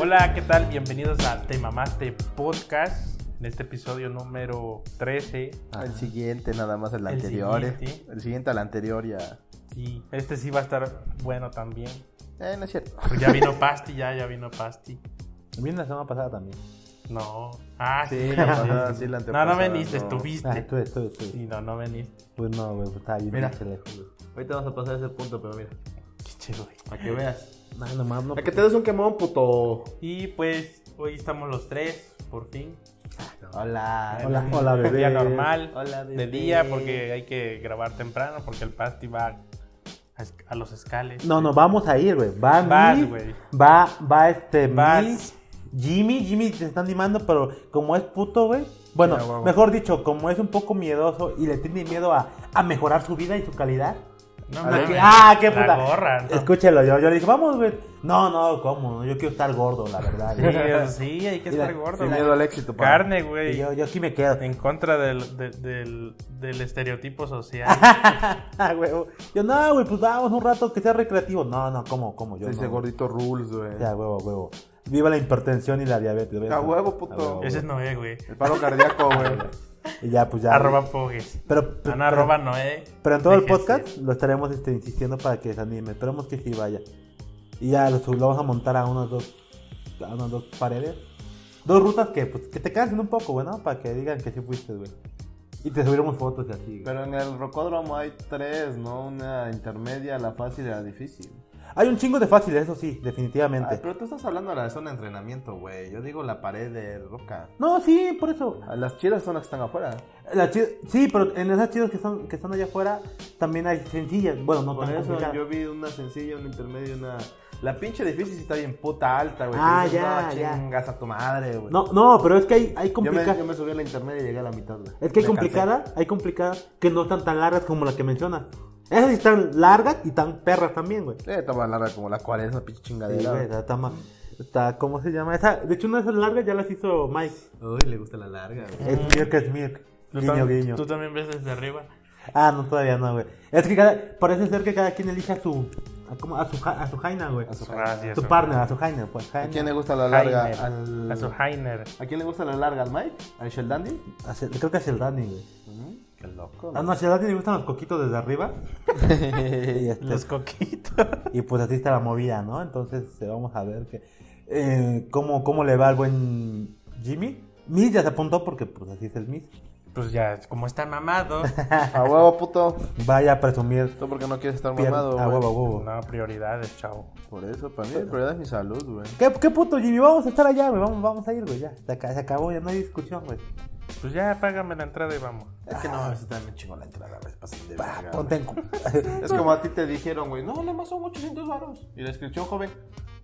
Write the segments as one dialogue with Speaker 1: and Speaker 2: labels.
Speaker 1: Hola, ¿qué tal? Bienvenidos a Te Mamaste Podcast. En este episodio número 13.
Speaker 2: El siguiente, nada más el anterior. eh. El siguiente,
Speaker 1: siguiente.
Speaker 2: al anterior ya.
Speaker 1: Sí, este sí va a estar bueno también.
Speaker 2: Eh, no es cierto.
Speaker 1: Pues ya vino Pasti, ya, ya vino Pasti.
Speaker 3: Vine la semana pasada también.
Speaker 1: No. Ah, sí.
Speaker 2: Sí, la pasada, sí, la
Speaker 1: no, no
Speaker 2: antepasada,
Speaker 1: veniste,
Speaker 2: no.
Speaker 3: Ah,
Speaker 1: estuviste.
Speaker 3: estuve, estuve, estuve.
Speaker 1: Sí, no, no veniste.
Speaker 3: Pues no, güey, pues estaba bien
Speaker 2: Mira.
Speaker 3: pinche lejos, güey.
Speaker 2: Ahorita vamos a pasar ese punto, pero mira,
Speaker 1: Qué chido, güey.
Speaker 2: para que veas.
Speaker 3: Nah, nomás no.
Speaker 2: Para que te des un quemón, puto.
Speaker 1: Y pues hoy estamos los tres, por fin.
Speaker 2: Hola.
Speaker 3: Hola, hola, bebé.
Speaker 1: Día normal.
Speaker 2: Hola,
Speaker 1: de
Speaker 2: bebé.
Speaker 1: día, porque hay que grabar temprano, porque el Pasti va a, es- a los escales.
Speaker 3: No, no, vamos a ir, güey. Va
Speaker 1: Vas,
Speaker 3: mi-
Speaker 1: güey.
Speaker 3: Va, va este.
Speaker 1: Vas.
Speaker 3: Mills, Jimmy, Jimmy te están animando, pero como es puto, güey. Bueno,
Speaker 2: Ya, guau.
Speaker 3: mejor dicho, como es un poco miedoso y le tiene miedo a, a mejorar su vida y su calidad.
Speaker 1: No
Speaker 3: de
Speaker 1: mames,
Speaker 3: que, ah, qué
Speaker 1: la
Speaker 3: puta.
Speaker 1: gorra, no.
Speaker 3: Escúchelo, yo, yo le dije, vamos, güey. No, no, ¿cómo? Yo quiero estar gordo, la verdad.
Speaker 1: Sí,
Speaker 3: güey.
Speaker 1: sí, hay que
Speaker 3: Mira,
Speaker 1: estar gordo.
Speaker 2: Sin
Speaker 1: güey.
Speaker 2: miedo al éxito, pa.
Speaker 1: Carne,
Speaker 3: Y
Speaker 1: güey.
Speaker 3: yo, yo aquí me quedo.
Speaker 1: En contra del, de- del, del estereotipo social.
Speaker 3: Ah, güey. Yo, no, güey, pues vamos un rato que sea recreativo. No, no, ¿cómo? ¿Cómo? Yo
Speaker 2: Se dice
Speaker 3: no.
Speaker 2: gordito rules, güey.
Speaker 3: Ya, huevo, huevo. Viva la hipertensión y la diabetes. güey.
Speaker 2: A huevo, puto.
Speaker 3: huevo.
Speaker 1: Ese es Noé, güey.
Speaker 2: El paro cardíaco, güey.
Speaker 3: Y ya, pues ya.
Speaker 1: Arroba Pogues.
Speaker 3: Pero,
Speaker 1: No,
Speaker 3: pero,
Speaker 1: no, arroba Noé.
Speaker 3: pero en todo el
Speaker 1: Déjense.
Speaker 3: podcast lo estaremos este, insistiendo para que se anime. Esperemos que sí vaya. Y ya lo, sub- lo vamos a montar a unas dos, a unas dos paredes. Dos rutas que, pues, que te cansen un poco, güey, ¿no? Para que digan que sí fuiste, güey. Y te subiremos fotos y así, güey.
Speaker 4: Pero en el rocódromo hay tres, ¿no? Una intermedia, la fácil y la difícil.
Speaker 3: Hay un chingo de fáciles, eso sí, definitivamente.
Speaker 4: Ay, pero tú estás hablando de la zona de entrenamiento, güey. Yo digo la pared de roca.
Speaker 3: No, sí, por eso.
Speaker 4: Ah, Las chidas son las que están afuera.
Speaker 3: Las chi- sí, pero en esas chidas que están, que están allá afuera también hay sencillas. Bueno, no
Speaker 4: Por
Speaker 3: tan
Speaker 4: eso
Speaker 3: complicadas.
Speaker 4: yo vi una sencilla, una intermedia, una... La pinche difícil sí está bien puta alta, güey.
Speaker 3: Ah,
Speaker 4: Que dices,
Speaker 3: ya,
Speaker 4: "No,
Speaker 3: ya.
Speaker 4: chingas a tu madre,
Speaker 2: pues.
Speaker 4: güey.
Speaker 3: No, no, pero es que hay, hay
Speaker 4: yo, me,
Speaker 3: complicadas.
Speaker 4: yo me subí a la intermedia y llegué a la mitad, güey.
Speaker 3: Es que hay
Speaker 4: Me
Speaker 3: complicadas, hay complicadas que no están tan largas como la que mencionas. Esas sí están largas y tan perras también, güey.
Speaker 2: Eh, estaba larga como la cuaresma, pinche
Speaker 3: Sí, güey,
Speaker 2: chingadera.
Speaker 3: está, está ma- está- ¿cómo se llama? Esa, de hecho, una de esas largas ya las hizo Mike.
Speaker 4: cansé. Uy, le gusta la larga, güey.
Speaker 3: Es Mirk, es Mirk.
Speaker 1: ¿Tú,
Speaker 3: Guiño,
Speaker 1: tam-
Speaker 3: guiño.
Speaker 1: tú también ves desde arriba.
Speaker 3: Ah, no, todavía no, güey. Es que cada- parece ser que cada quien elija a su, a, como- a su, ja- a su jaina, güey.
Speaker 4: A su
Speaker 1: Gracias.
Speaker 3: Su partner, a su jaina, pues.
Speaker 4: ¿A
Speaker 3: jaina.
Speaker 4: quién le gusta la larga?
Speaker 1: Heiner.
Speaker 4: Al-
Speaker 1: A su Heiner.
Speaker 4: ¿A quién le gusta la larga? ¿Al Mike? ¿Al Sheldandi?
Speaker 3: A Shel- creo que es el Dani, güey.
Speaker 4: Qué loco,
Speaker 3: Ah, no, si a Dani le gustan los coquitos desde arriba. y, este,
Speaker 1: Los coquitos.
Speaker 3: y pues así está la movida, ¿no? Entonces eh, vamos a ver que, eh, cómo, cómo le va al buen Jimmy. Miss ya se apuntó porque pues así es el Miss.
Speaker 1: Pues ya, como está mamado.
Speaker 4: A huevo, puto.
Speaker 3: Vaya a presumir.
Speaker 4: Tú porque no quieres estar
Speaker 3: pier-
Speaker 4: mamado,
Speaker 3: a
Speaker 4: güey.
Speaker 3: huevo, a huevo.
Speaker 1: Uh, No, prioridades, chavo.
Speaker 4: Por eso, para mí la prioridad es mi salud, güey.
Speaker 3: ¿Qué, qué puto, Jimmy? Vamos a estar allá, güey. Vamos, vamos a ir, güey. Ya. Se, aca- se acabó, ya no hay discusión, güey.
Speaker 1: Pues ya, págame la entrada y vamos.
Speaker 4: Es que no, eso también chingo la entrada, güey. pasen de verga, güey.
Speaker 3: Ah, Ponte en cu-
Speaker 4: Es como a ti te dijeron, güey, no, nada más son 800 varos. Y la inscripción, joven.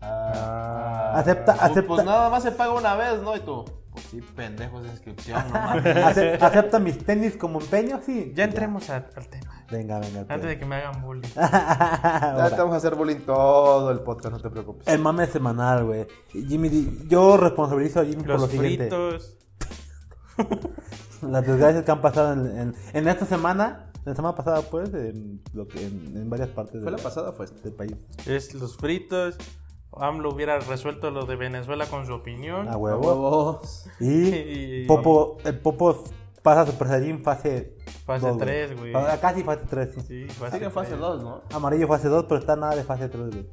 Speaker 4: Ah,
Speaker 3: Acepta-
Speaker 4: pues-
Speaker 3: acepta-
Speaker 4: Pues nada más se paga una vez, ¿no? Y tú, pues sí, pendejo esa inscripción, no mames.
Speaker 3: Ace- ¿Acepta mis tenis como empeño? Sí.
Speaker 1: Ya entremos a- al tema.
Speaker 3: Venga, venga. pues.
Speaker 1: Antes de que me hagan bullying.
Speaker 3: Ahora.
Speaker 2: Ya te vamos a hacer bullying todo el podcast, no te preocupes.
Speaker 3: El mame semanal, güey. Jimmy, di- yo responsabilizo a Jimmy por lo
Speaker 1: Los
Speaker 3: siguiente.
Speaker 1: fritos.
Speaker 3: Las desgracias que han pasado en, en- en esta semana, la semana pasada, pues, en, lo que- en- en varias partes
Speaker 4: ¿Fue
Speaker 3: de-
Speaker 4: la pasada o fue esta?
Speaker 3: del país.
Speaker 1: Es los fritos. AMLO hubiera resuelto lo de Venezuela con su opinión.
Speaker 3: A
Speaker 4: A
Speaker 3: huevo.
Speaker 4: huevos.
Speaker 3: Y
Speaker 1: Ah, Y-
Speaker 3: Popo, el Popo pasa a Super Saiyajin fase
Speaker 1: Fase
Speaker 3: dos, güey.
Speaker 1: tres, güey.
Speaker 3: Ah, Casi fase 3. Sí.
Speaker 1: Sí, fue
Speaker 4: Sigue
Speaker 1: así.
Speaker 4: fase 2, ¿no?
Speaker 3: Amarillo fase 2, pero está nada de fase 3, güey.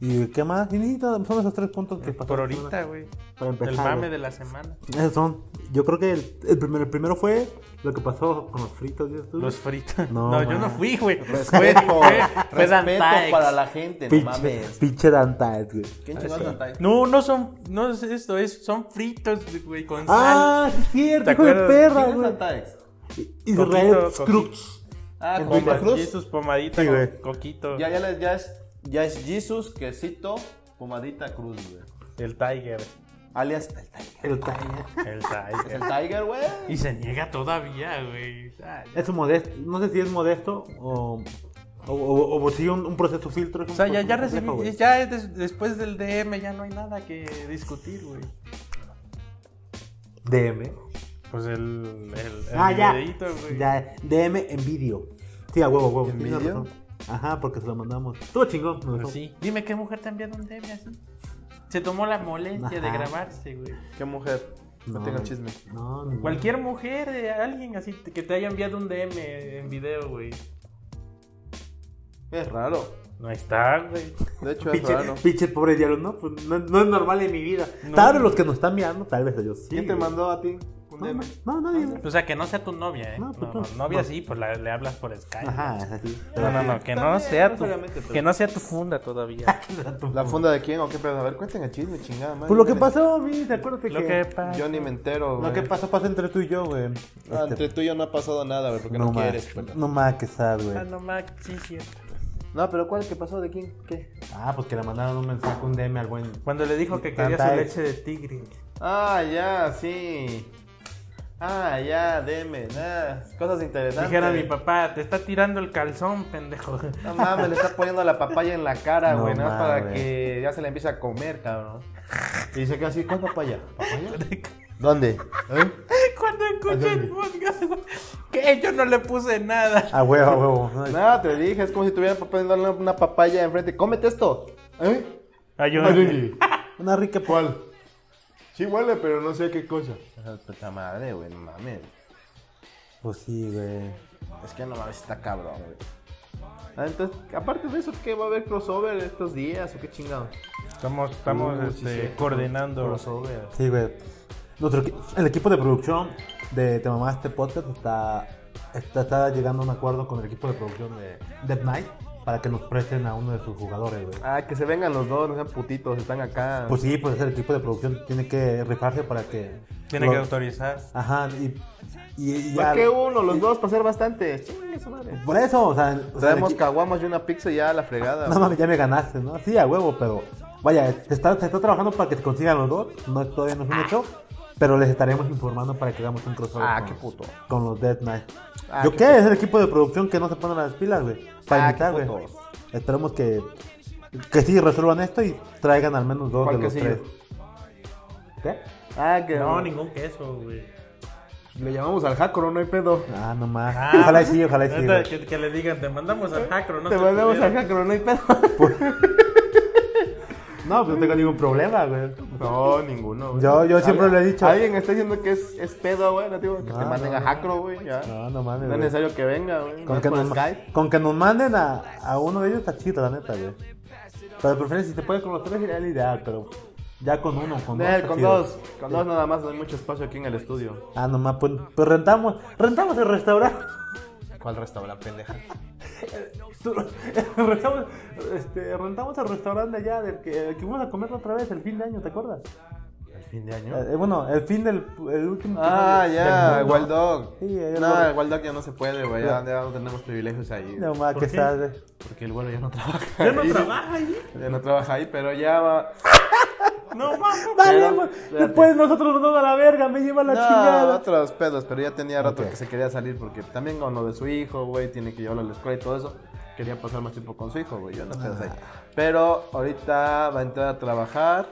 Speaker 3: ¿Y qué más? Y necesito- son esos tres puntos que pasaron.
Speaker 1: Eh, Por ahorita, güey.
Speaker 3: Para empezar,
Speaker 1: El mame
Speaker 3: güey.
Speaker 1: de la semana.
Speaker 3: Esos son. Yo creo que el, el primero, el primero fue lo que pasó con los fritos, ¿dices tú?
Speaker 1: Los fritos.
Speaker 3: No,
Speaker 1: No, yo
Speaker 3: man.
Speaker 1: no fui, güey. Fue,
Speaker 4: Respeto,
Speaker 1: fue, fue
Speaker 4: respeto
Speaker 1: Dantaex.
Speaker 4: para la gente, no
Speaker 3: Pinche,
Speaker 4: mames.
Speaker 3: pinche Dantaes, güey.
Speaker 4: ¿Quién chingó
Speaker 1: Sí.
Speaker 4: Dantay?
Speaker 1: No, no son, no es esto, es, son fritos, güey, con
Speaker 3: Ah, sí es cierto,
Speaker 1: ¿Te
Speaker 3: hijo de
Speaker 1: acuerdas?
Speaker 3: perra,
Speaker 4: ¿Quién es
Speaker 3: güey.
Speaker 4: Dantay?
Speaker 3: Israel
Speaker 1: Coquito,
Speaker 3: Scrooge.
Speaker 4: Ah,
Speaker 1: sal,
Speaker 4: con
Speaker 1: poma-
Speaker 4: Cruz.
Speaker 1: y sus pomaditas,
Speaker 3: Sí, güey.
Speaker 1: con coquito,
Speaker 4: Ya, ya, les- ya es, ya es Jesus, quesito, pomadita, cruz, güey.
Speaker 1: el tiger,
Speaker 4: Alias
Speaker 3: El
Speaker 4: el Tiger.
Speaker 3: caña.
Speaker 1: el
Speaker 4: Es
Speaker 1: tiger.
Speaker 4: Pues el Tiger, güey.
Speaker 1: y se niega todavía, güey. Ay.
Speaker 3: Es un modesto. No sé si es modesto o. O, o, o sigue un, un proceso filtro. es
Speaker 1: O
Speaker 3: un
Speaker 1: sea, ya,
Speaker 3: proceso
Speaker 1: ya
Speaker 3: complejo,
Speaker 1: recibí,
Speaker 3: güey.
Speaker 1: ya des- después del DM ya no hay nada que discutir, güey.
Speaker 3: DM.
Speaker 1: Pues el, el, el
Speaker 3: Ah, ya.
Speaker 1: videíto, güey.
Speaker 3: Ya, DM en vídeo. Sí, a huevo, a huevo.
Speaker 2: ¿En
Speaker 3: Tienes
Speaker 2: vídeo?
Speaker 3: razón. Ajá, porque se lo mandamos. Estuvo chingón. me gustó.
Speaker 1: Pues sí. Dime qué mujer te ha enviado un DM así. Se tomó la molestia de
Speaker 3: Ajá.
Speaker 1: grabarse, güey.
Speaker 2: ¿Qué mujer? No,
Speaker 3: No.
Speaker 2: tengo chisme.
Speaker 3: No, no.
Speaker 1: Cualquier mujer, eh, alguien así que te haya enviado un DM en video, güey.
Speaker 2: Es raro.
Speaker 1: No está, güey.
Speaker 2: Eh, De hecho, es
Speaker 3: Pinche,
Speaker 2: raro.
Speaker 3: pinche pobre diablo, no, pues no, no es normal en mi vida.
Speaker 1: No.
Speaker 3: Tal vez los que nos están mirando, tal vez ellos sí.
Speaker 4: ¿Quién te
Speaker 3: güey.
Speaker 4: mandó a ti un
Speaker 3: No,
Speaker 4: DM?
Speaker 3: no, nadie. güey.
Speaker 1: O sea, que no sea tu novia, ¿eh?
Speaker 3: No,
Speaker 1: No,
Speaker 3: pues
Speaker 1: no,
Speaker 3: no.
Speaker 1: novia
Speaker 3: No.
Speaker 1: sí, pues la- le hablas por Skype.
Speaker 3: Ajá, es así.
Speaker 1: No, no, no, que no
Speaker 4: También,
Speaker 1: sea
Speaker 4: no
Speaker 1: tu,
Speaker 4: solamente, pero-
Speaker 1: que no sea tu funda todavía.
Speaker 2: ¿La funda de quién o qué pedo? A ver, cuenten el chisme, chingada madre.
Speaker 3: Pues lo que pasó, mi, te acuerdas que.
Speaker 1: Lo que pasa.
Speaker 2: Yo ni me entero,
Speaker 3: lo
Speaker 2: güey.
Speaker 3: que pasó, pasa entre tú y yo, güey.
Speaker 2: Ah,
Speaker 3: Este,
Speaker 2: Entre tú y yo no ha pasado nada, güey, porque no,
Speaker 3: ma-
Speaker 2: quieres. pues. perdón.
Speaker 3: No más que sad, güey.
Speaker 1: Ah, no, Mac, sí, cierto.
Speaker 2: No, pero ¿cuál? ¿Qué pasó? ¿De quién? ¿Qué?
Speaker 3: Ah, pues que le mandaron un mensaje, un DM al buen.
Speaker 1: Cuando le dijo que quería
Speaker 3: Tanta
Speaker 1: su
Speaker 3: es.
Speaker 1: leche de tigre.
Speaker 2: Ah, ya, sí. Ah, ya, deme. Nah, cosas interesantes.
Speaker 1: Dijera mi papá, te está tirando el calzón, pendejo.
Speaker 2: No mames, le está poniendo la papaya en la cara,
Speaker 3: No
Speaker 2: güey, nada más para
Speaker 3: mames.
Speaker 2: que ya se la empiece a comer, cabrón. Y dice que así, ¿cuál papaya? ¿Papaya? ¿Dónde? ¿Eh?
Speaker 1: Cuando escuché el podcast, güey, que yo no le puse nada.
Speaker 3: A huevo, a huevo. No,
Speaker 2: Nada, te dije, es como si tuvieran poniendo una, una papaya enfrente. ¡Cómete esto!
Speaker 4: ¿Eh?
Speaker 1: Ayúdame.
Speaker 3: Una rica.
Speaker 4: ¿Cuál? Sí huele, pero no sé qué cosa.
Speaker 2: Esa puta madre, güey, no mames.
Speaker 3: Pues sí, güey.
Speaker 2: Es que no mames, está cabrón, güey.
Speaker 4: Ah, entonces, aparte de eso, ¿qué va a haber crossover estos días o qué chingado?
Speaker 1: Estamos, estamos
Speaker 4: Uh, sí,
Speaker 1: este,
Speaker 4: cierto.
Speaker 1: coordinando.
Speaker 4: Crossover.
Speaker 3: Sí, güey. Nuestro, equi- el equipo de producción de Te Mamá Este Podcast está, está, está llegando a un acuerdo con el equipo de producción de Dead Knight para que nos presten a uno de sus jugadores, güey.
Speaker 4: Ah, que se vengan los dos, no sean putitos, están acá.
Speaker 3: Pues sí, pues el equipo de producción tiene que rifarse para que.
Speaker 1: Tiene
Speaker 3: lo-
Speaker 1: que autorizar.
Speaker 3: Ajá, y, y, y ya.
Speaker 2: Pues
Speaker 4: ¿Para qué uno? Los dos, para ser bastante. Chingue su madre.
Speaker 3: Por eso, o sea. o sea, el
Speaker 2: Traemos
Speaker 3: equi-
Speaker 2: caguamas y una pizza y ya a la fregada.
Speaker 3: No mames, ya me ganaste, ¿no? Sí, a huevo, pero. Vaya, se está, se está trabajando para que se consigan los dos. No, todavía no es un hecho. Pero les estaremos informando para que hagamos un crossover.
Speaker 2: Ah,
Speaker 3: con
Speaker 2: qué
Speaker 3: los-
Speaker 2: puto.
Speaker 3: Con los Dead Knight.
Speaker 2: Ah,
Speaker 3: ¿Yo
Speaker 2: qué
Speaker 3: qué? Es el equipo de producción que no se pone las pilas, güey. Para
Speaker 2: Ah,
Speaker 3: invitar,
Speaker 2: qué
Speaker 3: güey.
Speaker 2: putos.
Speaker 3: Esperemos que. Que sí resuelvan esto y traigan al menos dos de
Speaker 4: ¿Cuál
Speaker 3: los
Speaker 4: quesillo?
Speaker 3: tres. ¿Qué?
Speaker 4: Ah, que
Speaker 1: No, ningún queso, güey.
Speaker 4: le llamamos al Jacoro, no hay pedo.
Speaker 3: Ah, no más.
Speaker 1: Ah,
Speaker 3: ojalá y sí, ojalá y sí.
Speaker 1: ahorita
Speaker 3: güey.
Speaker 1: Que, que le digan, te mandamos al hacker, ¿no?
Speaker 4: Te
Speaker 1: sé,
Speaker 4: mandamos al
Speaker 1: culero.
Speaker 4: Jacoro, no hay pedo.
Speaker 3: No, pues no tengo ningún problema, güey.
Speaker 4: No, ninguno. güey.
Speaker 3: Yo- yo siempre lo he dicho.
Speaker 4: Alguien está diciendo que es, es pedo, güey. No digo que
Speaker 3: No,
Speaker 4: te manden
Speaker 3: no,
Speaker 4: a
Speaker 3: no.
Speaker 4: Jacro, güey. Ya. No,
Speaker 3: No, no mames.
Speaker 4: es
Speaker 3: güey.
Speaker 4: necesario que venga, güey. No
Speaker 3: Con
Speaker 4: es
Speaker 3: que,
Speaker 4: por
Speaker 3: nos, ma-
Speaker 4: Skype.
Speaker 3: con que nos manden a, a uno de ellos está chido, la neta, güey. Pero prefiero si te puedes con los tres sería el ideal, pero ya con uno, con dos.
Speaker 4: Nel,
Speaker 3: está
Speaker 4: Eh, con
Speaker 3: chido.
Speaker 4: dos. Con dos nada más, no hay mucho espacio aquí en el estudio.
Speaker 3: Ah, nomás, pues, pues rentamos, rentamos el restaurante.
Speaker 2: ¿Cuál restaurante, pendeja?
Speaker 3: rentamos, este, rentamos el restaurante allá del que, el que íbamos a comer la otra vez el fin de año, ¿te acuerdas?
Speaker 2: ¿El fin de año?
Speaker 3: Eh, bueno, el fin del el último.
Speaker 2: Ah,
Speaker 3: del
Speaker 2: ya,
Speaker 3: mundo.
Speaker 2: Wild Dog.
Speaker 3: Sí, el
Speaker 2: no,
Speaker 3: Wild-
Speaker 2: el Wild Dog ya no se puede, güey. Ya, ya no tenemos privilegios ahí.
Speaker 3: No más,
Speaker 1: ¿Por
Speaker 3: que
Speaker 1: qué?
Speaker 3: sabe.
Speaker 2: Porque el bueno ya no trabaja.
Speaker 1: Ya no
Speaker 2: ahí.
Speaker 1: trabaja ahí.
Speaker 2: Ya no trabaja ahí, pero ya va.
Speaker 1: No mames.
Speaker 3: Dale,
Speaker 2: Pero-
Speaker 3: güey,
Speaker 2: espérate.
Speaker 3: Después nosotros nos vamos a la verga, me lleva la
Speaker 2: no,
Speaker 3: chingada.
Speaker 2: otros pedos, pero ya tenía rato
Speaker 3: Ok.
Speaker 2: que se quería salir porque también con lo de su hijo, güey, tiene que llevarlo a la escuela y todo eso. Quería pasar más tiempo con su hijo, güey. Yo no pedos ahí. Pero ahorita va a entrar a trabajar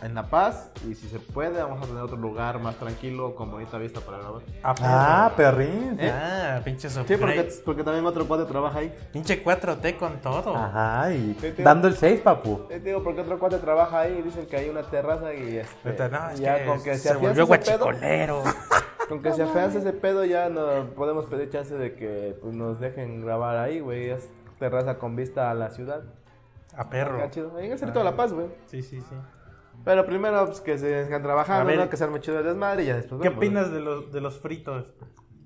Speaker 2: en La Paz y si se puede, vamos a tener otro lugar más tranquilo, con bonita vista para grabar.
Speaker 3: Ah, perrín.
Speaker 2: Eh,
Speaker 1: Ah, pinche
Speaker 2: Sí,
Speaker 1: surprise.
Speaker 2: porque, porque también otro cuate trabaja ahí.
Speaker 1: Pinche 4T con todo.
Speaker 3: Ajá, y
Speaker 2: Te- te-
Speaker 3: dando el 6, papu.
Speaker 2: Eh, te digo, porque otro cuate trabaja ahí y dicen que hay una terraza y este,
Speaker 1: Neta, No, es
Speaker 2: ya
Speaker 1: que
Speaker 2: con que se,
Speaker 1: se
Speaker 2: afiance
Speaker 1: volvió
Speaker 2: ese pedo,
Speaker 1: guachicolero.
Speaker 2: con que se afiance ese pedo ya no podemos pedir chance de que pues, nos dejen grabar ahí, güey, es terraza con vista a la ciudad.
Speaker 1: A perro.
Speaker 2: Está chido. Ahí en el
Speaker 3: Ah.
Speaker 2: Cerrito de la Paz, güey.
Speaker 1: Sí, sí, sí.
Speaker 2: Pero primero pues, que se dejen
Speaker 1: A
Speaker 2: trabajando,
Speaker 1: ver.
Speaker 2: ¿no? que se arme chido el desmadre y ya después
Speaker 1: ¿Qué
Speaker 2: vemos,
Speaker 1: opinas de los, de los fritos?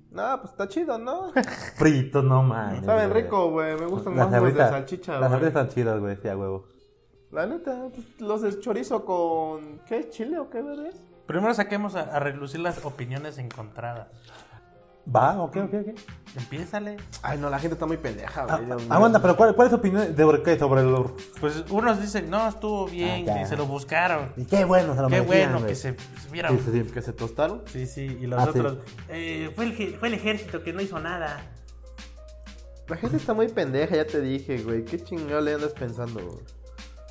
Speaker 2: ¿no? No, pues está chido, ¿no?
Speaker 3: Frito, no mames.
Speaker 2: Saben
Speaker 3: güey.
Speaker 2: rico, güey, me gustan
Speaker 3: Las
Speaker 2: más los de
Speaker 3: sabritas-
Speaker 2: salchicha,
Speaker 3: Las
Speaker 2: güey.
Speaker 3: sabritas están chidas, güey, sí, a huevo.
Speaker 2: La neta, pues, los de chorizo con ¿qué? ¿Chile o qué verga es?
Speaker 1: Primero saquemos a, a relucir las opiniones encontradas.
Speaker 3: Va, ok, ok, ok.
Speaker 1: Empiézale.
Speaker 2: Ay, no, la gente está muy pendeja,
Speaker 3: Ah,
Speaker 2: güey. Dios mío.
Speaker 3: Aguanta, pero ¿cuál, cuál es tu opinión de sobre qué? Sobre el...
Speaker 1: Pues unos dicen, no, estuvo bien,
Speaker 3: Ah, ya.
Speaker 1: y se lo buscaron.
Speaker 3: Y qué bueno, se lo
Speaker 1: Qué
Speaker 3: merecían,
Speaker 1: bueno
Speaker 3: güey.
Speaker 1: que se se hubiera...
Speaker 3: Sí, sí, sí.
Speaker 2: que se tostaron.
Speaker 1: Sí, sí, y los
Speaker 3: Ah, sí.
Speaker 1: otros... eh, fue, el, je- fue el ejército que no hizo nada.
Speaker 2: La gente está muy pendeja, ya te dije, güey. ¿Qué chingado le andas pensando, güey?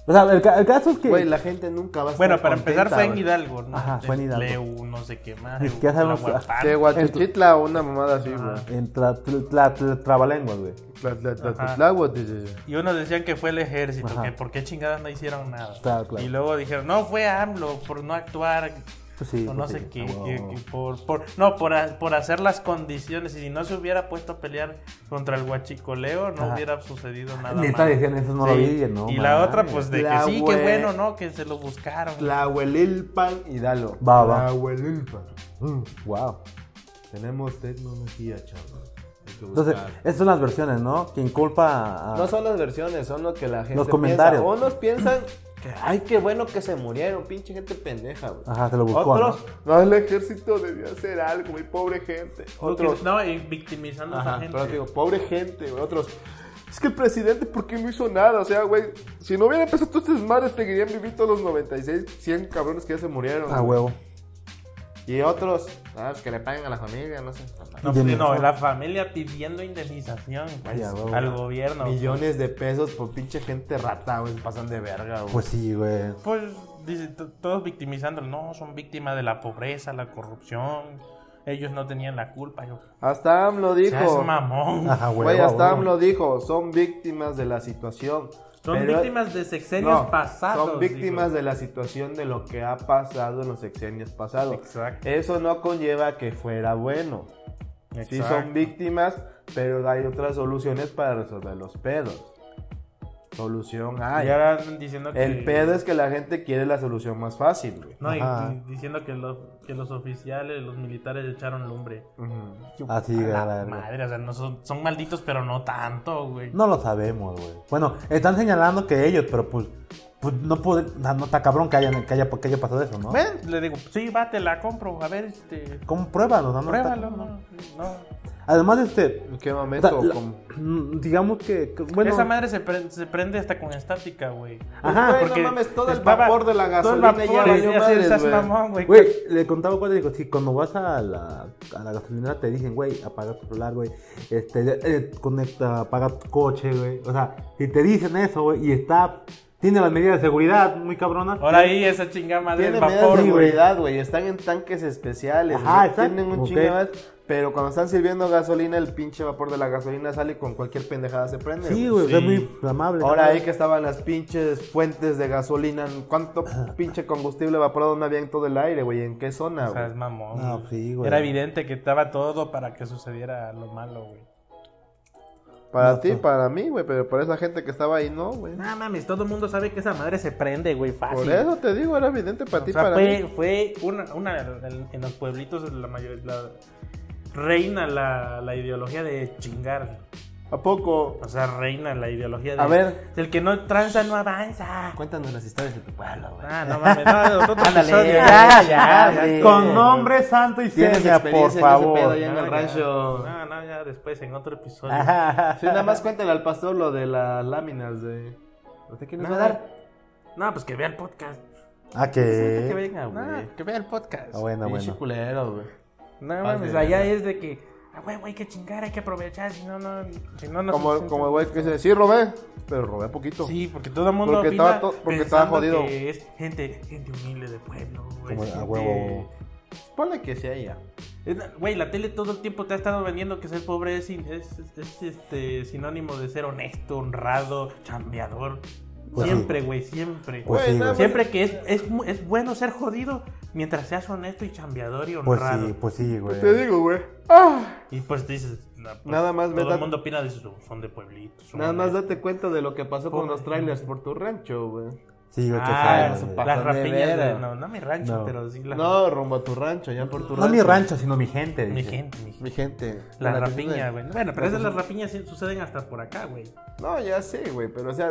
Speaker 3: O sea, el, ca- el caso es que.
Speaker 2: Güey, la gente nunca va a estar
Speaker 1: Bueno, para
Speaker 2: contenta,
Speaker 1: empezar fue en
Speaker 2: güey.
Speaker 1: Hidalgo, ¿no?
Speaker 3: Ajá, fue en Hidalgo.
Speaker 1: Leu, no sé qué más.
Speaker 3: Ni siquiera sabemos-
Speaker 1: Tlahuapan.
Speaker 2: De Guachichitla, una mamada así, güey.
Speaker 3: En tra- tl- tla- tl- Trabalenguas, güey.
Speaker 2: Tla- tla- tla-
Speaker 1: Ajá.
Speaker 2: Tlahuac, dice.
Speaker 1: Y unos decían que fue el ejército,
Speaker 3: Ajá.
Speaker 1: que por qué chingadas no hicieron nada.
Speaker 3: Claro, claro.
Speaker 1: Y luego dijeron, no, fue AMLO por no actuar,
Speaker 3: Pues sí.
Speaker 1: o
Speaker 3: pues
Speaker 1: no
Speaker 3: sí.
Speaker 1: sé qué,
Speaker 3: Ah, huevo.
Speaker 1: que- que por, por- no, por, ha- por hacer las condiciones. Y si no se hubiera puesto a pelear contra el huachicoleo, no
Speaker 3: Ajá.
Speaker 1: hubiera sucedido nada
Speaker 3: Neta
Speaker 1: malo.
Speaker 3: decían, eso no lo
Speaker 1: Sí.
Speaker 3: vi, ¿no?
Speaker 1: y la
Speaker 3: mames.
Speaker 1: otra, pues, de que
Speaker 2: La
Speaker 1: sí,
Speaker 2: hue-
Speaker 1: qué bueno, ¿no? Que se lo buscaron.
Speaker 2: Tlahuelilpan, Hidalgo.
Speaker 3: Va, va.
Speaker 2: Tlahuelilpan. Mm.
Speaker 3: Wow.
Speaker 2: Tenemos tecnología, chavos. Hay que
Speaker 3: Entonces,
Speaker 2: buscar.
Speaker 3: esas son las versiones, ¿no? Quien culpa a.
Speaker 2: no son las versiones, son lo que la gente
Speaker 3: Los comentarios.
Speaker 2: piensa. Unos piensan que, ay, qué bueno que se murieron, pinche gente pendeja, güey.
Speaker 3: Ajá, se lo buscó. ¿no?
Speaker 2: Otros, no, el ejército debió hacer algo, güey, pobre gente. Otros,
Speaker 1: No, y victimizando a
Speaker 2: Ajá,
Speaker 1: esa gente.
Speaker 2: pero te digo, pobre gente, güey. Otros, es que el presidente, ¿por qué no hizo nada? O sea, güey, si no hubiera empezado este todos estos mares, te querían vivir todos los 96, 100 cabrones que ya se murieron.
Speaker 3: A
Speaker 2: Ah, güey.
Speaker 3: huevo.
Speaker 2: Y otros, ah, pues que le paguen a la familia, no sé.
Speaker 1: No, pues,
Speaker 3: Indemnización.
Speaker 1: no, la familia pidiendo indemnización pues,
Speaker 3: Ya, huevo.
Speaker 1: al gobierno.
Speaker 2: Millones de pesos por pinche gente rata, güey, pasan de verga, güey.
Speaker 3: Pues sí, güey.
Speaker 1: Pues dice, to- todos victimizándolo. No, son víctimas de la pobreza, la corrupción. Ellos no tenían la culpa. Yo,
Speaker 2: hasta AMLO
Speaker 1: seas
Speaker 2: dijo,
Speaker 1: mamón.
Speaker 3: Ajá, güey.
Speaker 2: güey,
Speaker 3: a
Speaker 2: hasta
Speaker 3: huevo.
Speaker 2: AMLO dijo, son víctimas de la situación.
Speaker 1: Son
Speaker 2: Pero-
Speaker 1: víctimas de sexenios
Speaker 2: No,
Speaker 1: pasados.
Speaker 2: Son víctimas de la situación de lo que ha pasado en los sexenios pasados.
Speaker 1: Exacto.
Speaker 2: Eso no conlleva que fuera bueno.
Speaker 1: de.
Speaker 2: Sí son víctimas, pero hay otras soluciones para resolver los pedos. Solución
Speaker 1: Y
Speaker 2: hay.
Speaker 1: ahora andan diciendo que.
Speaker 2: El pedo es que la gente quiere la solución más fácil, güey.
Speaker 1: No, y-
Speaker 3: Ajá.
Speaker 1: y diciendo que los, que los oficiales, los militares echaron lumbre.
Speaker 2: Ujú.
Speaker 3: Así, güey.
Speaker 1: A
Speaker 3: a
Speaker 1: la
Speaker 3: la verga.
Speaker 1: madre, o sea, no son, son malditos, pero no tanto, güey.
Speaker 3: No lo sabemos, güey. Bueno, están señalando que ellos, pero pues. Pues no puede. No, no está cabrón que haya, que, haya, que haya pasado eso, ¿no?
Speaker 1: Ven, le digo, sí, va, te la compro. A ver, este.
Speaker 3: Compruébalo, ¿no? No está-
Speaker 1: Pruébalo, no. no.
Speaker 3: Además, este.
Speaker 2: ¿En qué
Speaker 3: o sea,
Speaker 2: momento?
Speaker 3: la-
Speaker 2: ¿Cómo?
Speaker 3: mm, digamos que. que- bueno,
Speaker 1: Esa madre se, pre- se prende hasta con estática, güey.
Speaker 3: Ajá,
Speaker 2: Güey, no mames, todo el
Speaker 1: estaba-
Speaker 2: vapor de la
Speaker 1: todo el
Speaker 2: gasolina
Speaker 1: vapor,
Speaker 2: ya valió
Speaker 1: ya se-
Speaker 2: madres,
Speaker 1: estás
Speaker 2: güey.
Speaker 1: mamón, güey.
Speaker 3: Güey, le contaba cuando digo, si cuando vas a la, a la gasolinera te dicen, güey, apaga tu celular, güey, este, eh, conecta, apaga tu coche, güey. O sea, si te dicen eso, güey, y está, tiene las medidas de seguridad muy cabronas.
Speaker 1: Ahora ahí esa chingada madre
Speaker 2: Tienen
Speaker 1: del
Speaker 2: medidas de
Speaker 1: vapor, güey.
Speaker 2: seguridad, güey. Están en tanques especiales.
Speaker 3: Ajá,
Speaker 2: güey.
Speaker 3: exacto.
Speaker 2: Tienen un
Speaker 3: Ok.
Speaker 2: chingo de más, Pero cuando están sirviendo gasolina, el pinche vapor de la gasolina sale y con cualquier pendejada se prende.
Speaker 3: sí, güey,
Speaker 1: sí.
Speaker 3: es muy inflamable.
Speaker 2: Ahora
Speaker 3: ¿no?
Speaker 2: ahí que estaban las pinches fuentes de gasolina, ¿cuánto pinche combustible evaporado no había en todo el aire, güey? ¿En qué zona,
Speaker 1: O sea,
Speaker 2: Ah, güey?
Speaker 1: es mamón.
Speaker 3: No,
Speaker 1: güey.
Speaker 3: sí, güey.
Speaker 1: Era evidente que estaba todo para que sucediera lo malo, güey.
Speaker 2: Para
Speaker 3: no,
Speaker 2: ti,
Speaker 3: no.
Speaker 2: para mí, güey, pero para esa gente que estaba ahí, no, güey.
Speaker 1: No mames, todo el mundo sabe que esa madre se prende, güey, fácil.
Speaker 2: Por eso te digo, era evidente para
Speaker 1: Ah, O
Speaker 2: ti,
Speaker 1: sea,
Speaker 2: para
Speaker 1: fue,
Speaker 2: mí.
Speaker 1: fue una, una en, en los pueblitos la mayoría la- reina la, la ideología de chingar.
Speaker 2: ¿A poco?
Speaker 1: O sea, reina la ideología de
Speaker 2: A ver.
Speaker 1: el que no tranza no avanza.
Speaker 2: Cuéntanos las historias de tu pueblo, güey.
Speaker 1: Ah, no mames, no, otro
Speaker 2: Ándale,
Speaker 1: episodio.
Speaker 2: ya, ya, güey.
Speaker 3: Con nombre santo y
Speaker 2: Tienes
Speaker 3: seña, por
Speaker 2: experiencia en ese pedo
Speaker 3: favor.
Speaker 2: ya. en el rancho.
Speaker 1: Ah, No, no, ya después en otro episodio.
Speaker 3: Ajá.
Speaker 2: Sí, nada más cuéntale al pastor lo de las láminas de... ¿Usted quién nos va a dar?
Speaker 1: No, pues que vea el podcast.
Speaker 3: ¿A
Speaker 2: Sí, Que
Speaker 3: Ah, qué?
Speaker 2: venga, güey.
Speaker 1: No, que vea el podcast.
Speaker 3: Ah, bueno,
Speaker 2: Pinche
Speaker 3: bueno.
Speaker 2: culero, güey.
Speaker 1: No
Speaker 2: Paz
Speaker 1: mames,
Speaker 2: de
Speaker 1: allá
Speaker 2: verga.
Speaker 1: es de que, ah, güey, hay que chingar, hay que aprovechar, si no, no, si no, no se
Speaker 2: Como,
Speaker 1: siente-
Speaker 2: como el güey que dice, sí, robé, pero robé poquito.
Speaker 1: Sí, porque todo el mundo
Speaker 2: Porque
Speaker 1: opina
Speaker 2: estaba to- porque estaba
Speaker 1: pensando
Speaker 2: jodido.
Speaker 1: que es gente, gente humilde de pueblo, güey.
Speaker 3: Como a
Speaker 1: gente-
Speaker 3: huevo.
Speaker 2: Ponle que sea ella.
Speaker 1: Es la- Güey, la tele todo el tiempo te ha estado vendiendo que ser pobre es, sin- es- es- es, este, sinónimo de ser honesto, honrado, chambeador.
Speaker 3: Pues sí.
Speaker 1: siempre, güey, siempre.
Speaker 3: Pues
Speaker 2: Güey,
Speaker 3: sí,
Speaker 2: nada
Speaker 3: güey.
Speaker 1: siempre que es, es, mu- es bueno ser jodido mientras seas honesto y chambeador y
Speaker 3: Pues
Speaker 1: honrado.
Speaker 3: sí, pues sí, güey.
Speaker 2: Te digo, güey. Ah.
Speaker 1: Y pues dices, "Nah, pues,
Speaker 2: Nada más me
Speaker 1: todo
Speaker 2: da-
Speaker 1: el mundo opina de eso, son de pueblitos. son
Speaker 2: Nada más
Speaker 1: honestos".
Speaker 2: date cuenta de lo que pasó con
Speaker 1: Pobre.
Speaker 2: los trailers por tu rancho, güey.
Speaker 3: Sí, güey, qué
Speaker 1: Ah,
Speaker 3: feo, güey.
Speaker 2: pa-
Speaker 1: las
Speaker 2: Bajo de
Speaker 1: rapiñas de,
Speaker 2: vera.
Speaker 1: no, no mi rancho,
Speaker 3: No.
Speaker 1: pero sí la
Speaker 2: No, rumbo a tu rancho, ya por tu rancho.
Speaker 3: No mi rancho, sino mi gente.
Speaker 1: mi
Speaker 3: dice.
Speaker 1: gente, mi gente.
Speaker 2: Mi gente.
Speaker 1: La
Speaker 2: Para que
Speaker 1: rapiña,
Speaker 2: suceda.
Speaker 1: güey. Bueno, pero esas las rapiñas sí suceden hasta por acá, güey.
Speaker 2: No, ya sé, güey, pero o sea,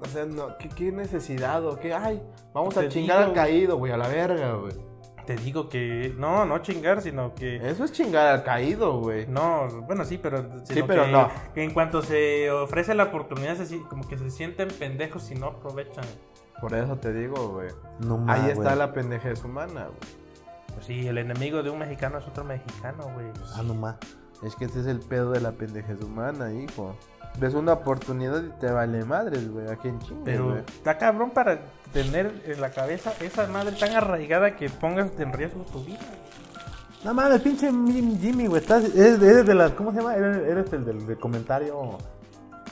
Speaker 2: o sea, no, ¿qué, qué necesidad o qué? Ay, vamos
Speaker 1: Te
Speaker 2: a chingar
Speaker 1: digo,
Speaker 2: al caído, güey, a la verga, güey.
Speaker 1: Te digo que no, no chingar, sino que
Speaker 2: Eso es chingar al caído, güey.
Speaker 1: no, bueno, sí, pero sino
Speaker 2: pero
Speaker 1: que-
Speaker 2: no.
Speaker 1: que en cuanto se ofrece la oportunidad, se si- como que se sienten pendejos si no aprovechan.
Speaker 2: Por eso te digo, Ah, güey.
Speaker 3: No mames.
Speaker 2: Ahí está
Speaker 3: güey.
Speaker 2: la pendejez humana, güey.
Speaker 1: Pues sí, el enemigo de un mexicano es otro mexicano, güey.
Speaker 3: Ah, no más.
Speaker 2: Es que ese es el pedo de la pendejez humana, hijo. Ves una oportunidad y te vale madres, güey, aquí en Chile,
Speaker 1: Pero está cabrón para tener en la cabeza esa madre tan arraigada que pongas en riesgo tu vida.
Speaker 3: No mames, pinche Jim- Jimmy, güey. Estás, eres, eres de las. ¿Cómo se llama? Eres, eres el del, del comentario.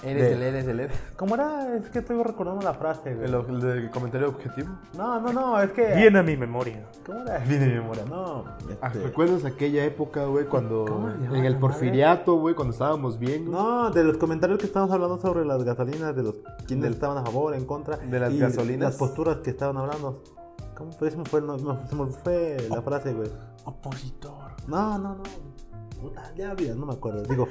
Speaker 2: Eres
Speaker 3: de-
Speaker 2: el, eres el, eres.
Speaker 3: ¿Cómo era? Es que estoy recordando la frase, güey.
Speaker 2: El, el del comentario objetivo.
Speaker 3: No, no, no, es que.
Speaker 1: Viene a mi memoria.
Speaker 3: ¿Cómo era? Viene mi memoria, no.
Speaker 2: Ah,
Speaker 3: este-
Speaker 2: ¿Recuerdas aquella época, güey, cuando
Speaker 3: ¿Cómo se llama
Speaker 2: en el
Speaker 3: la
Speaker 2: porfiriato, güey, cuando estábamos bien? güey?
Speaker 3: No, de los comentarios que estábamos hablando sobre las gasolinas, de los quienes estaban a favor, en contra.
Speaker 2: de las
Speaker 3: y
Speaker 2: gasolinas.
Speaker 3: Las posturas que estaban hablando. ¿Cómo fue? Se me fue, el no- no, se me fue la frase, güey.
Speaker 1: Opositor.
Speaker 3: No, no, no. Puta, ya, vida, no me acuerdo. Digo,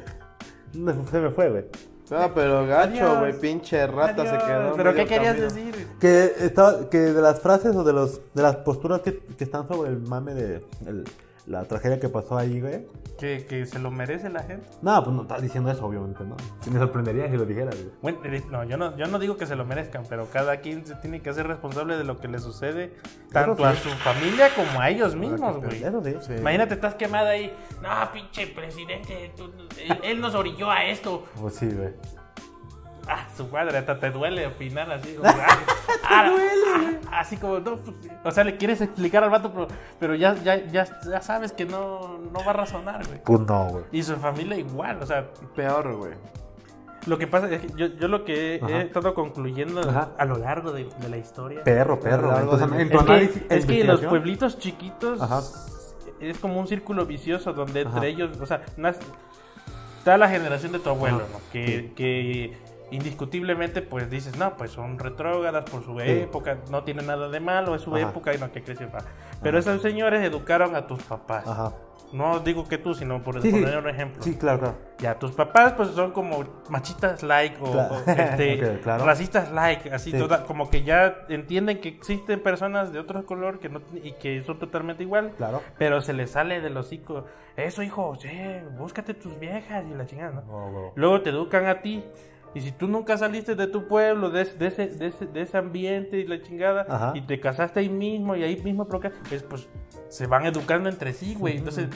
Speaker 3: no, se me fue, güey.
Speaker 2: Ah, pero gacho,
Speaker 1: Adiós.
Speaker 2: güey, pinche rata
Speaker 1: Adiós.
Speaker 2: se quedó.
Speaker 1: ¿Pero
Speaker 2: medio
Speaker 1: qué querías
Speaker 2: camino.
Speaker 1: decir?
Speaker 3: Que, estaba, que de las frases o de, los, de las posturas que, que están sobre el mame de el- la tragedia que pasó ahí, güey.
Speaker 1: Que, que se lo merece la gente.
Speaker 3: No, pues no estás diciendo eso, obviamente, ¿no? Sí me sorprendería que lo dijeras, güey.
Speaker 1: Bueno, eh, no, yo no, yo no digo que se lo merezcan, pero cada quien se tiene que hacer responsable de lo que le sucede tanto a su familia como a ellos mismos, güey.
Speaker 3: Eso sí.
Speaker 2: Sí.
Speaker 1: Imagínate, estás quemada ahí. No, pinche presidente, tú- él, él nos orilló a esto.
Speaker 3: Pues sí, güey.
Speaker 1: Ah, su madre, hasta te duele opinar así. Como, ah, ah, ah, así como, no, pues, o sea, le quieres explicar al vato, pero, pero ya, ya, ya, ya sabes que no, no va a razonar, güey.
Speaker 3: Pues no, güey.
Speaker 1: Y su familia igual, o sea,
Speaker 2: Peor, güey.
Speaker 1: lo que pasa es que yo, yo lo que he,
Speaker 3: Ajá.
Speaker 1: he estado concluyendo
Speaker 3: Ajá.
Speaker 1: a lo largo de, de la historia.
Speaker 3: Perro, perro.
Speaker 2: Algo
Speaker 3: güey.
Speaker 2: de-
Speaker 3: en tu
Speaker 1: es que,
Speaker 3: análisis-
Speaker 1: es que los
Speaker 3: investigación-
Speaker 1: pueblitos chiquitos
Speaker 3: Ajá.
Speaker 1: es como un círculo vicioso donde entre
Speaker 3: Ajá.
Speaker 1: ellos, o sea, nas- está la generación de tu abuelo,
Speaker 3: Ajá.
Speaker 1: ¿no? que, que indiscutiblemente pues dices, no, pues son retrógradas por su época, no tiene nada de malo, es su
Speaker 3: Ajá.
Speaker 1: época y no que creció. Pero esos señores educaron a tus papás.
Speaker 3: Ajá.
Speaker 1: No digo que tú, sino por
Speaker 3: Sí, sí.
Speaker 1: poner un ejemplo.
Speaker 3: Sí, claro, claro.
Speaker 1: Ya, tus papás pues son como machistas like o,
Speaker 3: Claro.
Speaker 1: o, este,
Speaker 3: Ok, claro.
Speaker 1: racistas like, así
Speaker 3: Sí.
Speaker 1: toda- como que ya entienden que existen personas de otro color que no y que son totalmente iguales,
Speaker 3: Claro.
Speaker 1: pero se les sale del hocico, eso hijo, che, búscate tus viejas y la chingada, ¿no? Luego te educan a ti. Y si tú nunca saliste de tu pueblo, de, de ese, de, ese, de ese ambiente y la chingada,
Speaker 3: Ajá.
Speaker 1: y te casaste ahí mismo y ahí mismo, procre- pues, pues se van educando entre sí, güey. Entonces,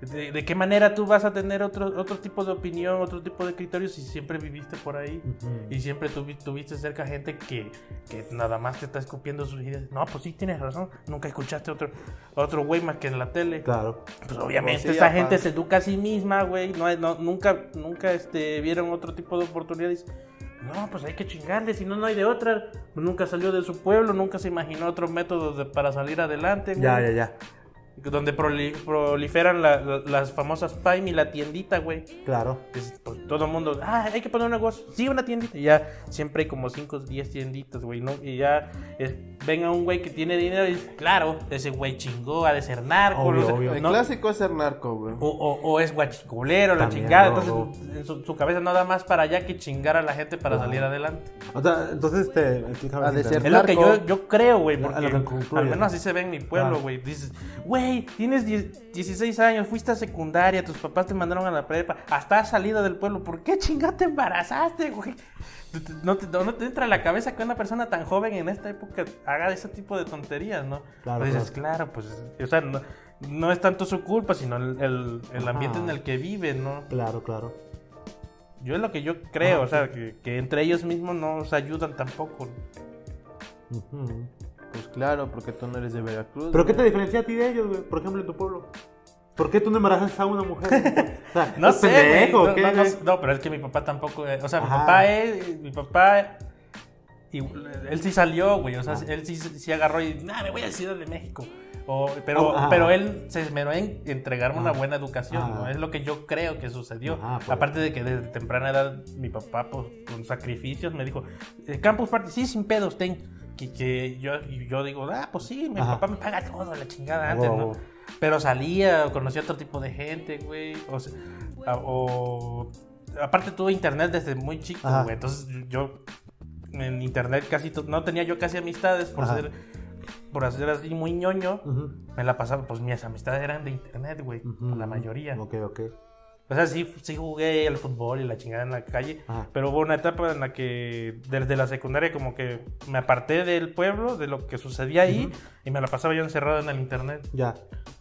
Speaker 1: ¿de, de qué manera tú vas a tener otro, otro tipo de opinión, otro tipo de criterio si siempre viviste por ahí? Y siempre tuvi- tuviste cerca gente que, que nada más te está escupiendo sus ideas. No, pues sí, tienes razón. Nunca escuchaste otro otro güey más que en la tele.
Speaker 3: Claro.
Speaker 1: Pues obviamente
Speaker 2: Pues sí,
Speaker 1: esa
Speaker 2: ajá.
Speaker 1: gente se educa a sí misma, güey. No, hay- no- nunca, nunca este, vieron otro tipo de oportunidades. No, pues hay que chingarle, si no, no hay de otra. Nunca salió de su pueblo, nunca se imaginó otro método de- para salir adelante, güey.
Speaker 3: Ya, ya, ya.
Speaker 1: Donde proli- proliferan la- la- las famosas PAIM y la tiendita, güey.
Speaker 3: Claro.
Speaker 1: Es- pues, todo el mundo, ah, hay que poner un negocio. Sí, una tiendita. Y ya siempre hay como 5 o 10 tienditas, güey, ¿no? Y ya es- venga un güey que tiene dinero y dice, claro, ese güey chingó, ha de ser narco.
Speaker 3: Obvio,
Speaker 1: no sé,
Speaker 3: obvio.
Speaker 2: El
Speaker 1: ¿no?
Speaker 2: clásico es ser narco, güey.
Speaker 1: O, o- o es guachiculero, la
Speaker 3: También,
Speaker 1: chingada.
Speaker 3: no,
Speaker 1: Entonces, en su, su cabeza nada más para allá que chingar a la gente para salir adelante.
Speaker 3: O sea, entonces, este. aquí cabe
Speaker 2: Ha
Speaker 3: decir,
Speaker 2: de ser
Speaker 1: Es
Speaker 3: ¿no?
Speaker 1: lo que
Speaker 2: Narco.
Speaker 1: yo, yo creo, güey,
Speaker 3: Lo-
Speaker 1: porque
Speaker 3: lo que concluye. Ah.
Speaker 1: al menos así se ve en mi pueblo,
Speaker 3: Claro.
Speaker 1: güey. Dices, güey, tienes 10 16 años, fuiste a secundaria, tus papás te mandaron a la prepa, hasta has salido del pueblo. ¿Por qué chingada te embarazaste, güey? Te- te- No te, no te entra a la cabeza que una persona tan joven en esta época haga ese tipo de tonterías, ¿no?
Speaker 3: Claro,
Speaker 1: Pero dices, claro, pues, o sea, no, no es tanto su culpa, sino el, el- el ambiente
Speaker 3: Ajá.
Speaker 1: en el que vive, ¿no?
Speaker 3: Claro, claro.
Speaker 1: Yo es lo que yo creo,
Speaker 3: Ajá,
Speaker 1: o sea, que, que entre ellos mismos no se ayudan tampoco.
Speaker 3: Ujú.
Speaker 2: Pues claro, porque tú no eres de Veracruz.
Speaker 3: ¿Pero qué te
Speaker 2: güey.
Speaker 3: diferencia a ti de ellos, güey? Por ejemplo, en tu pueblo. ¿Por qué tú no embarazas a una mujer? O sea,
Speaker 1: No
Speaker 3: ¿es
Speaker 1: sé,
Speaker 3: pendejo,
Speaker 1: güey,
Speaker 3: o qué,
Speaker 1: no, no,
Speaker 3: güey?
Speaker 1: no, pero es que mi papá tampoco, eh, o sea, mi
Speaker 3: Ajá.
Speaker 1: papá es, mi papá, y- él sí salió, güey, o sea, él sí, sí agarró y, nah, me voy a Ciudad de México. O- pero,
Speaker 3: Oh, Ajá.
Speaker 1: pero él se esmeró en entregarme una
Speaker 3: Ajá.
Speaker 1: buena educación, ¿no?
Speaker 3: Ajá.
Speaker 1: Es lo que yo creo que sucedió.
Speaker 3: Ajá, pues.
Speaker 1: Aparte de que desde temprana edad mi papá, pues, con sacrificios, me dijo, "Eh, Campus Party, sí, sin pedos, ten. Que, que yo, y yo digo, ah, pues sí, mi
Speaker 3: Ajá.
Speaker 1: papá me paga todo, la chingada antes,
Speaker 3: Wow,
Speaker 1: ¿no?
Speaker 3: wow.
Speaker 1: Pero salía, conocí otro tipo de gente, güey. O, sea, a- Ah, o- aparte tuve internet desde muy chico,
Speaker 3: Ajá.
Speaker 1: güey. Entonces yo en internet casi to- no tenía yo casi amistades por
Speaker 3: Ajá.
Speaker 1: ser por hacer así muy ñoño.
Speaker 3: Ujú,
Speaker 1: Me la pasaba, pues mis amistades eran de internet, güey,
Speaker 3: ujú,
Speaker 1: la
Speaker 3: ujú.
Speaker 1: mayoría.
Speaker 3: Ok, ok.
Speaker 1: O sea, sí, sí jugué al fútbol y la chingada en la calle,
Speaker 3: Ajá.
Speaker 1: pero hubo una etapa en la que desde la secundaria como que me aparté del pueblo, de lo que sucedía ahí, y me la pasaba yo encerrado en el internet.
Speaker 3: Ya.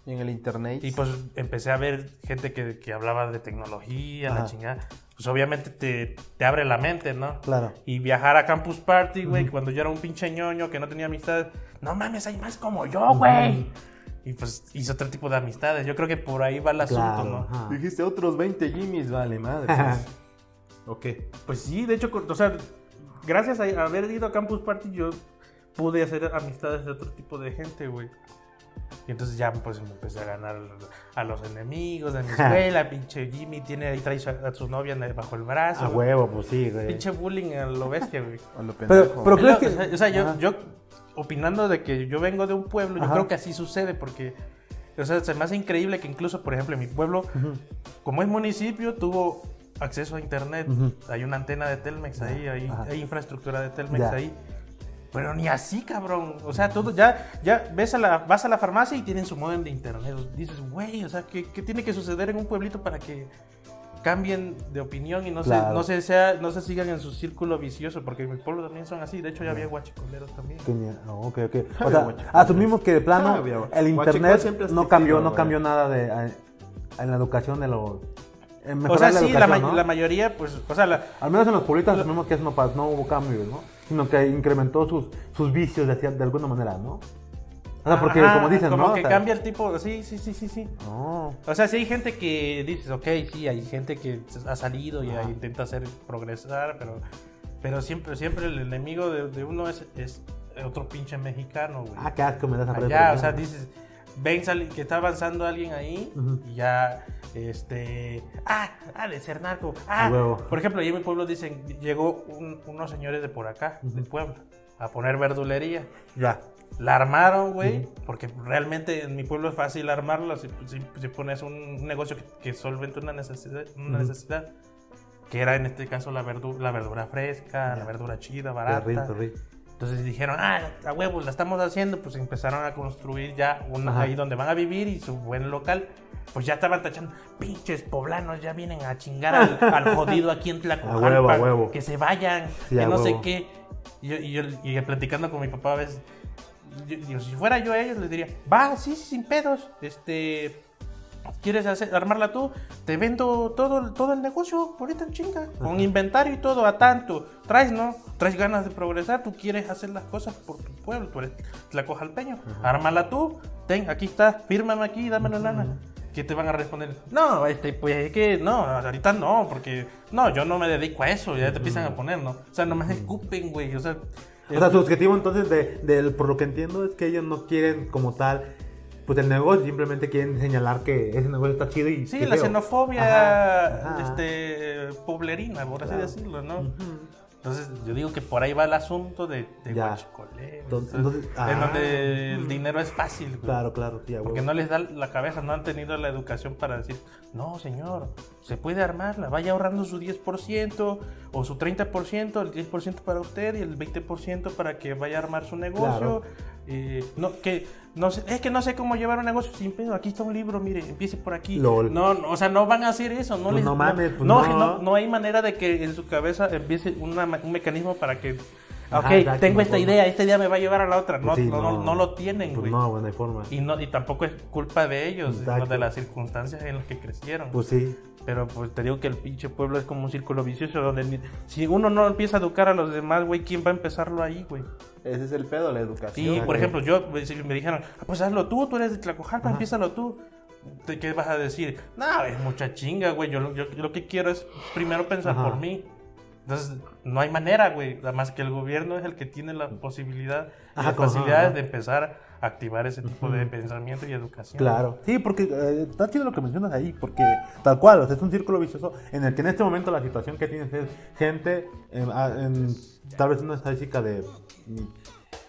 Speaker 2: En el internet.
Speaker 1: Y pues empecé a ver gente que, que hablaba de tecnología, la
Speaker 3: Ajá.
Speaker 1: chingada. Pues obviamente te, te abre la mente, ¿no?
Speaker 3: Claro.
Speaker 1: Y viajar a Campus Party, güey, cuando yo era un pinche ñoño que no tenía amistades. No mames, hay más como yo, güey. Y pues hice otro tipo de amistades. Yo creo que por ahí va el asunto,
Speaker 3: Claro.
Speaker 1: ¿no?
Speaker 3: ajá.
Speaker 2: Dijiste otros 20 Jimmys, vale, madre.
Speaker 3: ok.
Speaker 1: Pues sí, de hecho, con- o sea, gracias a a haber ido a Campus Party, yo pude hacer amistades de otro tipo de gente, güey. Y entonces ya pues me empecé a ganar a los enemigos de mi escuela, pinche Jimmy tiene ahí trae a a su novia en el- bajo el brazo.
Speaker 3: A
Speaker 1: güey.
Speaker 3: huevo, pues sí, güey.
Speaker 1: Pinche bullying a lo bestia, güey.
Speaker 2: A lo
Speaker 3: pendejo. pero-
Speaker 1: Es lo-
Speaker 3: crees que-
Speaker 1: o sea, o sea, yo,
Speaker 3: Ajá.
Speaker 1: yo opinando de que yo vengo de un pueblo, yo
Speaker 3: Ajá.
Speaker 1: creo que así sucede porque o sea, se me hace increíble que incluso, por ejemplo, en mi pueblo, como es municipio, tuvo acceso a internet.
Speaker 3: Ujú.
Speaker 1: Hay una antena de Telmex ahí, hay,
Speaker 3: Ajá.
Speaker 1: hay infraestructura de Telmex
Speaker 3: Ya.
Speaker 1: ahí. Pero ni así, cabrón. O sea, todo ya, ya ves a la, vas a la farmacia y tienen su modem de internet. Dices, güey, o sea, ¿qué, qué tiene que suceder en un pueblito para que cambien de opinión y no, se,
Speaker 3: Claro.
Speaker 1: no, se sea, no se sigan en su círculo vicioso? Porque en mi pueblo también son así. De hecho, ya había guachicoleros también.
Speaker 3: Que ni- no, ok, ok. O
Speaker 2: Javi,
Speaker 3: sea,
Speaker 2: guachicol.
Speaker 3: asumimos que de plano
Speaker 2: Javi, guachicol.
Speaker 3: el
Speaker 2: Guachicol
Speaker 3: internet
Speaker 2: siempre has
Speaker 3: no cambió,
Speaker 2: existido,
Speaker 3: no cambió
Speaker 2: güey.
Speaker 3: nada de a- en la educación de los. en
Speaker 1: O
Speaker 3: mejorar
Speaker 1: sea, sí, la,
Speaker 3: educación,
Speaker 1: ma-
Speaker 3: ¿no?
Speaker 1: la mayoría, pues, o sea, la,
Speaker 3: Al menos en los pueblitos asumimos que eso no, pas- no hubo cambios, ¿no? Sino que incrementó sus, sus vicios de, cier- de alguna manera, ¿no? O sea, porque
Speaker 1: Ajá,
Speaker 3: como dicen,
Speaker 1: como
Speaker 3: ¿no?
Speaker 1: que
Speaker 3: O sea,
Speaker 1: cambia el tipo, sí, sí, sí, sí, sí.
Speaker 3: No.
Speaker 1: O sea, si hay gente que dices, ok, sí, hay gente que ha salido y
Speaker 3: Ajá.
Speaker 1: intenta hacer progresar, pero, pero siempre, siempre el enemigo de, de uno es, es otro pinche mexicano, güey.
Speaker 3: Ah, qué asco me das a
Speaker 1: Allá, o sea, dices, ven sali- que está avanzando alguien ahí
Speaker 3: Ujú.
Speaker 1: y ya, este, ah, ah, de ser narco, ah.
Speaker 3: A huevo.
Speaker 1: Por ejemplo, allí en mi pueblo dicen, llegó un- unos señores de por acá, de Puebla, a poner verdulería.
Speaker 3: Ya.
Speaker 1: La armaron, güey, porque realmente en mi pueblo es fácil armarla si, si- si pones un, un negocio que, que solvente una necesidad, una
Speaker 3: Ujú.
Speaker 1: necesidad, que era en este caso la, verdu- la verdura fresca, la
Speaker 3: Ya.
Speaker 1: verdura chida, barata.
Speaker 3: Terrible, terrible.
Speaker 1: Entonces dijeron, ah, a huevos, la estamos haciendo, pues empezaron a construir ya un,
Speaker 3: Ajá.
Speaker 1: ahí donde van a vivir y su buen local. Pues ya estaban tachando, pinches poblanos, ya vienen a chingar al, al jodido aquí en Tlacojalpan.
Speaker 3: A huevo, a huevo.
Speaker 1: Que se vayan,
Speaker 3: Sí,
Speaker 1: que
Speaker 3: a
Speaker 1: no sé
Speaker 3: huevo.
Speaker 1: qué. Y, yo- y yo y platicando con mi papá a veces, yo- digo, si fuera yo a ellos les diría, va, sí, sí, sin pedos, este... ¿Quieres hacer- armarla tú? Te vendo todo, todo el negocio, ahorita en chinga. Con inventario y todo, a tanto. Traes, ¿no? Traes ganas de progresar, tú quieres hacer las cosas por tu pueblo, tú eres tlacojalpeño. Ármala tú, ten, aquí está, fírmame aquí, dame la lana. ¿Qué te van a responder? No, este, pues es que no, ahorita no, porque no, yo no me dedico a eso, ya te empiezan a poner, ¿no? O sea, nomás escupen, güey, o sea...
Speaker 3: O sea, su objetivo entonces, de, del- por lo que entiendo, es que ellos no quieren como tal, pues el negocio, simplemente quieren señalar que ese negocio está chido y...
Speaker 1: Sí,
Speaker 3: que
Speaker 1: la
Speaker 3: feo.
Speaker 1: xenofobia
Speaker 3: Ajá, ajá.
Speaker 1: Este, poblerina, por así
Speaker 3: Claro.
Speaker 1: decirlo, ¿no? Entonces, yo digo que por ahí va el asunto de, de
Speaker 3: Ya.
Speaker 1: huachicoleo,
Speaker 3: Entonces-
Speaker 1: entonces,
Speaker 3: ah.
Speaker 1: en donde el dinero es fácil, güey.
Speaker 3: Claro, claro, sí, a
Speaker 1: Porque
Speaker 3: huevo.
Speaker 1: no les da la cabeza, no han tenido la educación para decir, no, señor, se puede armarla, vaya ahorrando su 10% o su 30%, el 10% para usted y el 20% para que vaya a armar su negocio.
Speaker 3: Claro.
Speaker 1: Eh, no, que, no sé, es que no sé cómo llevar un negocio sin pedo, aquí está un libro, mire, empiece por aquí.
Speaker 3: Lol.
Speaker 1: No, no, o sea, no van a hacer eso, no
Speaker 3: Pues
Speaker 1: les-
Speaker 3: no mames, pues
Speaker 1: no,
Speaker 3: no.
Speaker 1: no- no hay manera de que en su cabeza empiece una ma- un mecanismo para que...
Speaker 3: Ajá,
Speaker 1: ok,
Speaker 3: exacto,
Speaker 1: tengo
Speaker 3: no,
Speaker 1: esta
Speaker 3: pues, no.
Speaker 1: idea, este día me va a llevar a la otra. No,
Speaker 3: Pues sí,
Speaker 1: no, no- no lo tienen,
Speaker 3: Pues
Speaker 1: güey.
Speaker 3: no, bueno, hay forma.
Speaker 1: Y, no, y tampoco es culpa de ellos, sino
Speaker 3: Exacto.
Speaker 1: de las circunstancias en las que crecieron.
Speaker 3: Pues sí.
Speaker 1: Pero pues te digo que el pinche pueblo es como un círculo vicioso donde ni- si uno no empieza a educar a los demás, güey, ¿quién va a empezarlo ahí, güey?
Speaker 2: Ese es el pedo, la educación.
Speaker 1: Sí,
Speaker 3: ok.
Speaker 1: por ejemplo, yo pues, si me dijeron, "Ah, pues hazlo tú, tú eres de Tlacojalpa, empiézalo tú. ¿Te- ¿Qué vas a decir? No, es mucha chinga, güey. Yo, lo- yo- yo lo que quiero es primero pensar
Speaker 3: Ajá.
Speaker 1: por mí. Entonces, no hay manera, güey. Nada Más que el gobierno es el que tiene la posibilidad y
Speaker 3: Ajá,
Speaker 1: las
Speaker 3: como-
Speaker 1: facilidades
Speaker 3: ajá.
Speaker 1: de empezar a activar ese tipo de pensamiento y educación.
Speaker 3: Claro, sí, porque eh, está chido lo que mencionas ahí, porque tal cual, o sea, es un círculo vicioso en el que en este momento la situación que tienes es gente, en- a- en- tal vez una estadística de, mm,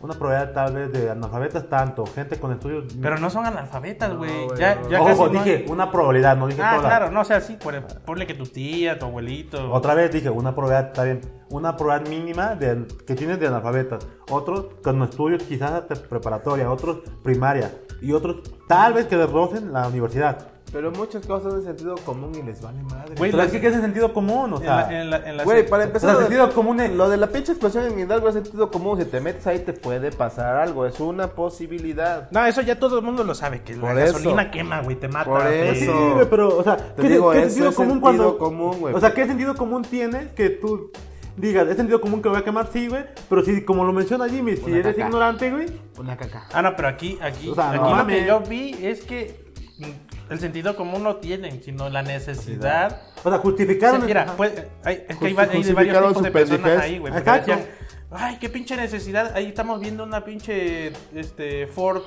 Speaker 3: una probabilidad tal vez de analfabetas tanto, gente con estudios...
Speaker 1: Pero no son analfabetas, güey.
Speaker 2: güey,
Speaker 1: ya,
Speaker 2: no.
Speaker 1: ya
Speaker 3: Ojo,
Speaker 1: casi no
Speaker 3: dije,
Speaker 1: hay-
Speaker 3: una probabilidad, no dije
Speaker 1: Ah,
Speaker 3: toda.
Speaker 1: claro, no, o sea, sí, por- ponle que tu tía, tu abuelito.
Speaker 3: Otra vez dije, una probabilidad, está bien, una probabilidad mínima de, que tienes de analfabetas, otros con estudios quizás hasta preparatoria, otros primaria, y otros tal vez que derrocen la universidad.
Speaker 2: Pero muchas cosas de sentido común y les vale madre.
Speaker 1: Güey,
Speaker 3: Pero es que ¿qué es el sentido común? O
Speaker 1: en
Speaker 3: sea,
Speaker 1: la- en la- en la-
Speaker 2: Güey, para
Speaker 3: o
Speaker 2: empezar,
Speaker 3: sea,
Speaker 2: lo de-
Speaker 3: sentido común es...
Speaker 2: lo de la pinche explosión en Hidalgo es sentido común. Si te metes ahí te puede pasar algo. Es una posibilidad.
Speaker 1: No, eso ya todo el mundo lo sabe, que la
Speaker 2: Por eso.
Speaker 1: gasolina quema, güey, te mata.
Speaker 2: Por
Speaker 1: te-
Speaker 2: eso.
Speaker 3: Sí, güey, pero, o sea,
Speaker 2: Te
Speaker 3: ¿qué,
Speaker 2: digo,
Speaker 3: qué
Speaker 2: eso
Speaker 3: sentido
Speaker 2: es
Speaker 3: común
Speaker 2: sentido
Speaker 3: cuando...
Speaker 2: común, güey.
Speaker 3: O sea, ¿qué sentido común tiene que tú digas, es sentido común que lo voy a quemar? Sí, güey, pero si, como lo menciona Jimmy, si
Speaker 2: Una
Speaker 3: eres
Speaker 2: caca.
Speaker 3: ignorante, güey,
Speaker 2: Una caca.
Speaker 1: Ah, no, pero aquí, aquí,
Speaker 3: O sea,
Speaker 1: aquí
Speaker 3: no
Speaker 1: lo
Speaker 3: mames.
Speaker 1: que yo vi es que mm, el sentido común no tienen, sino la necesidad.
Speaker 3: o sea, justificaron...
Speaker 1: Sí, mira,
Speaker 3: Ajá.
Speaker 1: pues, hay, es que hay,
Speaker 2: Justi-
Speaker 1: va- hay de varios
Speaker 2: justificaron
Speaker 1: tipos de
Speaker 2: su
Speaker 1: personas
Speaker 2: pendejez.
Speaker 1: ahí, güey. porque
Speaker 3: Exacto.
Speaker 1: decían, Ay, qué pinche necesidad. Ahí estamos viendo una pinche este, Ford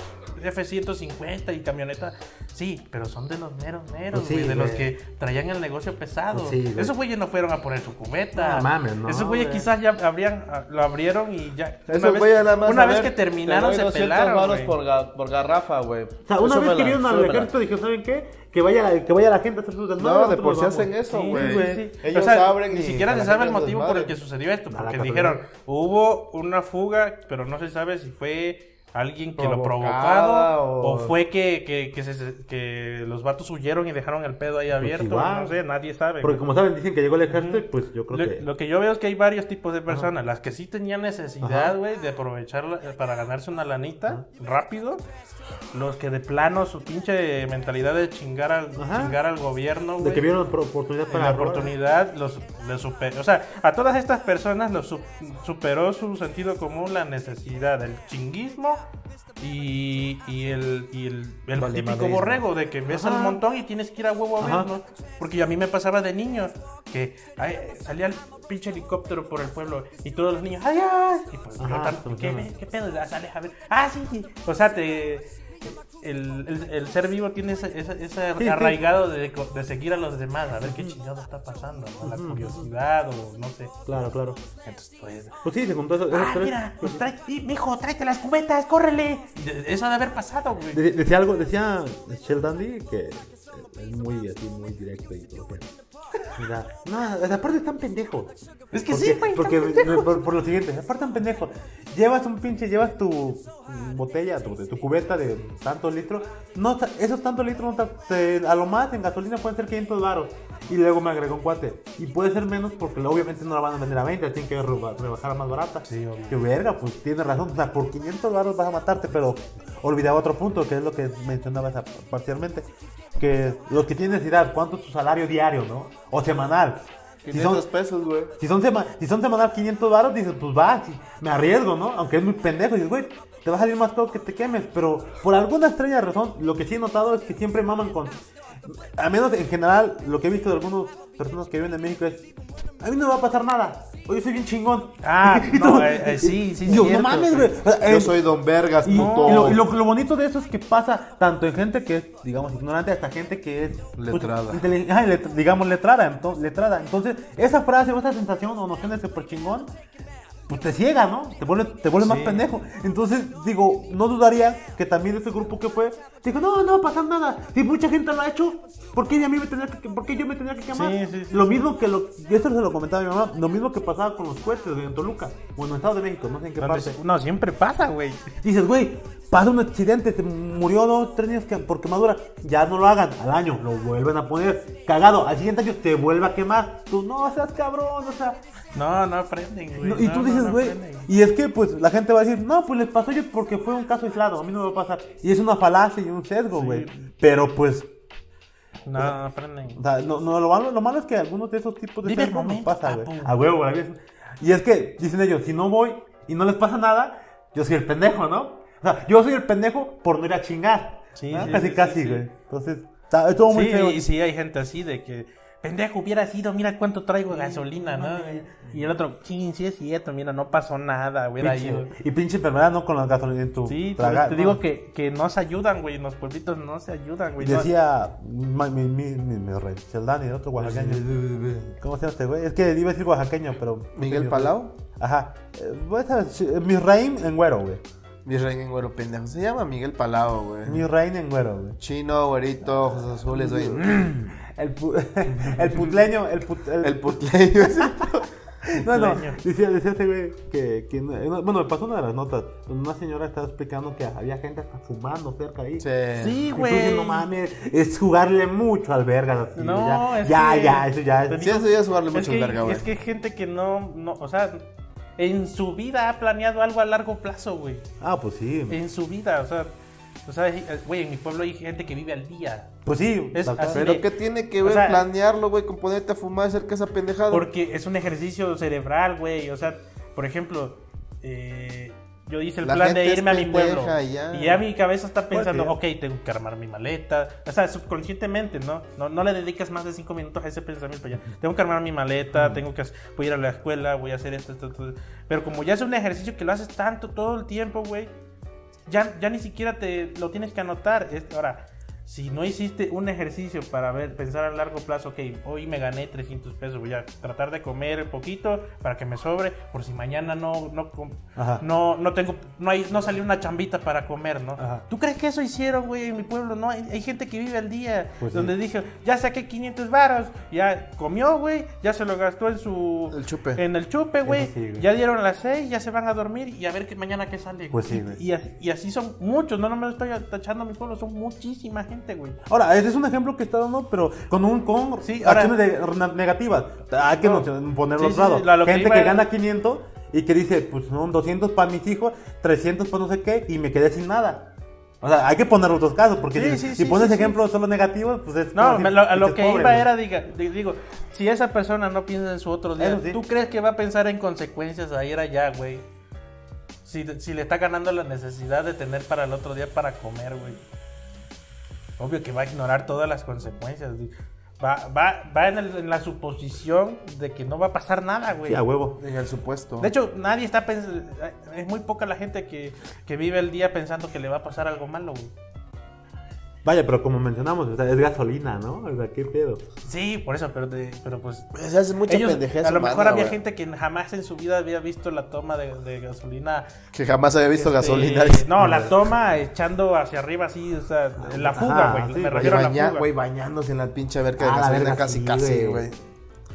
Speaker 1: F-150 y camioneta. Sí, pero son de los meros meros,
Speaker 3: Pues sí,
Speaker 1: güey. de los
Speaker 3: güey.
Speaker 1: que traían el negocio pesado.
Speaker 3: Pues sí, güey.
Speaker 1: Esos güeyes no fueron a poner su cubeta.
Speaker 3: No mames, no,
Speaker 1: Esos güeyes
Speaker 3: güey.
Speaker 1: quizás ya abrían, a- lo abrieron y ya.
Speaker 2: Esos güeyes nada más.
Speaker 1: una
Speaker 2: a
Speaker 1: vez
Speaker 2: ver,
Speaker 1: que
Speaker 2: te
Speaker 1: terminaron,
Speaker 2: doy
Speaker 1: se
Speaker 2: 200
Speaker 1: pelaron.
Speaker 2: varos
Speaker 1: güey.
Speaker 2: Por, ga- por garrafa, güey.
Speaker 3: O sea, una vez
Speaker 2: Súbela,
Speaker 3: que vieron al
Speaker 2: súbela.
Speaker 3: ejército dijeron, ¿saben qué? Que vaya, la- que vaya la gente a hacer sus desmadres.
Speaker 2: No, de
Speaker 3: nosotros
Speaker 2: por
Speaker 3: nos
Speaker 2: si
Speaker 3: vamos".
Speaker 2: hacen eso,
Speaker 1: Sí,
Speaker 2: güey.
Speaker 1: güey, sí.
Speaker 2: Ellos
Speaker 1: O sea,
Speaker 2: abren
Speaker 1: Ni
Speaker 2: y
Speaker 1: siquiera
Speaker 2: la
Speaker 1: se
Speaker 2: gente
Speaker 1: sabe el
Speaker 2: hace
Speaker 1: motivo por
Speaker 2: desmadre.
Speaker 1: el que sucedió esto.
Speaker 3: Nada,
Speaker 1: Porque
Speaker 3: cabrón.
Speaker 1: dijeron, hubo una fuga, pero no se sabe si fue alguien que lo
Speaker 2: Provocada
Speaker 1: provocado o...
Speaker 2: o-
Speaker 1: fue que, que, que se- que los vatos huyeron y dejaron el pedo ahí abierto.
Speaker 3: Pues igual.
Speaker 1: No sé, nadie sabe.
Speaker 3: Porque
Speaker 1: güey.
Speaker 3: como saben, dicen que llegó el ejército y pues yo creo
Speaker 1: Lo,
Speaker 3: que...
Speaker 1: lo que yo veo es que hay varios tipos de personas. Las que sí tenían
Speaker 3: Ajá.
Speaker 1: necesidad, güey, de aprovecharla eh, para ganarse una lanita rápido. Los que de plano su pinche mentalidad de chingar al,
Speaker 3: Ajá.
Speaker 1: chingar al gobierno,
Speaker 3: De
Speaker 1: güey
Speaker 3: que vieron por- oportunidad
Speaker 1: en
Speaker 3: para...
Speaker 1: la
Speaker 3: robar.
Speaker 1: oportunidad los, le superó. O sea, a todas estas personas los su- superó su sentido común, la necesidad, el chinguismo y, y el, y el, el típico
Speaker 3: Valemadrismo.
Speaker 1: borrego de que ves
Speaker 3: Ajá.
Speaker 1: un montón y tienes que ir a huevo a
Speaker 3: Ajá.
Speaker 1: verlo. Porque a mí me pasaba de niño que ay, salía el pinche helicóptero por el pueblo y todos los niños, ¡ay, ay! Y pues, yo
Speaker 3: Ajá,
Speaker 1: tan- ¿qué,
Speaker 3: funciona.
Speaker 1: qué pedo? Ya sales a ver. ¡Ah, sí, sí! O sea, te. El, el- el ser vivo tiene ese, ese- ese
Speaker 3: Sí, sí.
Speaker 1: arraigado de, co- de seguir a los demás, a ver qué chingado está pasando, ¿no? la curiosidad o no sé.
Speaker 3: Claro, claro.
Speaker 1: Entonces, pues,
Speaker 3: Pues sí, se juntó eso.
Speaker 1: ah, mira, pues trae, sí, mijo, tráete las cubetas, córrele. De- Eso ha de haber pasado, güey.
Speaker 3: De- decía algo, decía Shell Dandy que es muy así, muy directo y todo. pero, Mira, no, aparte están pendejos.
Speaker 1: Es que
Speaker 3: Porque-
Speaker 1: sí, güey,
Speaker 3: Porque pues,
Speaker 1: están pendejos.
Speaker 3: por, por lo siguiente, aparte tan pendejo. Llevas un pinche, llevas tu botella, tu, tu cubeta de tantos litros. No, ta- esos tantos litros, no ta- te- a lo más en gasolina pueden ser 500 baros. Y luego me agregó un cuate. Y puede ser menos porque obviamente no la van a vender a 20, la tienen que reba- rebajar a más barata.
Speaker 1: Sí, obvio.
Speaker 3: Que verga, pues tiene razón. O sea, por 500 baros vas a matarte, pero olvidaba otro punto, que es lo que mencionabas a- parcialmente. Que los que tienen necesidad, ¿cuánto es tu salario diario, no? O semanal. Si son-
Speaker 2: 500 pesos, güey.
Speaker 3: si son, sema- si son semanal 500 baros, dices, pues va, sí, me arriesgo, ¿no? Aunque es muy pendejo, dices, güey, te va a salir más caro que te quemes. Pero por alguna extraña razón, lo que sí he notado es que siempre maman con. Al menos en general, lo que he visto de algunas personas que viven en México es: a mí no me va a pasar nada, hoy soy bien chingón.
Speaker 1: Ah,
Speaker 3: Y
Speaker 1: no,
Speaker 3: tú-
Speaker 1: eh, eh, sí, sí,
Speaker 3: Digo,
Speaker 1: cierto,
Speaker 3: no mames, güey. O sea,
Speaker 2: Yo
Speaker 3: en-
Speaker 2: soy Don Vergas,
Speaker 3: Eh, y, y
Speaker 2: puto.
Speaker 3: lo, y lo- lo bonito de eso es que pasa tanto en gente que es, digamos, ignorante hasta gente que es... pues,
Speaker 2: Letrada.
Speaker 3: intele- ajá, let- digamos, letrada, ento- letrada. Entonces, esa frase o esa sensación o noción de super chingón, pues te ciega, ¿no? Te vuelve, te vuelve más pendejo. Entonces, digo, no dudaría que también ese grupo que fue, dijo, no, no va a pasar nada. Si mucha gente lo ha hecho, ¿por qué, a mí me tenía que, ¿por qué yo me tenía que quemar?
Speaker 1: Sí, sí, sí,
Speaker 3: lo mismo que lo... y Esto se lo comentaba mi mamá, lo mismo que pasaba con los cohetes en Toluca, o en el Estado de México, no sé en qué parte.
Speaker 1: No, siempre pasa, güey.
Speaker 3: Dices, güey, pasa un accidente, te murió dos, tres niños que- por quemadura. Ya no lo hagan. Al año lo vuelven a poner. Cagado, al siguiente año te vuelve a quemar. Tú no seas cabrón, o sea.
Speaker 1: No, no aprenden, güey.
Speaker 3: no- y
Speaker 1: No,
Speaker 3: tú
Speaker 1: no,
Speaker 3: dices,
Speaker 1: no
Speaker 3: güey.
Speaker 1: aprenden.
Speaker 3: y es que, pues, la gente va a decir, no, pues les pasó yo porque fue un caso aislado. A mí no me va a pasar. Y es una falacia y un sesgo, güey. Pero, pues,
Speaker 1: No, no aprenden.
Speaker 3: o sea, no, no, lo, malo, lo malo es que algunos de esos tipos de
Speaker 1: Vive el
Speaker 3: sesgos nos
Speaker 1: momento,
Speaker 3: pasa, güey.
Speaker 1: papu.
Speaker 3: A huevo, la vida es- Y es que, dicen ellos, si no voy y no les pasa nada, yo soy el pendejo, ¿no? O sea, yo soy el pendejo por no ir a chingar.
Speaker 1: Sí,
Speaker 3: ¿no?
Speaker 1: sí,
Speaker 3: Casi,
Speaker 1: sí, sí,
Speaker 3: casi,
Speaker 1: sí.
Speaker 3: güey. Entonces, está, estuvo muy
Speaker 1: sí,
Speaker 3: feo.
Speaker 1: y sí hay gente así de que, pendejo, hubiera sido, mira cuánto traigo de gasolina, ¿no? Y el otro, sí, sí es cierto, mira, no pasó nada, hubiera ido.
Speaker 3: pinche, y pinche enfermedad, ¿no? Con la gasolina en tu
Speaker 1: Sí, te-
Speaker 3: tragar,
Speaker 1: te
Speaker 3: ¿no?
Speaker 1: digo que, que no se ayudan, güey, los pueblitos no se ayudan, güey. no-
Speaker 3: Decía ma- mi, mi, mi, mi rey, Sheldani, otro oaxaqueño. ¿Cómo se llama este güey? Es que iba a decir oaxaqueño, pero...
Speaker 2: Miguel Palau.
Speaker 3: Ajá. Eh, pues, ¿sabes? mi rein en güero, güey.
Speaker 2: Mi rey en güero pendejo. Se llama Miguel Palau, güey.
Speaker 3: Mi rein en güero, güey.
Speaker 2: Chino, güerito, ojos azules, güey. Mm.
Speaker 3: El, pu- el putleño, el, put- el-
Speaker 2: El putleño.
Speaker 3: No, no,
Speaker 1: Leño.
Speaker 3: decía, decía ese güey que, que no- no- bueno, me pasó una de las notas, donde una señora estaba explicando que había gente hasta fumando cerca ahí.
Speaker 1: Sí,
Speaker 3: Y tú
Speaker 1: güey.
Speaker 3: dices, no mames, es jugarle mucho al vergas así.
Speaker 1: No,
Speaker 3: ya,
Speaker 1: es
Speaker 3: ya,
Speaker 1: que-
Speaker 3: ya, eso ya
Speaker 1: Te
Speaker 3: es.
Speaker 2: Sí, eso ya es jugarle
Speaker 1: Es
Speaker 2: mucho
Speaker 1: que,
Speaker 2: verga, güey.
Speaker 1: es que hay gente que no, no, o sea, en su vida ha planeado algo a largo plazo, güey.
Speaker 3: Ah, pues
Speaker 2: Mm.
Speaker 3: sí.
Speaker 1: En su vida, o sea, o sea, güey, en mi pueblo hay gente que vive al día.
Speaker 3: Pues sí.
Speaker 1: Es
Speaker 3: tal cual.
Speaker 1: así.
Speaker 2: Pero ¿qué tiene que
Speaker 1: O
Speaker 2: ver
Speaker 1: sea-
Speaker 2: planearlo, güey, con ponerte a fumar cerca de esa pendejada?
Speaker 1: Porque es un ejercicio cerebral, güey. O sea, por ejemplo, eh, yo hice el
Speaker 2: La
Speaker 1: plan de
Speaker 2: gente es
Speaker 1: irme a mi
Speaker 2: pendeja
Speaker 1: pueblo.
Speaker 2: y ya.
Speaker 1: Y ya mi cabeza está pensando, ok,
Speaker 3: Puede
Speaker 1: tengo que armar mi maleta. O sea, subconscientemente, ¿no? No, no le dedicas más de cinco minutos a ese pensamiento. Ya. Tengo que armar mi maleta, tengo que voy a ir a la escuela, voy a hacer esto, esto, esto. Pero como ya es un ejercicio que lo haces tanto todo el tiempo, güey, ya, ya ni siquiera te lo tienes que anotar. Es- Ahora, si no hiciste un ejercicio para ver, pensar a largo plazo, ok, hoy me gané 300 pesos, voy a tratar de comer poquito para que me sobre, por si mañana no no com-
Speaker 3: Ajá.
Speaker 1: no, no tengo no hay no salió una chambita para comer, ¿no?
Speaker 3: Ajá.
Speaker 1: ¿Tú crees que eso hicieron, güey, en mi pueblo? No, hay, hay gente que vive al día,
Speaker 3: Pues sí.
Speaker 1: donde dije, ya saqué 500 varos, ya comió, güey, ya se lo gastó en su
Speaker 2: El chupe.
Speaker 1: en el chupe, güey.
Speaker 3: Eso sí, güey.
Speaker 1: ya dieron las 6, ya se van a dormir y a ver que mañana qué sale.
Speaker 3: Pues sí,
Speaker 1: Y-
Speaker 3: güey.
Speaker 1: y a- y así son muchos, no, no me lo estoy tachando a mi pueblo, son muchísima gente, güey.
Speaker 3: Ahora, ese es un ejemplo que está dando, pero con un con
Speaker 1: Sí, ahora-
Speaker 3: acciones de- re- negativas. Hay que
Speaker 1: No.
Speaker 3: no- poner
Speaker 1: Sí,
Speaker 3: los
Speaker 1: sí,
Speaker 3: lados.
Speaker 1: sí, la- lo que
Speaker 3: Gente que,
Speaker 1: iba era-
Speaker 3: gana 500 y que dice, pues no, 200 para mis hijos, 300 para no sé qué, y me quedé sin nada. O sea, hay que poner los dos casos, porque
Speaker 1: Sí,
Speaker 3: si,
Speaker 1: sí,
Speaker 3: si
Speaker 1: sí,
Speaker 3: pones
Speaker 1: sí,
Speaker 3: ejemplos solo negativos, pues es. como
Speaker 1: No,
Speaker 3: decir,
Speaker 1: me- lo- a lo
Speaker 3: "Pinches
Speaker 1: que
Speaker 3: pobres,
Speaker 1: iba
Speaker 3: güey".
Speaker 1: era, diga, di- digo, si esa persona no piensa en su otro día,
Speaker 3: Eso Eh, sí.
Speaker 1: ¿tú crees que va a pensar en consecuencias a ir allá, güey? Si, si le está ganando la necesidad de tener para el otro día para comer, güey. Obvio que va a ignorar todas las consecuencias. güey. Va, va, va en, el- en la suposición de que no va a pasar nada, güey.
Speaker 3: Sí, a huevo.
Speaker 2: En el supuesto.
Speaker 1: De hecho, nadie está pensando. Es muy poca la gente que, que vive el día pensando que le va a pasar algo malo, güey.
Speaker 3: Vaya, pero como mencionamos, o sea, es gasolina, ¿no? O sea, qué pedo.
Speaker 1: Sí, por eso, pero, de- pero pues
Speaker 2: se hace mucha
Speaker 1: Ellos,
Speaker 2: pendejez
Speaker 1: a lo mejor
Speaker 2: humana,
Speaker 1: había
Speaker 2: güey.
Speaker 1: gente que jamás en su vida había visto la toma de, de gasolina.
Speaker 2: Que jamás había visto
Speaker 1: este,
Speaker 2: gasolina.
Speaker 1: No, la toma echando hacia arriba así, o sea, la fuga,
Speaker 3: Ajá,
Speaker 1: güey.
Speaker 3: sí,
Speaker 1: me
Speaker 2: Güey,
Speaker 3: güey,
Speaker 1: refiero a la
Speaker 2: baña-
Speaker 1: fuga.
Speaker 2: güey, bañándose en la pinche verga de
Speaker 3: Ah, la
Speaker 2: gasolina
Speaker 3: verga,
Speaker 2: casi,
Speaker 3: sí,
Speaker 2: casi,
Speaker 3: güey.
Speaker 2: güey.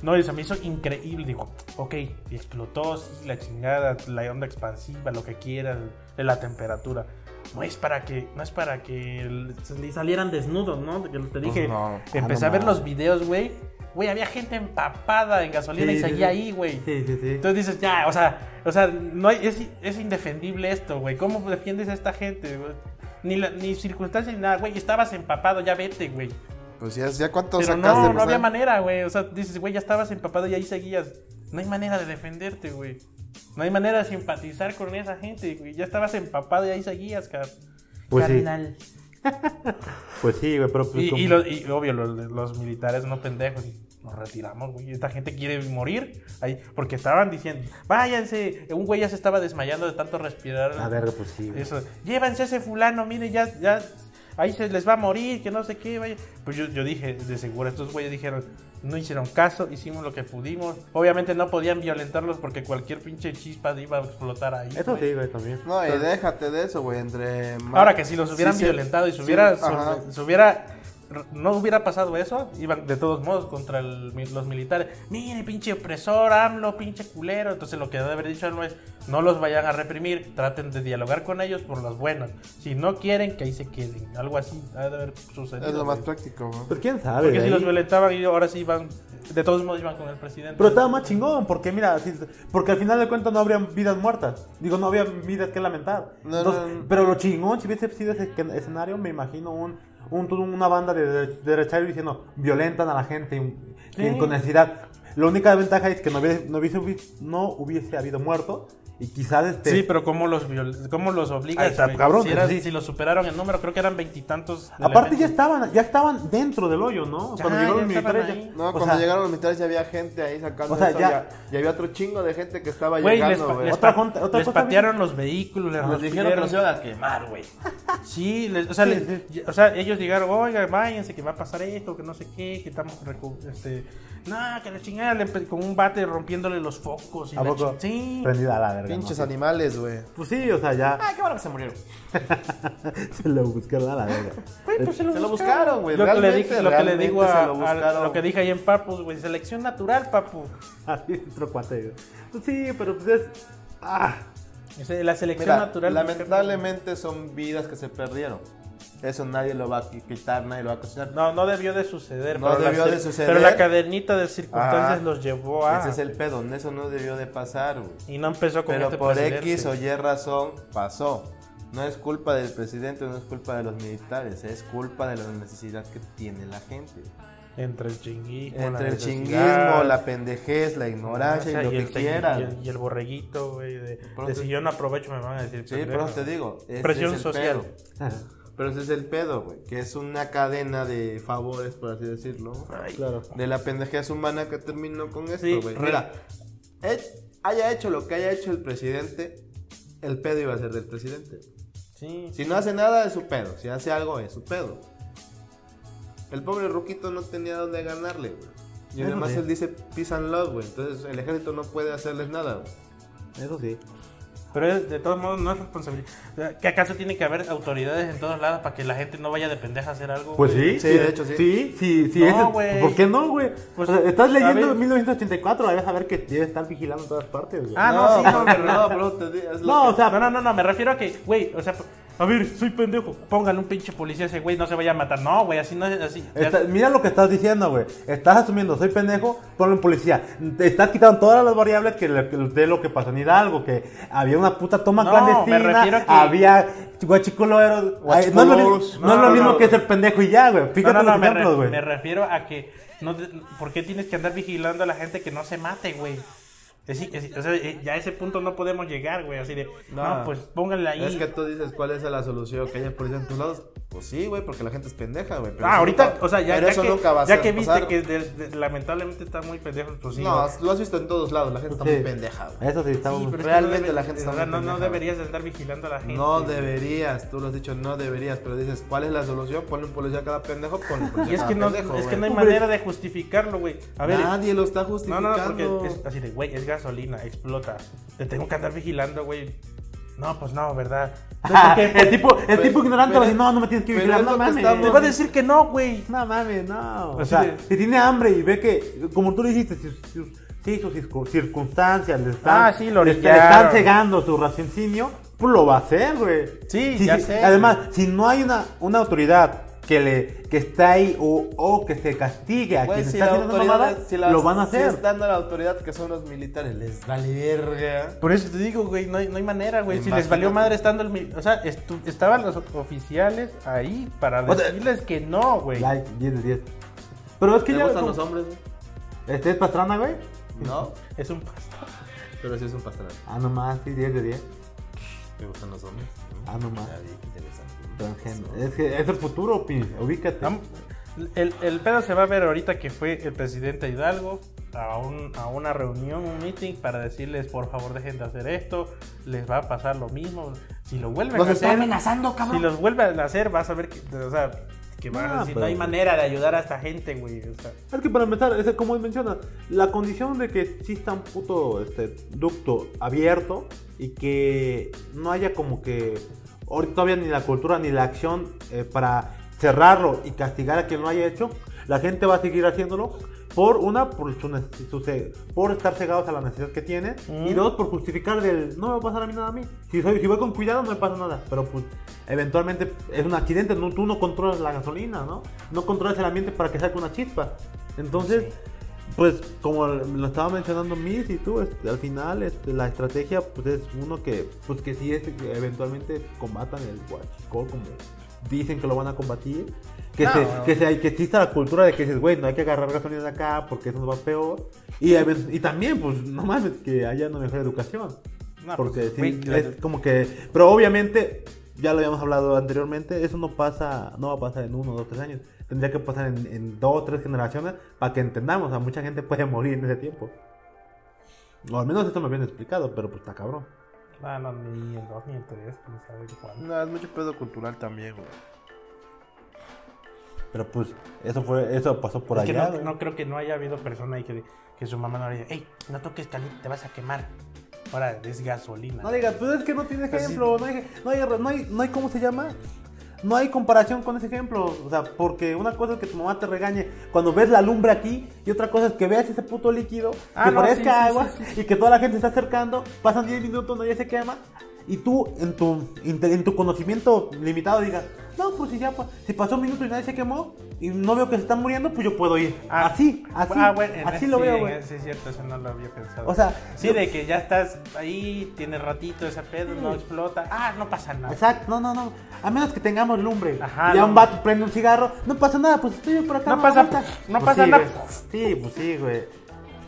Speaker 1: No, y se me hizo increíble. Digo, ok, explotó sí, la chingada, la onda expansiva, lo que quieras, de la temperatura. No es para que, no es para que el- se le salieran desnudos, ¿no? Que te dije,
Speaker 2: no.
Speaker 1: empecé
Speaker 3: Ah, no
Speaker 1: a ver
Speaker 3: mames.
Speaker 1: los videos, güey. Güey, había gente empapada en gasolina
Speaker 3: Sí,
Speaker 1: y
Speaker 3: sí,
Speaker 1: seguía
Speaker 3: sí.
Speaker 1: ahí, güey.
Speaker 3: Sí, sí, sí.
Speaker 1: Entonces dices, ya, o sea, o sea, no hay- es, es indefendible esto, güey. ¿Cómo defiendes a esta gente, güey? Ni, la- ni circunstancias ni nada, güey. Estabas empapado, ya vete, güey.
Speaker 2: Pues ya, ya cuánto
Speaker 1: Pero
Speaker 2: sacaste.
Speaker 1: no, no
Speaker 2: pues,
Speaker 1: había
Speaker 2: ¿eh?
Speaker 1: manera, güey. O sea, dices, güey, ya estabas empapado y ahí seguías. No hay manera de defenderte, güey. No hay manera de simpatizar con esa gente, güey. Ya estabas empapado y ahí seguías, car
Speaker 3: Pues sí.
Speaker 1: carnal.
Speaker 3: Pues sí, güey, pero pues.
Speaker 1: Y,
Speaker 3: como-
Speaker 1: y lo- y obvio, los, los militares no pendejos. y Nos retiramos, güey. Esta gente quiere morir. Ahí, porque estaban diciendo, váyanse. Un güey ya se estaba desmayando de tanto respirar.
Speaker 3: A ver, pues sí. güey.
Speaker 1: Eso, llévanse a ese fulano, mire, ya, ya, ahí se les va a morir, que no sé qué, vaya. Pues yo, yo dije, de seguro, estos güeyes dijeron, no hicieron caso, hicimos lo que pudimos. Obviamente no podían violentarlos porque cualquier pinche chispa iba a explotar ahí.
Speaker 3: Eso
Speaker 1: güey.
Speaker 3: sí, güey, también.
Speaker 2: No, y déjate de eso, güey. Entre. más-
Speaker 1: Ahora que si los hubieran
Speaker 2: sí, sí.
Speaker 1: violentado y
Speaker 2: Sí,
Speaker 1: se hubiera,
Speaker 2: ajá.
Speaker 1: se- se hubiera- no hubiera pasado eso, iban de todos modos contra el mi- los militares. Mire, pinche opresor, AMLO, pinche culero. Entonces lo que debe haber dicho no es, no los vayan a reprimir, traten de dialogar con ellos por las buenas. Si no quieren, que ahí se queden. Algo así ha de haber sucedido.
Speaker 2: Es lo más
Speaker 1: güey.
Speaker 2: práctico, güey.
Speaker 3: Pues quién sabe.
Speaker 1: Porque
Speaker 3: de
Speaker 1: si los
Speaker 3: ahí.
Speaker 1: violentaban y ahora sí iban, de todos modos iban con el presidente.
Speaker 3: Pero estaba más chingón, porque mira, si- porque al final de cuentas no habría vidas muertas. Digo, no había vidas que lamentar.
Speaker 2: No,
Speaker 3: Entonces,
Speaker 2: no, no.
Speaker 3: Pero lo chingón, si hubiese sido ese esquen- escenario, me imagino un, un- una banda de de- derecharios diciendo, violentan a la gente un-
Speaker 1: Sí.
Speaker 3: sin- con necesidad. La única ventaja es que no hubiese, no hubiese, hubi- no hubiese habido muerto y quizás este...
Speaker 1: Sí, pero ¿cómo los, viol- cómo los obligas?
Speaker 3: Ahí está,
Speaker 1: güey?
Speaker 3: cabrón,
Speaker 1: si, era-
Speaker 3: sí.
Speaker 1: si los superaron en número, creo que eran veintitantos.
Speaker 3: Aparte ya
Speaker 1: elementos.
Speaker 3: estaban, ya estaban dentro del hoyo, ¿no?
Speaker 1: Ya,
Speaker 3: Cuando llegaron
Speaker 1: ya
Speaker 3: los militares
Speaker 1: estaban ahí.
Speaker 3: ya-
Speaker 2: No,
Speaker 3: o
Speaker 2: cuando
Speaker 3: sea,
Speaker 2: llegaron los militares ya había gente ahí sacando.
Speaker 3: O sea,
Speaker 2: eso,
Speaker 3: ya-
Speaker 2: ya. ya había otro chingo de gente que estaba
Speaker 1: Güey, les,
Speaker 2: llegando,
Speaker 1: pa-
Speaker 2: güey.
Speaker 1: les
Speaker 3: Otra
Speaker 1: pa-
Speaker 3: junta- otra
Speaker 1: les
Speaker 3: cosa
Speaker 1: patearon los vehículos, les
Speaker 2: Nos dijeron que
Speaker 1: rompieron.
Speaker 2: nos iban a quemar, güey.
Speaker 1: Sí, les- o, sea,
Speaker 3: Sí,
Speaker 1: les- o sea, ellos llegaron, oiga, váyanse, que va a pasar esto, que no sé qué, que estamos recu- este, No, que la chingada le empe- con un bate rompiéndole los focos. Y
Speaker 3: ¿A
Speaker 1: la
Speaker 3: poco?
Speaker 1: chi- Sí.
Speaker 3: Prendida a la verga.
Speaker 2: Pinches
Speaker 3: ¿no?
Speaker 2: animales, güey.
Speaker 3: Pues sí, o sea, ya
Speaker 4: Ah, qué bueno que se murieron.
Speaker 3: se lo buscaron a la verga.
Speaker 1: Güey, pues
Speaker 2: Se lo buscaron, güey.
Speaker 1: Lo que le
Speaker 2: Realmente,
Speaker 1: dije, lo que le
Speaker 2: realmente
Speaker 1: digo
Speaker 2: se
Speaker 1: a,
Speaker 2: lo
Speaker 1: a-
Speaker 2: buscaron.
Speaker 1: lo que dije ahí en Papus, güey. Selección natural, papu.
Speaker 3: Así entró cuate. güey. Pues sí, pero pues es. Ah,
Speaker 1: O sea, La selección
Speaker 2: Mira,
Speaker 1: natural.
Speaker 2: lamentablemente son vidas que se perdieron. Eso nadie lo va a quitar, nadie lo va a cocinar.
Speaker 1: No, no debió de suceder.
Speaker 2: No
Speaker 1: pero la
Speaker 2: debió de
Speaker 1: cir-
Speaker 2: suceder.
Speaker 1: Pero la cadernita de circunstancias
Speaker 2: Ajá.
Speaker 1: los llevó a.
Speaker 2: Ese es el pedo, eso no debió de pasar, güey.
Speaker 1: Y no empezó con
Speaker 2: Pero
Speaker 1: este
Speaker 2: por
Speaker 1: presidente.
Speaker 2: X o Y razón pasó. No es culpa del presidente, no es culpa de los militares, es culpa de la necesidad que tiene la gente.
Speaker 1: Entre el chinguismo. la
Speaker 2: Entre el
Speaker 1: necesidad,
Speaker 2: chinguismo, la pendejez, la
Speaker 1: o sea,
Speaker 2: ignorancia y lo
Speaker 1: y
Speaker 2: que
Speaker 1: el tec- Y
Speaker 2: quieran.
Speaker 1: el, y el borreguito, güey. De,
Speaker 2: Por
Speaker 1: de
Speaker 2: eso-
Speaker 1: si yo no aprovecho, me van a decir.
Speaker 2: Sí,
Speaker 1: pendejo.
Speaker 2: pero te digo, ese
Speaker 1: Presión
Speaker 2: es el
Speaker 1: social.
Speaker 2: pedo. Pero ese es el pedo, güey, que es una cadena de favores, por así decirlo.
Speaker 1: Ay,
Speaker 3: claro.
Speaker 2: de la pendejez humana que terminó con
Speaker 1: Sí,
Speaker 2: esto, güey.
Speaker 1: re-
Speaker 2: Mira, he- haya hecho lo que haya hecho el presidente, el pedo iba a ser del presidente.
Speaker 1: Sí.
Speaker 2: Si no hace nada, es su pedo. Si hace algo, es su pedo. El pobre Ruquito no tenía dónde ganarle, güey. Y
Speaker 3: Eso
Speaker 2: además
Speaker 3: sí.
Speaker 2: él dice peace and love, güey. Entonces el ejército no puede hacerles nada, güey.
Speaker 3: Eso sí.
Speaker 1: Pero es- de todos modos no es responsabilidad. O sea, ¿Que acaso tiene que haber autoridades en todos lados para que la gente no vaya de pendeja a hacer algo?
Speaker 3: Pues
Speaker 1: güey?
Speaker 3: sí.
Speaker 2: Sí, de hecho, sí.
Speaker 3: Sí, sí, sí.
Speaker 1: No,
Speaker 3: ese-
Speaker 1: güey.
Speaker 3: ¿Por qué no, güey?
Speaker 1: Pues,
Speaker 3: O sea, estás leyendo
Speaker 1: ¿sabes?
Speaker 3: 1984, debes saber que debe estar vigilando en todas partes, güey.
Speaker 1: Ah, no, sí, no,
Speaker 2: pero
Speaker 1: no,
Speaker 2: no, pero te di- es lo
Speaker 3: no,
Speaker 2: que-
Speaker 3: o sea,
Speaker 1: No, no, no, no, me refiero a que, güey, o sea, a ver, soy pendejo. Póngale un pinche policía a ese güey, no se vaya a matar. No, güey, así no es así.
Speaker 3: Está- mira lo que estás diciendo, güey. Estás asumiendo, soy pendejo, ponlo en policía. Te estás quitando todas las variables que le- que- de lo que pasó en Hidalgo, que había una puta toma
Speaker 1: No,
Speaker 3: clandestina,
Speaker 1: me refiero a que-
Speaker 3: había guachiculeros. Ay, No es lo, mi-
Speaker 2: Guachiculeros.
Speaker 3: no es lo
Speaker 2: No, no,
Speaker 3: mismo
Speaker 2: no.
Speaker 3: que ser pendejo y ya, güey.
Speaker 1: No,
Speaker 3: Fíjate
Speaker 1: no, no,
Speaker 3: los
Speaker 1: me, re-
Speaker 3: ejemplos, güey.
Speaker 1: me refiero a que, no, te- ¿por qué tienes que andar vigilando a la gente que no se mate, güey? Es decir, es decir, o sea, eh, ya a ese punto no podemos llegar, güey, así de, no,
Speaker 2: No.
Speaker 1: pues póngale ahí.
Speaker 2: Es que tú dices cuál es la solución, que haya policía en tus lados. Pues sí, güey, porque la gente es pendeja, güey. pero
Speaker 1: Ah,
Speaker 2: eso
Speaker 1: ahorita,
Speaker 2: nunca-
Speaker 1: o sea, ya,
Speaker 2: pero
Speaker 1: ya
Speaker 2: eso
Speaker 1: que,
Speaker 2: nunca va a
Speaker 1: ya
Speaker 2: ser-
Speaker 1: que viste
Speaker 2: pasar.
Speaker 1: que de- de- lamentablemente está muy pendejo, pues sí.
Speaker 2: No,
Speaker 1: güey.
Speaker 2: lo has visto en todos lados, la gente está
Speaker 3: Sí.
Speaker 2: muy pendeja, güey.
Speaker 3: Eso sí, está
Speaker 1: Sí, pero es que
Speaker 2: realmente
Speaker 1: no debe-
Speaker 2: la gente está
Speaker 1: o sea,
Speaker 2: muy
Speaker 1: no, no
Speaker 2: pendeja,
Speaker 1: deberías andar vigilando a la gente.
Speaker 2: No
Speaker 1: güey.
Speaker 2: deberías, tú lo has dicho, no deberías, pero dices, ¿cuál es la solución? Ponle un policía a cada pendejo, ponle un policía
Speaker 1: Y es
Speaker 2: a cada
Speaker 1: que no,
Speaker 2: pendejo,
Speaker 1: es que no
Speaker 2: güey.
Speaker 1: hay manera de justificarlo, güey. A ver,
Speaker 2: Nadie lo está
Speaker 1: No,
Speaker 2: justificando.
Speaker 1: no, no, porque es así de, güey, es gasolina, explota. Te tengo que andar vigilando, güey. No, pues no, ¿verdad? Entonces, ¿por qué?
Speaker 3: el tipo, el
Speaker 2: Pero-
Speaker 3: tipo ignorante
Speaker 2: pero-
Speaker 3: va a decir, no, no me tienes que
Speaker 2: pero
Speaker 3: vigilar,
Speaker 2: es lo
Speaker 3: no
Speaker 2: que
Speaker 3: mames.
Speaker 2: estamos-
Speaker 1: Te va a decir que no, güey.
Speaker 3: No mames, no. O
Speaker 1: Así
Speaker 3: sea,
Speaker 1: de-
Speaker 3: si tiene hambre y ve que, como tú lo dijiste, si, si- si sus circu- circunstancias le están,
Speaker 1: Ah, sí, lo
Speaker 3: le, le
Speaker 1: orillaron.
Speaker 3: están cegando su raciocinio, pues lo va a hacer, güey.
Speaker 1: Sí,
Speaker 3: Si-
Speaker 1: ya
Speaker 3: si-
Speaker 1: sé.
Speaker 3: Además, si no hay una, una autoridad que le que está ahí o, o que se castigue a quien está haciendo una mamada, lo van a hacer.
Speaker 2: Si están dando la autoridad que son los militares, les vale verga.
Speaker 1: Por eso te digo, güey, no hay, no hay manera, güey. Si les
Speaker 2: Imagínate.
Speaker 1: valió madre estando el... mil- O sea, estu- estaban los oficiales ahí para
Speaker 3: O sea,
Speaker 1: decirles que no, güey.
Speaker 3: Like, 10 de 10. Pero es que
Speaker 2: ¿Te
Speaker 3: ya.
Speaker 2: gustan
Speaker 3: como-
Speaker 2: los hombres, güey?
Speaker 3: ¿Este es pastrana, güey?
Speaker 2: No,
Speaker 1: Es un pasto.
Speaker 2: pero sí es un pastrana.
Speaker 3: Ah, nomás, sí, 10 de 10.
Speaker 2: ¿Te gustan los hombres?
Speaker 3: Ah, no más.
Speaker 2: Nadie, qué interesante.
Speaker 3: Transgénero. Es que es el futuro, Pin. Ubícate.
Speaker 1: Am- El, el pedo se va a ver ahorita que fue el presidente Hidalgo a, un- a una reunión, un meeting, para decirles, por favor, dejen de hacer esto, les va a pasar lo mismo. Si lo vuelven a hacer...
Speaker 4: amenazando,
Speaker 1: Si los vuelven a hacer, vas a ver que, o sea, que vas
Speaker 3: No,
Speaker 1: a decir,
Speaker 3: pero-
Speaker 1: no hay manera de ayudar a esta gente, güey. O sea,
Speaker 3: Es que para empezar, es como él menciona, la condición de que exista un puto este, ducto abierto y que no haya como que ahorita todavía ni la cultura ni la acción eh, para cerrarlo y castigar a quien lo haya hecho, la gente va a seguir haciéndolo por una, por, su nece- su ce- por estar cegados a la necesidad que tiene
Speaker 1: Mm.
Speaker 3: y dos, por justificar del no me va a pasar a mí nada a mí. Si, soy- si voy con cuidado no me pasa nada, pero pues eventualmente es un accidente, no, tú no controlas la gasolina, ¿no? No controlas el ambiente para que saque una chispa. Entonces, pues como lo estaba mencionando Miss y tú, este, al final este, la estrategia pues es uno que pues que sí es que eventualmente combatan el huachicol como dicen que lo van a combatir. Que,
Speaker 2: No,
Speaker 3: se,
Speaker 2: no.
Speaker 3: que, se- que exista la cultura de que dices, güey, no hay que agarrar gasolina de acá porque eso nos va peor. Y, even- y también, pues, no mames, que haya una mejor educación.
Speaker 1: No,
Speaker 3: porque
Speaker 1: pues,
Speaker 3: sí,
Speaker 1: güey, la-
Speaker 3: es como que... Pero obviamente, ya lo habíamos hablado anteriormente, eso no pasa, no va a pasar en uno, dos, tres años. Tendría que pasar en, en dos, tres generaciones para que entendamos. O sea, mucha gente puede morir en ese tiempo. O al menos esto me habían explicado, pero pues está cabrón.
Speaker 1: no, Ah, no, ni el 2 ni el 3, quién sabe cuándo.
Speaker 2: No, es mucho pedo cultural también, güey.
Speaker 3: Pero pues, eso fue, eso pasó por
Speaker 1: Es que
Speaker 3: allá.
Speaker 1: no,
Speaker 3: güey.
Speaker 1: no creo que no haya habido persona ahí que, que su mamá no le diga, hey, no toques caliente, te vas a quemar. Ahora es gasolina.
Speaker 3: No digas, pues es que no tiene
Speaker 1: Pues sí.
Speaker 3: ejemplo, no hay, no, hay, no, hay, no hay- cómo se llama. No hay comparación con ese ejemplo. O sea, porque una cosa es que tu mamá te regañe cuando ves la lumbre aquí y otra cosa es que veas ese puto líquido
Speaker 1: Ah,
Speaker 3: que
Speaker 1: no,
Speaker 3: parezca
Speaker 1: sí, sí,
Speaker 3: agua
Speaker 1: sí,
Speaker 3: y que toda la gente se está acercando, pasan 10 minutos, nadie se quema y tú en tu, en te- en tu conocimiento limitado digas, no, pues si ya pa- si pasó un minuto y nadie se quemó y no veo que se están muriendo, pues yo puedo ir.
Speaker 1: Ah,
Speaker 3: así, así,
Speaker 1: ah, bueno, en
Speaker 3: así
Speaker 1: ese-
Speaker 3: lo veo,
Speaker 1: sí,
Speaker 3: güey.
Speaker 1: en ese es cierto, eso no lo había pensado.
Speaker 3: O sea,
Speaker 1: sí,
Speaker 3: yo-
Speaker 1: de que ya estás ahí, tienes ratito ese pedo, no explota. Ah, no pasa nada.
Speaker 3: Exacto, no, no, no. A menos que tengamos lumbre.
Speaker 1: Ajá,
Speaker 3: y ya
Speaker 1: no.
Speaker 3: un vato prende un cigarro. No pasa nada, pues estoy yo por acá.
Speaker 1: No
Speaker 3: dando
Speaker 1: pasa-
Speaker 3: vueltas.
Speaker 1: no pasa
Speaker 3: sí,
Speaker 1: nada. Ah,
Speaker 3: güey. Sí, pues sí, güey.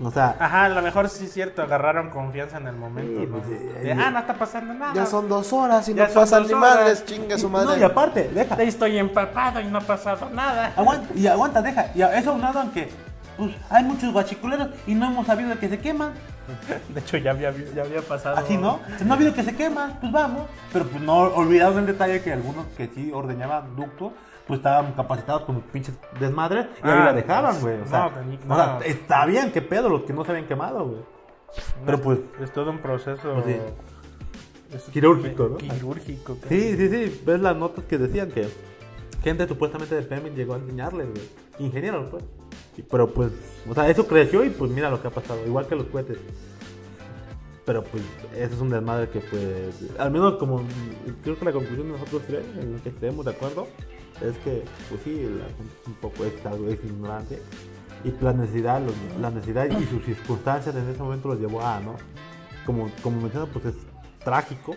Speaker 3: O sea,
Speaker 1: Ajá, a lo mejor sí es cierto, agarraron confianza en el momento.
Speaker 3: Sí,
Speaker 1: ¿no?
Speaker 3: pues, eh,
Speaker 1: De, ah, no está pasando nada.
Speaker 4: Ya son dos horas y
Speaker 1: Ya
Speaker 4: no
Speaker 1: son
Speaker 4: pasan
Speaker 1: dos
Speaker 4: ni
Speaker 1: horas.
Speaker 4: madres, chingue su
Speaker 3: no,
Speaker 4: madre.
Speaker 3: y aparte, deja.
Speaker 1: Ahí estoy empapado y no ha pasado nada.
Speaker 3: Aguanta, y aguanta, deja. Y a- eso aunado aunque pues hay muchos guachiculeros y no hemos sabido que se queman.
Speaker 1: De hecho, ya había, ya había pasado.
Speaker 3: Así, ¿Ah, ¿no? Si no ha habido que se queman, pues vamos. Pero pues no olvidado el detalle que algunos que sí ordeñaban ducto, pues estaban capacitados con pinches desmadres y ahí
Speaker 1: Ah,
Speaker 3: la dejaban,
Speaker 1: pues,
Speaker 3: güey. O sea,
Speaker 1: no, Dani,
Speaker 3: o sea,
Speaker 1: no.
Speaker 3: está bien, qué pedo, los que no se habían quemado, güey. Pero pues,
Speaker 1: Es todo un proceso
Speaker 3: Pues es quirúrgico, ¿no?
Speaker 1: quirúrgico. creo.
Speaker 3: Sí, sí, sí. Ves las notas que decían que gente supuestamente de Fermin llegó a enseñarles, güey. Ingeniero, pues. Y- Pero pues, o sea, eso creció y pues mira lo que ha pasado. Igual que los cohetes. Pero pues, eso es un desmadre que pues. Al menos como. Creo que la conclusión de nosotros tres, en la que estemos de acuerdo, es que, pues sí, la gente es un poco ex, algo ex ignorante. Y pues, la necesidad, los- la necesidad y sus circunstancias en ese momento los llevó a, ¿no? Como, como menciono, pues es trágico.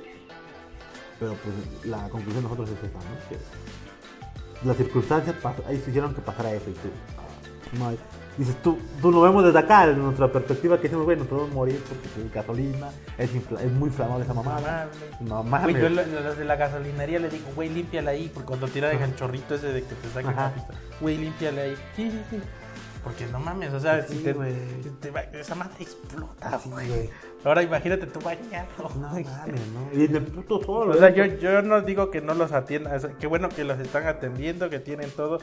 Speaker 3: Pero pues la conclusión de nosotros es esa, ¿no? Que las circunstancias pas- ahí se hicieron que pasara eso y tú. No hay- Dices, tú, tú lo vemos desde acá, desde nuestra perspectiva, que decimos, güey, nos podemos morir porque es gasolina, es, infla- es muy inflamable esa mamada. No mames.
Speaker 1: Güey, yo lo- lo- los de la gasolinería le digo, güey, límpiala ahí, porque cuando tira deja el chorrito ese de que te saca
Speaker 3: Ajá.
Speaker 1: la pista. Güey, límpiala ahí. Sí, sí, sí. Porque no mames, o sea,
Speaker 3: Pues Sí,
Speaker 1: si te,
Speaker 3: güey.
Speaker 1: te va- esa madre explota,
Speaker 3: Así,
Speaker 1: güey.
Speaker 3: güey.
Speaker 1: Ahora imagínate tú bañado.
Speaker 3: No
Speaker 1: güey.
Speaker 3: mames, ¿no? Y en el puto ¿eh? sol.
Speaker 1: O sea,
Speaker 3: ¿no?
Speaker 1: yo, yo no digo que no los atiendan, o sea, qué bueno que los están atendiendo, que tienen todo,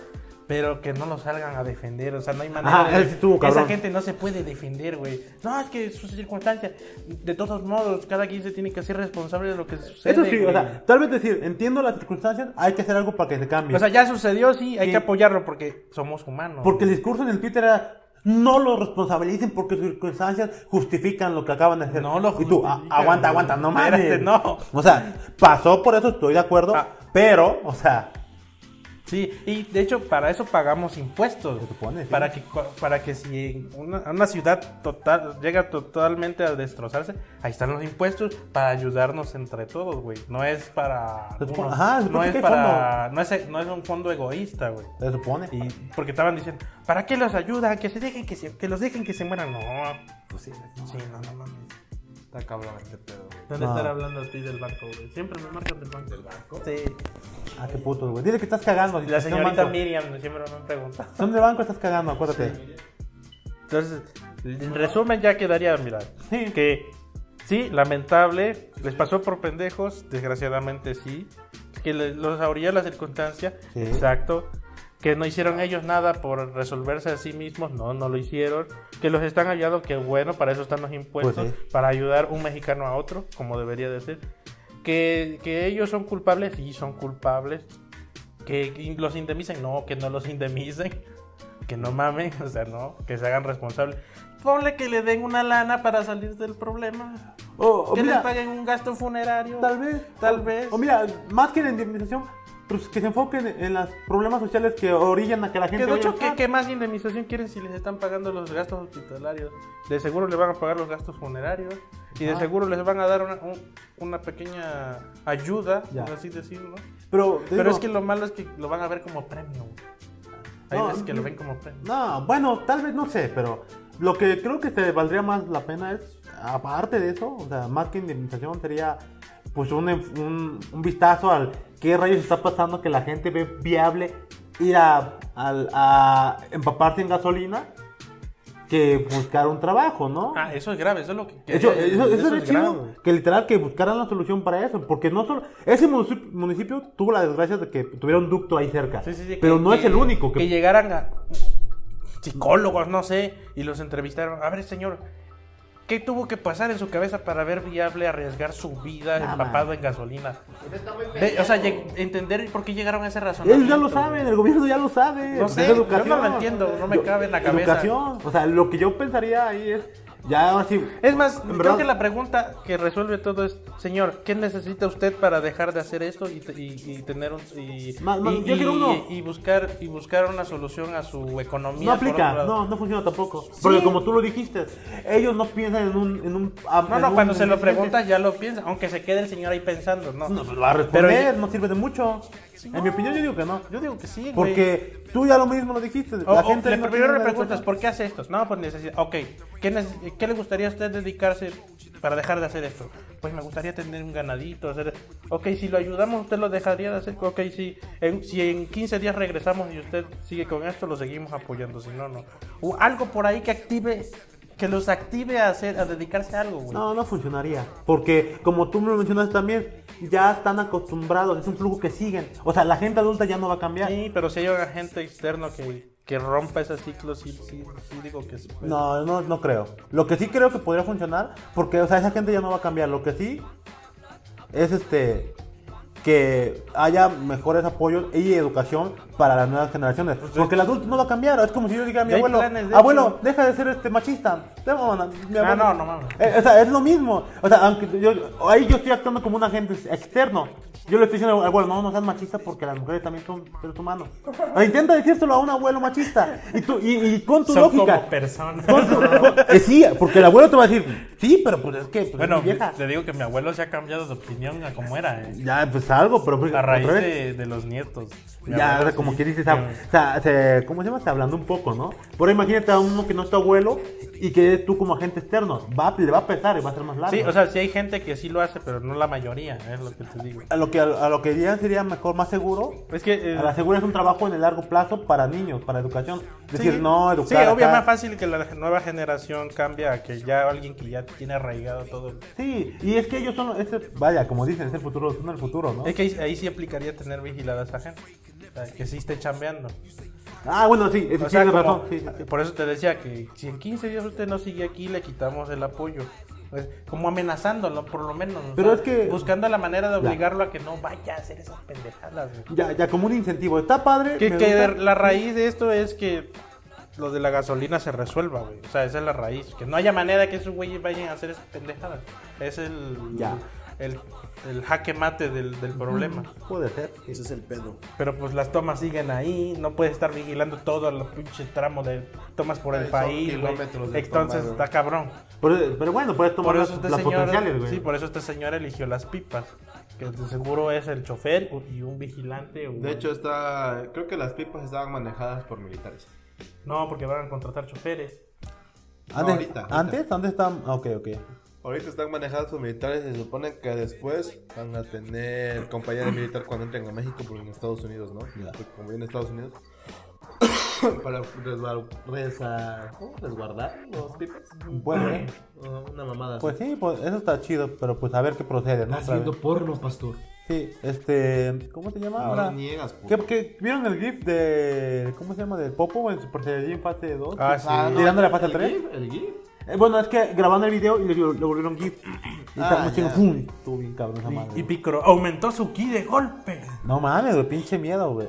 Speaker 1: pero que no los salgan a defender, o sea, no hay manera.
Speaker 3: Ah,
Speaker 1: de-
Speaker 3: él sí estuvo
Speaker 1: esa
Speaker 3: cabrón.
Speaker 1: gente no se puede defender, güey. No, es que sus circunstancias, de todos modos, cada quien se tiene que hacer responsable de lo que sucede.
Speaker 3: Eso sí, o
Speaker 1: güey.
Speaker 3: sea, tal vez decir, entiendo las circunstancias, hay que hacer algo para que se cambie.
Speaker 1: O sea, ya sucedió, sí, hay
Speaker 3: Sí.
Speaker 1: que apoyarlo porque somos humanos.
Speaker 3: Porque el discurso en el Twitter era no lo responsabilicen porque sus circunstancias justifican lo que acaban de hacer.
Speaker 1: No lo
Speaker 3: Y tú, "Ah,
Speaker 1: justifican,
Speaker 3: aguanta,
Speaker 1: güey.
Speaker 3: aguanta, no mames.
Speaker 1: Espérate, no.
Speaker 3: O sea, pasó por eso, estoy de acuerdo,
Speaker 1: Ah.
Speaker 3: pero, o sea,
Speaker 1: Sí, y de hecho para eso pagamos impuestos.
Speaker 3: Se supone, sí.
Speaker 1: Para que cu- para que si en una, una ciudad total llega totalmente a destrozarse, ahí están los impuestos para ayudarnos entre todos, güey. No es para
Speaker 3: Se supone-
Speaker 1: algunos,
Speaker 3: Pues, ajá, se
Speaker 1: no
Speaker 3: supone que
Speaker 1: es
Speaker 3: hay
Speaker 1: para no es no es un fondo egoísta, güey.
Speaker 3: se supone.
Speaker 1: Y porque estaban diciendo, ¿para qué los ayudan? Que se dejen que se- que los dejen que se mueran. No.
Speaker 4: Pues sí,
Speaker 1: Sí, no, no mames.
Speaker 4: está cabrón este pedo.
Speaker 1: Van a
Speaker 3: No.
Speaker 1: estar hablando a ti del banco, güey. Siempre me marcan del banco. ¿Del banco? Sí.
Speaker 3: Ah, qué puto, güey. Dile Pues, que estás cagando.
Speaker 1: La
Speaker 3: si son
Speaker 1: señorita
Speaker 3: banco.
Speaker 1: Miriam siempre me pregunta.
Speaker 3: Son de banco, estás cagando, acuérdate.
Speaker 1: Entonces, en resumen ya quedaría, mira,
Speaker 3: Sí.
Speaker 1: que sí, lamentable, les pasó por pendejos, desgraciadamente sí, que le- los orilló la circunstancia,
Speaker 3: Sí.
Speaker 1: exacto, que no hicieron ellos nada por resolverse a sí mismos, no, no lo hicieron, que los están ayudando, que bueno, para eso están los impuestos,
Speaker 3: Pues sí.
Speaker 1: para ayudar un mexicano a otro, como debería de ser, que, que ellos son culpables, sí, son culpables, que in- los indemnicen, no, que no los indemnicen, que no mamen, o sea, no, que se hagan responsables. Ponle que le den una lana para salir del problema,
Speaker 3: O, o
Speaker 1: que le
Speaker 3: Oh, mira,
Speaker 1: paguen un gasto funerario.
Speaker 3: tal vez.
Speaker 1: tal
Speaker 3: o-
Speaker 1: vez.
Speaker 3: O mira, más que en la indemnización, pues que se enfoquen en los problemas sociales que orillan a que la gente.
Speaker 1: Que
Speaker 3: ah.
Speaker 1: de
Speaker 3: vaya
Speaker 1: hecho,
Speaker 3: a
Speaker 1: ¿qué,
Speaker 3: votar.
Speaker 1: qué más indemnización quieren si les están pagando los gastos hospitalarios? De seguro les van a pagar los gastos funerarios y de
Speaker 3: Ah.
Speaker 1: seguro les van a dar una, un- una pequeña ayuda,
Speaker 3: Ya.
Speaker 1: por así decirlo.
Speaker 3: Pero, te
Speaker 1: Pero
Speaker 3: digo-
Speaker 1: es que lo malo es que lo van a ver como premio. güey. Hay
Speaker 3: No,
Speaker 1: veces que lo
Speaker 3: mm,
Speaker 1: ven como premio.
Speaker 3: No, bueno, tal vez no sé, pero lo que creo que te valdría más la pena es, aparte de eso, o sea, más que indemnización sería pues un, enf- un- un vistazo al qué rayos está pasando que la gente ve viable ir a, al- a empaparse en gasolina que buscar un trabajo, ¿no?
Speaker 1: Ah, eso es grave, eso es lo que.
Speaker 3: Eso,
Speaker 1: quería-
Speaker 3: eso, eso
Speaker 1: eso
Speaker 3: era
Speaker 1: es
Speaker 3: chido,
Speaker 1: grave.
Speaker 3: que literal que buscaran la solución para eso, porque no solo ese municipio, municipio tuvo la desgracia de que tuviera un ducto ahí cerca,
Speaker 1: Sí, sí, sí,
Speaker 3: pero
Speaker 1: que-
Speaker 3: no es
Speaker 1: que-
Speaker 3: el único que,
Speaker 1: Que llegaran a psicólogos, no sé, y los entrevistaron. A ver, señor, ¿qué tuvo que pasar en su cabeza para ver viable arriesgar su vida empapado en gasolina? De- o sea, lleg- entender por qué llegaron a ese razonamiento.
Speaker 3: ellos ya lo saben, el gobierno ya lo sabe.
Speaker 1: No
Speaker 3: pues
Speaker 1: sé,
Speaker 3: es
Speaker 1: yo no lo entiendo, no me
Speaker 3: Yo-
Speaker 1: cabe en la cabeza.
Speaker 3: Educación, o sea, lo que yo pensaría ahí es ya ahora sí.
Speaker 1: Es más,
Speaker 3: en
Speaker 1: creo
Speaker 3: verdad,
Speaker 1: que la pregunta que resuelve todo es, señor, ¿qué necesita usted para dejar de hacer esto y, te- y- y tener un y,
Speaker 3: Ma- ma-
Speaker 1: y-
Speaker 3: yo quiero
Speaker 1: y-
Speaker 3: uno.
Speaker 1: y buscar y buscar una solución a su economía?
Speaker 3: no
Speaker 1: por otro
Speaker 3: aplica,
Speaker 1: lado?
Speaker 3: no, no funciona tampoco, porque como tú lo dijiste, ellos no piensan en un en un
Speaker 1: No, no, cuando se lo preguntas ya lo piensa, aunque se quede el señor ahí pensando, ¿no?
Speaker 3: no pues, va a responder,
Speaker 1: Pero-
Speaker 3: no sirve de mucho. En mi opinión yo digo que no.
Speaker 1: Yo digo que sí, güey.
Speaker 3: Porque tú ya lo mismo lo dijiste.
Speaker 1: O-
Speaker 3: la
Speaker 1: o
Speaker 3: gente
Speaker 1: le-
Speaker 3: no
Speaker 1: primero le
Speaker 3: tiene la
Speaker 1: preguntas,
Speaker 3: vergüenza.
Speaker 1: ¿por qué hace esto? No, pues necesidad. Ok, ¿qué, neces- qué le gustaría a usted dedicarse para dejar de hacer esto? Pues me gustaría tener un ganadito, hacer... Ok, si lo ayudamos, ¿usted lo dejaría de hacer? Ok, si en, si en 15 días regresamos y usted sigue con esto, lo seguimos apoyando, si no, no. O algo por ahí que active, que los active a hacer, a dedicarse a algo, güey.
Speaker 3: No, no funcionaría. Porque, como tú me lo mencionaste también, ya están acostumbrados. Es un flujo que siguen. O sea, la gente adulta ya no va a cambiar.
Speaker 1: Sí, pero si hay un agente externo que, que rompa ese ciclo, sí, sí, sí digo que sí. pues.
Speaker 3: No, no, no creo. Lo que sí creo que podría funcionar, porque, o sea, esa gente ya no va a cambiar. Lo que sí es este que haya mejores apoyos y educación para las nuevas generaciones. Porque el adulto no va a cambiar. Es como si yo diga a mi
Speaker 1: Ya hay
Speaker 3: abuelo,
Speaker 1: planes, Pues, de
Speaker 3: abuelo,
Speaker 1: hecho".
Speaker 3: deja de ser este machista. Te van a- mi
Speaker 1: Ah,
Speaker 3: abuelo".
Speaker 1: no, no mames.
Speaker 3: Eh, o sea, es lo mismo. O sea, aunque yo, ahí yo estoy actuando como un agente externo. Yo le estoy diciendo al abuelo, no, no seas machista porque las mujeres también son seres humanos. O sea, intenta decírselo a un abuelo machista. Y, tú, y, y con tu
Speaker 1: Son
Speaker 3: lógica.
Speaker 1: como personas.
Speaker 3: Con tu- con- eh, sí, porque el abuelo te va a decir, sí, pero pues es que pues, es
Speaker 1: Bueno,
Speaker 3: mi vieja.
Speaker 1: te digo que mi abuelo se ha cambiado de opinión a como era, ¿eh?
Speaker 3: Ya, pues algo, pero pues,
Speaker 1: A raíz
Speaker 3: otra vez.
Speaker 1: de, de los nietos. Mi
Speaker 3: Ya, o
Speaker 1: abuelo
Speaker 3: sea, como
Speaker 1: sí.
Speaker 3: que dices, ah, o sea, se- ¿cómo se llama? Se hablando un poco, ¿no? Pero imagínate a uno que no es tu abuelo y que es tú como agente externo. Va, le va a pesar y va a ser más largo.
Speaker 1: Sí, o sea, sí hay gente que sí lo hace, pero no la mayoría, eh, es lo que te digo.
Speaker 3: a lo que, a lo que dirían sería mejor, más seguro.
Speaker 1: Es que... eh,
Speaker 3: A la segura es un trabajo en el largo plazo para niños, para educación.
Speaker 1: sí,
Speaker 3: Decir, no, educar.
Speaker 1: Sí, obvio,
Speaker 3: acá.
Speaker 1: más fácil que la nueva generación cambie a que ya alguien que ya tiene arraigado todo.
Speaker 3: Sí, y es que ellos son. ese- vaya, como dicen, es el futuro, son el futuro, ¿no?
Speaker 1: Es que ahí, ahí sí aplicaría tener vigilada a esa gente. O sea, que sí esté chambeando.
Speaker 3: Ah, bueno, sí, es,
Speaker 1: O sea,
Speaker 3: tienes
Speaker 1: como-
Speaker 3: razón. sí, sí, sí.
Speaker 1: Por eso te decía que si en 15 días usted no sigue aquí, le quitamos el apoyo. Pues, como amenazándolo, por lo menos. o sea,
Speaker 3: Pero es que-
Speaker 1: Buscando la manera de obligarlo a que no vaya a hacer esas pendejadas. güey.
Speaker 3: Ya, ya, como un incentivo. Está padre.
Speaker 1: Que,
Speaker 3: me
Speaker 1: que
Speaker 3: gusta.
Speaker 1: la raíz de esto es que lo de la gasolina se resuelva, güey. O sea, esa es la raíz. Que no haya manera que esos güeyes vayan a hacer esas pendejadas. Es el.
Speaker 3: Ya.
Speaker 1: El, el jaque mate del, del problema.
Speaker 3: Puede ser. sí.
Speaker 4: Ese es el pedo.
Speaker 1: Pero pues las tomas siguen ahí, no puedes estar vigilando todo el pinche tramo de tomas por el
Speaker 4: Son
Speaker 1: país, güey.
Speaker 4: kilómetros de
Speaker 1: Entonces
Speaker 4: tomas,
Speaker 1: está
Speaker 4: güey.
Speaker 1: cabrón.
Speaker 3: Pero, pero bueno, puedes tomar
Speaker 1: Por
Speaker 3: las,
Speaker 1: eso este
Speaker 3: las potenciales,
Speaker 1: señor,
Speaker 3: güey.
Speaker 1: sí, por eso este señor eligió las pipas, que de seguro es el chofer y un vigilante. o-
Speaker 4: De hecho, está. Creo que las pipas estaban manejadas por militares.
Speaker 1: no, porque van a contratar choferes.
Speaker 3: Antes,
Speaker 4: No, ahorita, ahorita.
Speaker 3: antes, antes están. ah, Ok, ok.
Speaker 4: Ahorita están manejadas por militares y se supone que después van a tener compañía de militar cuando entren a México, porque en Estados Unidos, ¿no?
Speaker 3: Ya.
Speaker 4: Porque como viene Estados Unidos. para resguar- resa- ¿cómo? resguardar los pipas.
Speaker 3: Bueno, eh,
Speaker 4: Ah, Una mamada.
Speaker 3: pues sí, pues eso está chido, pero pues a ver qué procede, ¿no? Otra vez.
Speaker 4: porno, pastor.
Speaker 3: Sí, este. ¿Cómo se llama
Speaker 4: Ahora
Speaker 3: ahora?
Speaker 4: Ah, niegas, puto.
Speaker 3: ¿Qué, qué, vieron el GIF de. ¿Cómo se llama? Del Popo en Super Saiyajin parte 2?
Speaker 1: Ah, sí.
Speaker 4: Ah, no,
Speaker 3: ¿Tirando la pata
Speaker 4: el
Speaker 3: 3?
Speaker 4: GIF, El GIF.
Speaker 3: Eh, bueno, es que grabaron el video y le, le volvieron GIF. Y
Speaker 4: Ah,
Speaker 3: está muy
Speaker 4: ya.
Speaker 3: chingón. ¡Fum! Estuvo bien cabrón esa madre.
Speaker 1: Y
Speaker 3: güey.
Speaker 1: Picoro aumentó su ki de golpe.
Speaker 3: No mames, güey, pinche miedo, güey.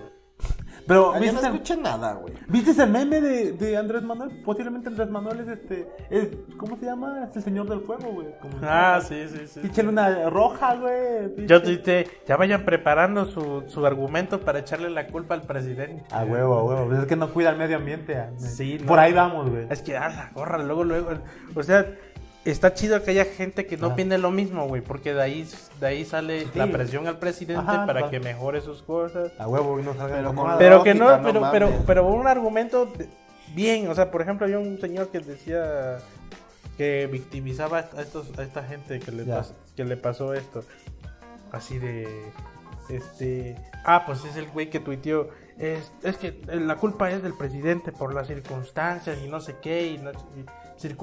Speaker 3: Pero,
Speaker 4: Ah, ya no
Speaker 3: ¿viste, el,
Speaker 4: escuché nada, güey.
Speaker 3: ¿viste ese meme de, de Andrés Manuel? Posiblemente Andrés Manuel es este. es- ¿Cómo se llama? Es el señor del fuego, güey. Como-
Speaker 1: Ah, sí, sí, sí.
Speaker 3: Pinche luna roja, güey. pinche-
Speaker 1: Yo tuiteé, ya vayan preparando su, su argumento para echarle la culpa al presidente.
Speaker 3: A huevo, a huevo. pues Es que no cuida el medio ambiente. ah, güey.
Speaker 1: Sí, no.
Speaker 3: Por ahí vamos, güey.
Speaker 1: Es que, ah, la gorra, luego, luego. O sea, está chido que haya gente que no opine lo mismo, güey, porque de ahí, de ahí sale la presión al presidente
Speaker 3: Ajey,
Speaker 1: para
Speaker 3: claro.
Speaker 1: que mejore sus cosas.
Speaker 3: A huevo, y no salga
Speaker 4: Pero
Speaker 3: la
Speaker 4: con-
Speaker 3: mamada.
Speaker 1: Pero que no,
Speaker 4: lógica, no
Speaker 1: pero,
Speaker 4: mames.
Speaker 1: pero, pero un argumento de- bien. O sea, por ejemplo, había un señor que decía que victimizaba a, estos, a esta gente que le,
Speaker 3: Ya.
Speaker 1: pas- que le pasó esto. Así de. Este. Ah, pues es el güey que tuiteó. es, es que la culpa es del presidente por las circunstancias y no sé qué, y no- y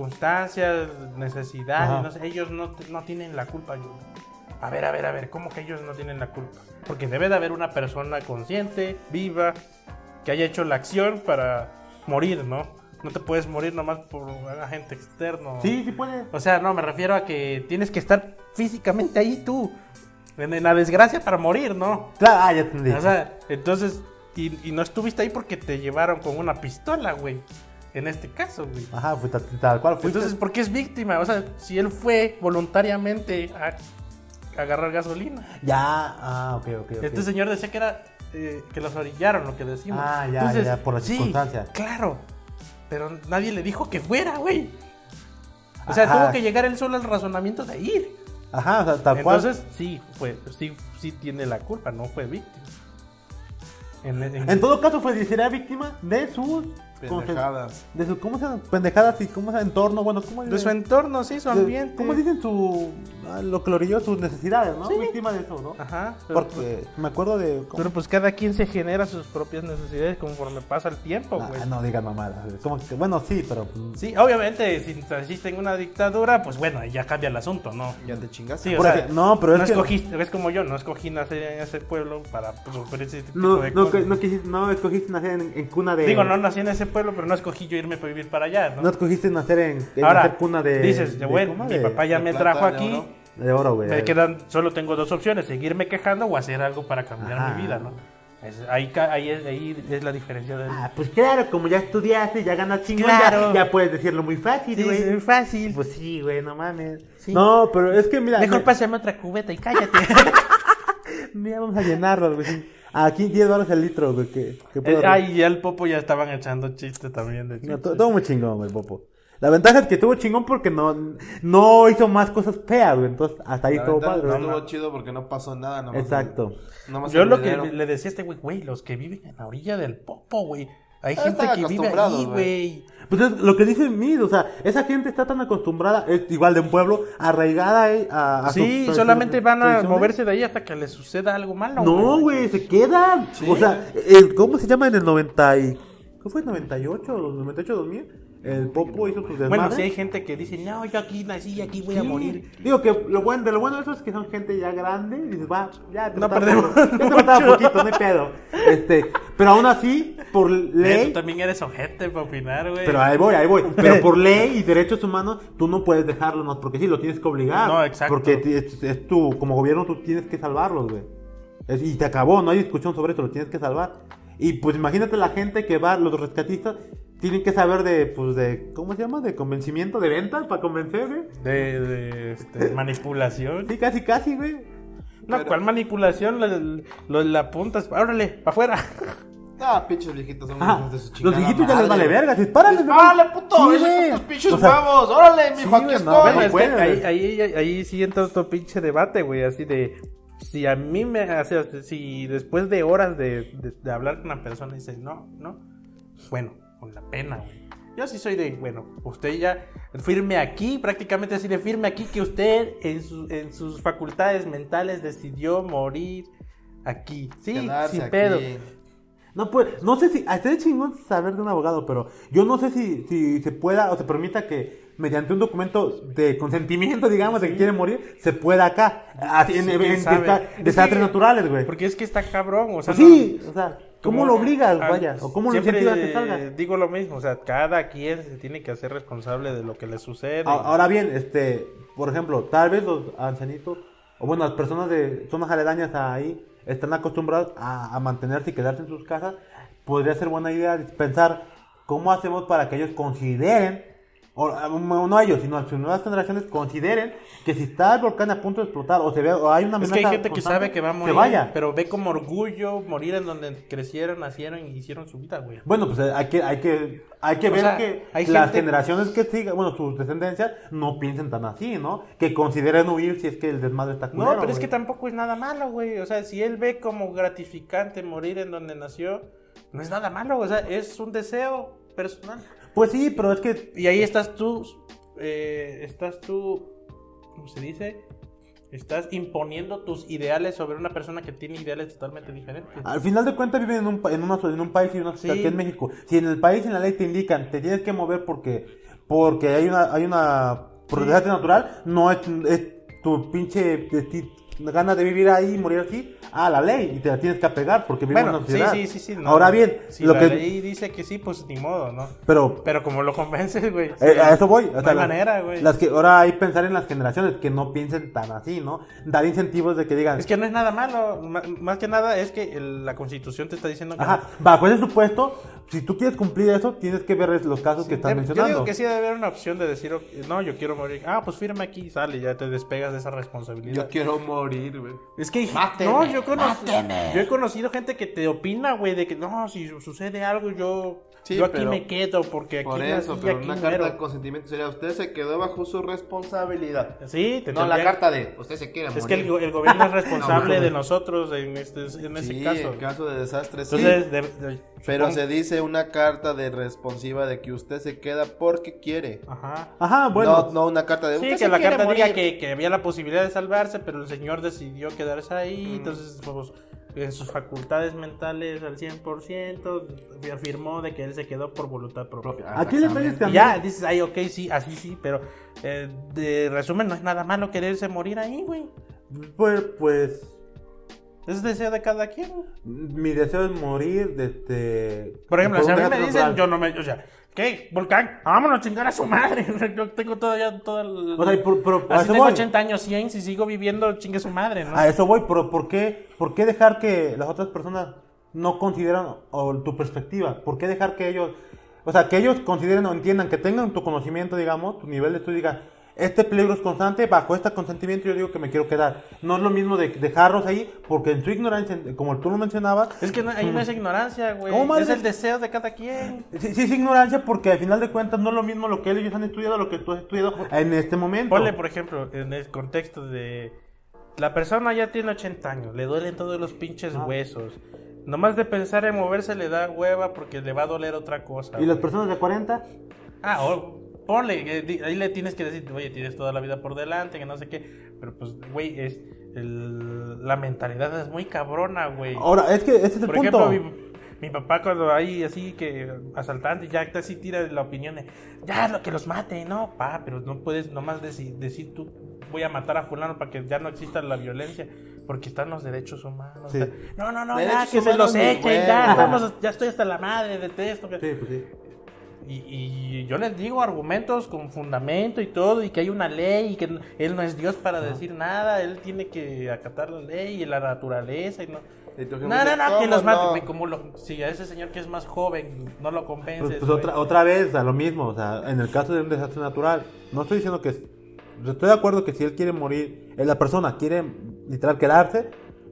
Speaker 1: circunstancias, necesidad,
Speaker 3: Ajá.
Speaker 1: y no sé, ellos no, no tienen la culpa. Yo, a ver, a ver, a ver, ¿cómo que ellos no tienen la culpa? Porque debe de haber una persona consciente, viva, que haya hecho la acción para morir, ¿no? No te puedes morir nomás por un agente externo.
Speaker 3: Sí, sí puede.
Speaker 1: O sea, no, me refiero a que tienes que estar físicamente ahí tú, en, en la desgracia para morir, ¿no?
Speaker 3: Claro, ah, ya entendí.
Speaker 1: O sea, entonces, y, y no estuviste ahí porque te llevaron con una pistola, güey. En este caso, güey.
Speaker 3: Ajá, fue tal, tal cual. Ah, Fuiste.
Speaker 1: Entonces, ¿por qué es víctima? O sea, si él fue voluntariamente a a agarrar gasolina.
Speaker 3: ya, ah, ok, ok. ok.
Speaker 1: Este señor decía que era eh, que los orillaron, lo que decimos.
Speaker 3: Ah, ya, ya, por las
Speaker 1: sí,
Speaker 3: circunstancias.
Speaker 1: Claro. Pero nadie le dijo que fuera, güey. O sea,
Speaker 3: Ajá.
Speaker 1: tuvo que llegar él solo al razonamiento de ir.
Speaker 3: Ajá, o sea, tal cual.
Speaker 1: Entonces, sí, fue, sí, sí tiene la culpa, no fue víctima. En- en-
Speaker 3: En todo caso, fue será víctima de sus ¿cómo se-
Speaker 4: Pendejadas.
Speaker 3: De su, ¿Cómo se llama? Pendejadas y cómo se llama? entorno, bueno, ¿cómo
Speaker 1: de su entorno, sí, su
Speaker 3: de-
Speaker 1: ambiente.
Speaker 3: eh, ¿Cómo dicen su. ah, lo que lo orilló, sus necesidades, ¿no?
Speaker 1: eh. Sí.
Speaker 3: Víctima de eso, ¿no?
Speaker 1: Ajá.
Speaker 3: Porque me acuerdo de. ¿cómo?
Speaker 1: Pero pues cada quien se genera sus propias necesidades conforme pasa el tiempo,
Speaker 3: Ah,
Speaker 1: güey.
Speaker 3: no digan mamadas. güey. Como que- bueno, sí, pero. mm,
Speaker 1: pues, Sí, obviamente, si existe en una dictadura, pues bueno, ahí ya cambia el asunto, ¿no?
Speaker 4: Ya te chingaste.
Speaker 1: Sí, o
Speaker 3: Por
Speaker 1: sea,
Speaker 3: ejemplo, no, pero
Speaker 1: no
Speaker 3: es que-
Speaker 1: escogiste, ves como yo, no escogí nacer en ese pueblo para pues, sufrir ese tipo
Speaker 3: No,
Speaker 1: de
Speaker 3: no,
Speaker 1: cosas.
Speaker 3: que- no, quisiste- no escogiste nacer en, en cuna de.
Speaker 1: Digo, no nací en ese pueblo, pero no escogí yo irme para vivir para allá, ¿no?
Speaker 3: No escogiste nacer en, en
Speaker 1: Ahora,
Speaker 3: nacer cuna de.
Speaker 1: dices,
Speaker 3: de-
Speaker 1: bueno,
Speaker 3: ¿cómo?
Speaker 1: mi
Speaker 3: De- Pues
Speaker 1: papá ya
Speaker 4: de
Speaker 1: me
Speaker 4: plata,
Speaker 1: trajo
Speaker 4: de
Speaker 1: aquí,
Speaker 4: oro.
Speaker 3: De oro, güey.
Speaker 1: me quedan, solo tengo dos opciones, seguirme quejando o hacer algo para cambiar
Speaker 3: Ajá.
Speaker 1: mi vida, ¿no? Es- ahí, ca- ahí, es- ahí es la diferencia del...
Speaker 3: Ah, pues claro, como ya estudiaste, ya ganas chingón,
Speaker 1: Claro.
Speaker 3: ya, ya puedes decirlo muy fácil,
Speaker 1: Sí,
Speaker 3: güey.
Speaker 1: es fácil.
Speaker 3: Pues sí, güey, no mames.
Speaker 1: Sí.
Speaker 3: No, pero es que mira.
Speaker 1: Mejor
Speaker 3: me-
Speaker 1: pásame otra cubeta y cállate.
Speaker 3: Mira, vamos a llenarlo, güey. Aquí 10 dólares el litro, güey. Que, que puedo-
Speaker 1: Eh, Ay, ya el Popo ya estaban echando chiste también de
Speaker 3: No,
Speaker 1: chiste.
Speaker 3: to- todo muy chingón, güey, Popo. La ventaja es que estuvo chingón porque no, no hizo más cosas feas, güey. Entonces, hasta ahí
Speaker 4: La
Speaker 3: todo
Speaker 4: ventaja
Speaker 3: padre,
Speaker 4: es que
Speaker 3: güey.
Speaker 4: Estuvo chido porque no pasó nada. nomás-
Speaker 3: Exacto.
Speaker 4: nomás
Speaker 1: Yo
Speaker 4: el
Speaker 1: lo que
Speaker 4: dinero.
Speaker 1: le decía a este güey, güey, los que viven en la orilla del Popo, güey. Hay
Speaker 4: Ah,
Speaker 1: gente
Speaker 4: están
Speaker 1: que vive
Speaker 4: acostumbrados,
Speaker 1: ahí, güey.
Speaker 3: Pues es lo que dice Mid, o sea, esa gente está tan acostumbrada, es igual de un pueblo, arraigada eh, a, a
Speaker 1: Sí,
Speaker 3: sus
Speaker 1: solamente
Speaker 3: tradiciones-
Speaker 1: van a
Speaker 3: tradiciones.
Speaker 1: moverse de ahí hasta que les suceda algo malo.
Speaker 3: No, güey, se quedan. O sea, el- ¿cómo se llama en el 90 y... ¿Qué fue? ¿98? ¿98-2000? El Popo hizo sus desmadres.
Speaker 1: Bueno, sí hay gente que dice, no, yo aquí nací y aquí voy a
Speaker 3: Sí.
Speaker 1: morir.
Speaker 3: Digo que lo bueno, de lo bueno de eso es que son gente ya grande y dices, va, ya te
Speaker 1: No
Speaker 3: faltaba
Speaker 1: perdemos
Speaker 3: poquito, ya te faltaba
Speaker 1: mucho.
Speaker 3: poquito, no hay pedo. Este, pero aún así, por
Speaker 1: Eh, tú
Speaker 3: ley,
Speaker 1: también eres ojete para opinar, güey.
Speaker 3: pero ahí voy, ahí voy. Pero por ley y derechos humanos, tú no puedes dejarlo, no, porque sí, lo tienes que obligar.
Speaker 1: No, exacto.
Speaker 3: Porque ti- es, es tu, como gobierno tú tienes que salvarlos, güey. Es- y te acabó, no hay discusión sobre eso, lo tienes que salvar. Y pues imagínate la gente que va, los rescatistas, tienen que saber de, pues de, ¿cómo se llama? De convencimiento, de venta, para convencer, güey.
Speaker 1: De, de, este, manipulación.
Speaker 3: Sí, casi, casi, güey.
Speaker 1: No,
Speaker 4: Pero-
Speaker 1: ¿cuál manipulación? Lo, lo- la apuntas, órale, para afuera.
Speaker 4: Ah, pinches viejitos son
Speaker 3: Ah,
Speaker 4: hijos de su chingada
Speaker 3: los hijitos ya les vale
Speaker 4: madre.
Speaker 3: verga, dispárale,
Speaker 4: Dispárale, puto,
Speaker 3: Sí,
Speaker 4: esos
Speaker 3: güey.
Speaker 4: putos pinches
Speaker 3: O sea,
Speaker 4: huevos, órale, mi
Speaker 3: sí,
Speaker 4: hijo, aquí
Speaker 3: güey, no,
Speaker 4: estoy.
Speaker 1: Bueno, es que
Speaker 3: puedes,
Speaker 1: ahí,
Speaker 3: güey.
Speaker 1: ahí, ahí sí entra otro pinche debate, güey, así de... Si a mí me hace, si después de horas de, de- de hablar con una persona dices, no, no, bueno, con la pena, güey. Yo sí soy de, bueno, usted ya firme aquí, prácticamente así de firme aquí, que usted en, su- en sus facultades mentales decidió morir aquí. Sí,
Speaker 4: Quedarse
Speaker 1: sin
Speaker 4: aquí.
Speaker 1: pedo.
Speaker 3: No, pues, no sé si, a ustedes chingón saber de un abogado, pero yo no sé si, si se pueda o se permita que mediante un documento de consentimiento, digamos, de que quiere morir, se pueda acá, así, en,
Speaker 1: Sí,
Speaker 3: en-
Speaker 1: quién
Speaker 3: en
Speaker 1: sabe.
Speaker 3: desta-
Speaker 1: Es que-
Speaker 3: desastres naturales, güey.
Speaker 1: Porque es que está cabrón, o sea,
Speaker 3: Pues sí, o sea, ¿cómo
Speaker 1: como-
Speaker 3: lo obligas,
Speaker 1: ah,
Speaker 3: vaya? ¿O cómo lo
Speaker 1: siempre
Speaker 3: incentivas a que salga?
Speaker 1: Digo lo mismo, o sea, cada quien se tiene que hacer responsable de lo que le sucede.
Speaker 3: A- Ah, Ahora bien, este, por ejemplo, tal vez los ancianitos, o bueno, las personas de zonas aledañas a ahí, están acostumbrados a, a mantenerse y quedarse en sus casas. Podría ser buena idea pensar cómo hacemos para que ellos consideren, o, o no ellos, sino las nuevas generaciones consideren que si está el volcán a punto de explotar o se ve, o hay una
Speaker 1: es que hay
Speaker 3: amenaza
Speaker 1: gente que
Speaker 3: constante,
Speaker 1: sabe que va a morir,
Speaker 3: se vaya.
Speaker 1: pero ve como orgullo morir en donde crecieron, nacieron y hicieron su vida, güey.
Speaker 3: Bueno, pues eh, hay que, hay que, hay que
Speaker 1: O
Speaker 3: ver
Speaker 1: sea,
Speaker 3: que
Speaker 1: hay
Speaker 3: las
Speaker 1: gente-
Speaker 3: generaciones que sigan, bueno, sus descendencias no piensen tan así, ¿no? Que consideren huir si es que el desmadre está
Speaker 1: No,
Speaker 3: culero,
Speaker 1: pero es que
Speaker 3: güey.
Speaker 1: tampoco es nada malo, güey. O sea, si él ve como gratificante morir en donde nació, no es nada malo, o sea, es un deseo personal.
Speaker 3: Pues sí, pero es que...
Speaker 1: Y ahí estás tú, eh, estás tú, ¿cómo se dice? Estás imponiendo tus ideales sobre una persona que tiene ideales totalmente diferentes.
Speaker 3: Al final de cuentas viven en un, pa- en una, en un país y una sociedad
Speaker 1: Sí.
Speaker 3: que es México. Si en el país, en la ley te indican, te tienes que mover porque, porque hay una, hay una por desastre natural, no es, es tu pinche de ti- gana de vivir ahí y morir así a la ley y te la tienes que apegar porque vive en
Speaker 1: Bueno,
Speaker 3: una
Speaker 1: sí,
Speaker 3: sociedad.
Speaker 1: sí, sí, sí. no.
Speaker 3: Ahora bien,
Speaker 1: si
Speaker 3: lo
Speaker 1: la
Speaker 3: que,
Speaker 1: ley dice que sí, pues ni modo, ¿no?
Speaker 3: pero
Speaker 1: Pero como lo convences, güey.
Speaker 3: Eh, a eso voy. o
Speaker 1: No
Speaker 3: sea,
Speaker 1: hay
Speaker 3: las-
Speaker 1: manera, güey.
Speaker 3: Las que ahora hay que pensar en las generaciones que no piensen tan así, ¿no? Dar incentivos de que digan,
Speaker 1: Es que no es nada malo. ma- Más que nada es que el- la constitución te está diciendo que.
Speaker 3: ajá, bajo ese supuesto, si tú quieres cumplir eso, tienes que ver los casos que están
Speaker 1: Deb- Yo
Speaker 3: mencionando.
Speaker 1: digo que sí debe haber una opción de decir, "Ok, no, yo quiero morir. Ah, pues firme aquí y sale, ya te despegas de esa responsabilidad.
Speaker 2: Yo quiero morir, güey.
Speaker 1: Es que no, yo, cono- yo he conocido gente que te opina, güey, de que no, si su- sucede algo, yo,
Speaker 2: Sí,
Speaker 1: yo aquí
Speaker 2: pero-
Speaker 1: me quedo porque aquí
Speaker 2: Por
Speaker 1: nací
Speaker 2: eso,
Speaker 1: y
Speaker 2: pero
Speaker 1: aquí
Speaker 2: una carta
Speaker 1: muero".
Speaker 2: de consentimiento sería usted se quedó bajo su responsabilidad.
Speaker 1: Sí, te
Speaker 2: No, la
Speaker 1: tendría-
Speaker 2: carta de usted se quiere morir.
Speaker 1: Es que el, go- el gobierno es
Speaker 2: No,
Speaker 1: responsable
Speaker 2: no.
Speaker 1: de nosotros en, este, en ese
Speaker 2: sí,
Speaker 1: caso.
Speaker 2: en caso de desastre, sí.
Speaker 1: Entonces, de- de-
Speaker 2: pero
Speaker 1: supongo-
Speaker 2: se dice una carta de responsiva de que usted se queda porque quiere.
Speaker 1: Ajá.
Speaker 3: Ajá, bueno.
Speaker 2: no, no una carta de
Speaker 1: Ah, Sí,
Speaker 2: Ah, usted
Speaker 1: que
Speaker 2: se
Speaker 1: la
Speaker 2: quiere
Speaker 1: carta
Speaker 2: morir".
Speaker 1: diga que, que había la posibilidad de salvarse, pero el señor decidió quedarse ahí, entonces pues, en sus facultades mentales al 100% afirmó de que él se quedó por voluntad propia.
Speaker 2: Propia.
Speaker 3: Aquí el detalle es que a
Speaker 1: Y
Speaker 3: mí-
Speaker 1: ya, dices, ay, ok, sí, así sí, pero eh, de resumen, no es nada malo quererse morir ahí, güey.
Speaker 3: pues, pues,
Speaker 1: Es deseo de cada quien.
Speaker 3: mi deseo es morir desde...
Speaker 1: Por ejemplo, si a mí
Speaker 3: un
Speaker 1: me
Speaker 3: desastre
Speaker 1: dicen,
Speaker 3: natural.
Speaker 1: yo no me, o sea, ¿qué? Volcán, vámonos a chingar a su madre. Yo tengo todavía toda el...
Speaker 3: O sea, y por- por- a
Speaker 1: Así
Speaker 3: eso
Speaker 1: tengo
Speaker 3: voy. Ah,
Speaker 1: 80 años, 100, si sigo viviendo, chingue su madre, ¿no?
Speaker 3: A eso voy, pero ¿por qué, ¿por qué dejar que las otras personas no consideran o, tu perspectiva? ¿Por qué dejar que ellos, o sea, que ellos consideren o entiendan, que tengan tu conocimiento, digamos, tu nivel de estudio, y digan, este peligro es constante, bajo este consentimiento yo digo que me quiero quedar. No es lo mismo de dejarlos ahí, porque en su ignorancia, en- como tú lo mencionabas,
Speaker 1: Es que no- ahí no es ignorancia, güey.
Speaker 3: ¿Cómo madre?
Speaker 1: Es el deseo de cada quien.
Speaker 3: sí, sí es ignorancia porque al final de cuentas no es lo mismo lo que ellos han estudiado, lo que tú has estudiado en este momento.
Speaker 1: Ponle, por ejemplo, en el contexto de. La persona ya tiene 80 años, le duelen todos los pinches huesos. Nomás de pensar en moverse le da hueva porque le va a doler otra cosa.
Speaker 3: Y las
Speaker 1: güey.
Speaker 3: personas de 40,
Speaker 1: Ah, o- ponle, que di- ahí le tienes que decir, oye, tienes toda la vida por delante, que no sé qué. Pero pues, güey, es. el- La mentalidad es muy cabrona, güey.
Speaker 3: ahora, es que ese es el
Speaker 1: Por
Speaker 3: punto.
Speaker 1: ejemplo, mi, mi papá cuando hay así que asaltantes, ya casi tira la opinión de, ya lo que los mate, no, pa, pero no puedes nomás decir, decir tú voy a matar a fulano para que ya no exista la violencia, porque están los derechos humanos.
Speaker 3: Sí.
Speaker 1: No, no, no, ya
Speaker 2: Derechos
Speaker 1: que se
Speaker 2: humanos,
Speaker 1: los
Speaker 2: mis
Speaker 1: echen,
Speaker 2: huevos.
Speaker 1: ya, estamos- ya estoy hasta la madre de esto.
Speaker 3: Sí, pues sí.
Speaker 1: Y, y yo les digo argumentos con fundamento y todo, y que hay una ley, y que no- él no es Dios para decir nada, él tiene que acatar la ley y la naturaleza. Y no.
Speaker 2: Y tú,
Speaker 1: No, no,
Speaker 2: jefe,
Speaker 1: no, que
Speaker 2: ¿cómo
Speaker 1: los mate.
Speaker 2: no?
Speaker 1: güey, Como lo, si a ese señor que es más joven no lo
Speaker 3: Pues,
Speaker 1: convences.
Speaker 3: pues,
Speaker 1: güey.
Speaker 3: otra, otra vez, a lo mismo, o sea, en el caso de un desastre natural, no estoy diciendo que... Estoy de acuerdo que si él quiere morir, eh, la persona quiere literal quedarse,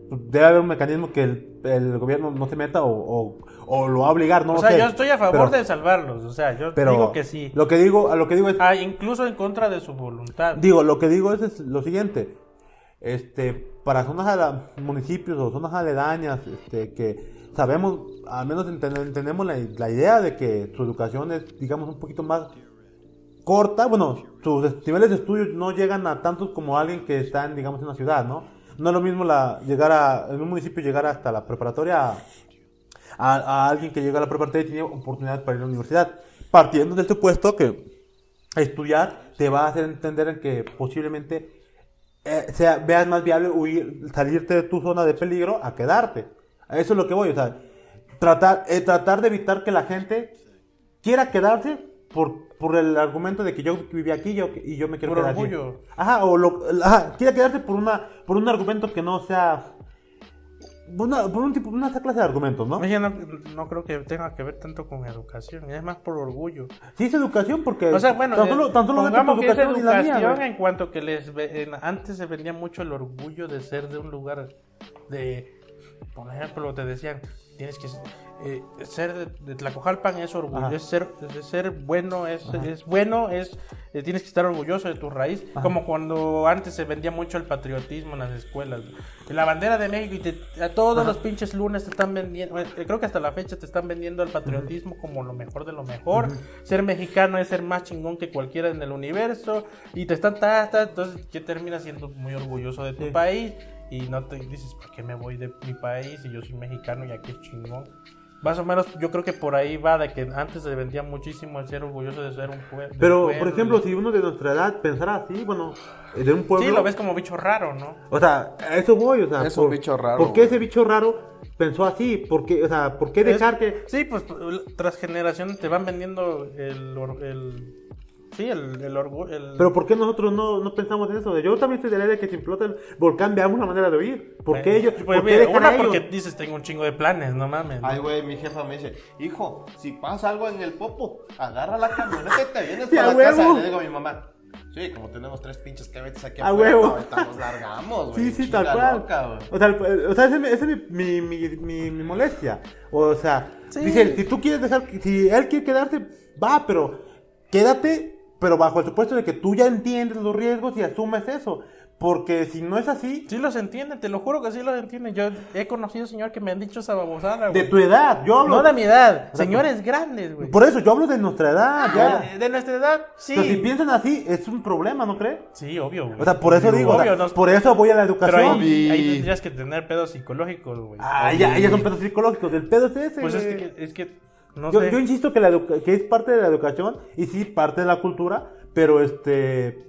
Speaker 3: pues, debe haber un mecanismo que el, el gobierno no se meta o, o- o lo va a obligar, no
Speaker 1: o
Speaker 3: lo
Speaker 1: sea,
Speaker 3: sé.
Speaker 1: yo estoy a favor
Speaker 3: Pero-
Speaker 1: de salvarlos. O sea, yo
Speaker 3: pero
Speaker 1: digo que sí.
Speaker 3: Lo que digo, a lo que digo es...
Speaker 1: Ah, incluso en contra de su voluntad.
Speaker 3: Digo, lo que digo es, es lo siguiente. Este, para zonas ala- municipios o zonas aledañas, este, que sabemos, al menos enten- entendemos la, la idea de que su educación es, digamos, un poquito más corta. Bueno, sus est- niveles de estudio no llegan a tantos como alguien que está, en, digamos, en una ciudad, ¿no? No es lo mismo la, llegar a, en un municipio llegar hasta la preparatoria a- a, a alguien que llega a la preparatoria y tiene oportunidad para ir a la universidad. Partiendo del supuesto que estudiar te va a hacer entender en que posiblemente eh, sea, veas más viable huir, salirte de tu zona de peligro a quedarte. A Eso es lo que voy, o sea, tratar, eh, tratar de evitar que la gente quiera quedarse por, por el argumento de que yo viví aquí yo- y yo me quiero
Speaker 1: Por
Speaker 3: quedar aquí.
Speaker 1: orgullo.
Speaker 3: Ajá, o lo, ajá, quiera quedarse por, una, por un argumento que no sea... una- por un tipo, una clase de argumentos, ¿no?
Speaker 1: Oye, no, no creo que tenga que ver tanto con educación, es más por orgullo.
Speaker 3: Sí, es educación porque.
Speaker 1: O sea, bueno,
Speaker 3: tan
Speaker 1: eh,
Speaker 3: solo, tan solo vete
Speaker 1: pongamos
Speaker 3: por
Speaker 1: que es
Speaker 3: educación y la mía.
Speaker 1: educación
Speaker 3: güey.
Speaker 1: en cuanto que les ve- en- antes se vendía mucho el orgullo de ser de un lugar de por ejemplo te decían tienes que eh, ser de, de Tlacojalpan es orgullo,
Speaker 3: Ajá.
Speaker 1: es ser, de ser bueno, es, es bueno, es eh, tienes que estar orgulloso de tu raíz, como cuando antes se vendía mucho el patriotismo en las escuelas, güey. la bandera de México y te- a todos los pinches lunes te están vendiendo, bueno, eh, creo que hasta la fecha te están vendiendo el patriotismo como lo mejor de lo mejor, ser mexicano es ser más chingón que cualquiera en el universo y te están ta, ta, entonces que terminas siendo muy orgulloso de tu
Speaker 3: Sí.
Speaker 1: país y no te dices, ¿por qué me voy de mi país? Y yo soy mexicano y aquí es chingón. Más o menos, yo creo que por ahí va de que antes se vendía muchísimo el ser orgulloso de ser un pueblo.
Speaker 3: Pero, por ejemplo, si uno de nuestra edad pensara así, bueno, eh, de un pueblo.
Speaker 1: Sí, lo ves como bicho raro, ¿no?
Speaker 3: O sea, a eso voy, o sea.
Speaker 2: Es un bicho raro,
Speaker 3: ¿Por qué
Speaker 2: güey.
Speaker 3: ese bicho raro pensó así? ¿Por qué, o sea, ¿por qué dejar que.?
Speaker 1: Sí, pues tras generación te van vendiendo el. or- el sí, el, el orgullo. el-
Speaker 3: Pero ¿por qué nosotros no, no pensamos en eso? Yo también estoy de la idea de que si implota el volcán veamos la manera de huir. ¿Por qué
Speaker 1: Eh,
Speaker 3: ellos?
Speaker 1: pues,
Speaker 3: ¿Por qué
Speaker 1: mira,
Speaker 3: dejar
Speaker 1: una,
Speaker 3: a ellos?
Speaker 1: porque dices, tengo un chingo de planes, no mames.
Speaker 4: Ay, güey, mi jefa me dice, hijo, si pasa algo en el popo, agarra la camioneta y te vienes
Speaker 3: Sí, a
Speaker 4: para la
Speaker 3: huevo.
Speaker 4: casa. Le digo a mi mamá, sí, como tenemos tres pinches cabetes aquí
Speaker 3: A
Speaker 4: afuera,
Speaker 3: huevo.
Speaker 4: ahorita nos largamos, güey.
Speaker 3: Sí, sí,
Speaker 4: chinga
Speaker 3: tal cual.
Speaker 4: loca, güey.
Speaker 3: o sea, el- o sea, esa es, mi- esa es mi, mi, mi- mi- mi molestia. O sea,
Speaker 1: Sí.
Speaker 3: dice, él, si tú quieres dejar, si él quiere quedarse, va, pero quédate, pero bajo el supuesto de que tú ya entiendes los riesgos y asumes eso. Porque si no es así,
Speaker 1: Sí los entienden, te lo juro que sí los entienden. Yo he conocido señor que me han dicho esa babosada,
Speaker 3: de
Speaker 1: güey.
Speaker 3: tu edad, yo hablo.
Speaker 1: No de mi edad,
Speaker 3: O sea,
Speaker 1: señores grandes, güey.
Speaker 3: Por eso, yo hablo de nuestra edad. ya.
Speaker 1: De, de nuestra edad, sí.
Speaker 3: Ah, Pero si piensan así, es un problema, ¿no crees?
Speaker 1: Sí, obvio, güey.
Speaker 3: O sea, por eso
Speaker 1: Sí,
Speaker 3: digo, o sea,
Speaker 1: obvio, no-
Speaker 3: por eso voy a la
Speaker 1: Pero
Speaker 3: educación.
Speaker 1: ahí, ahí
Speaker 2: Obvio.
Speaker 1: tendrías que tener pedos psicológicos, güey.
Speaker 3: Ah, ya, ya son pedos psicológicos, el pedo es ese.
Speaker 1: Pues es
Speaker 3: güey.
Speaker 1: que, es que no
Speaker 3: yo,
Speaker 1: sé.
Speaker 3: yo insisto que, la educa- que es parte de la educación y sí parte de la cultura, pero este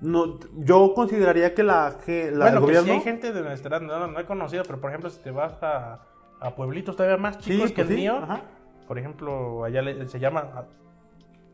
Speaker 3: no yo consideraría que la, que la
Speaker 1: bueno,
Speaker 3: el gobierno
Speaker 1: que sí hay gente de nuestra edad, no, no he conocido, pero por ejemplo, si te vas a, a pueblitos todavía más
Speaker 3: Sí,
Speaker 1: chicos que
Speaker 3: pues
Speaker 1: el
Speaker 3: sí,
Speaker 1: mío,
Speaker 3: ajá.
Speaker 1: por ejemplo, allá le- se llaman,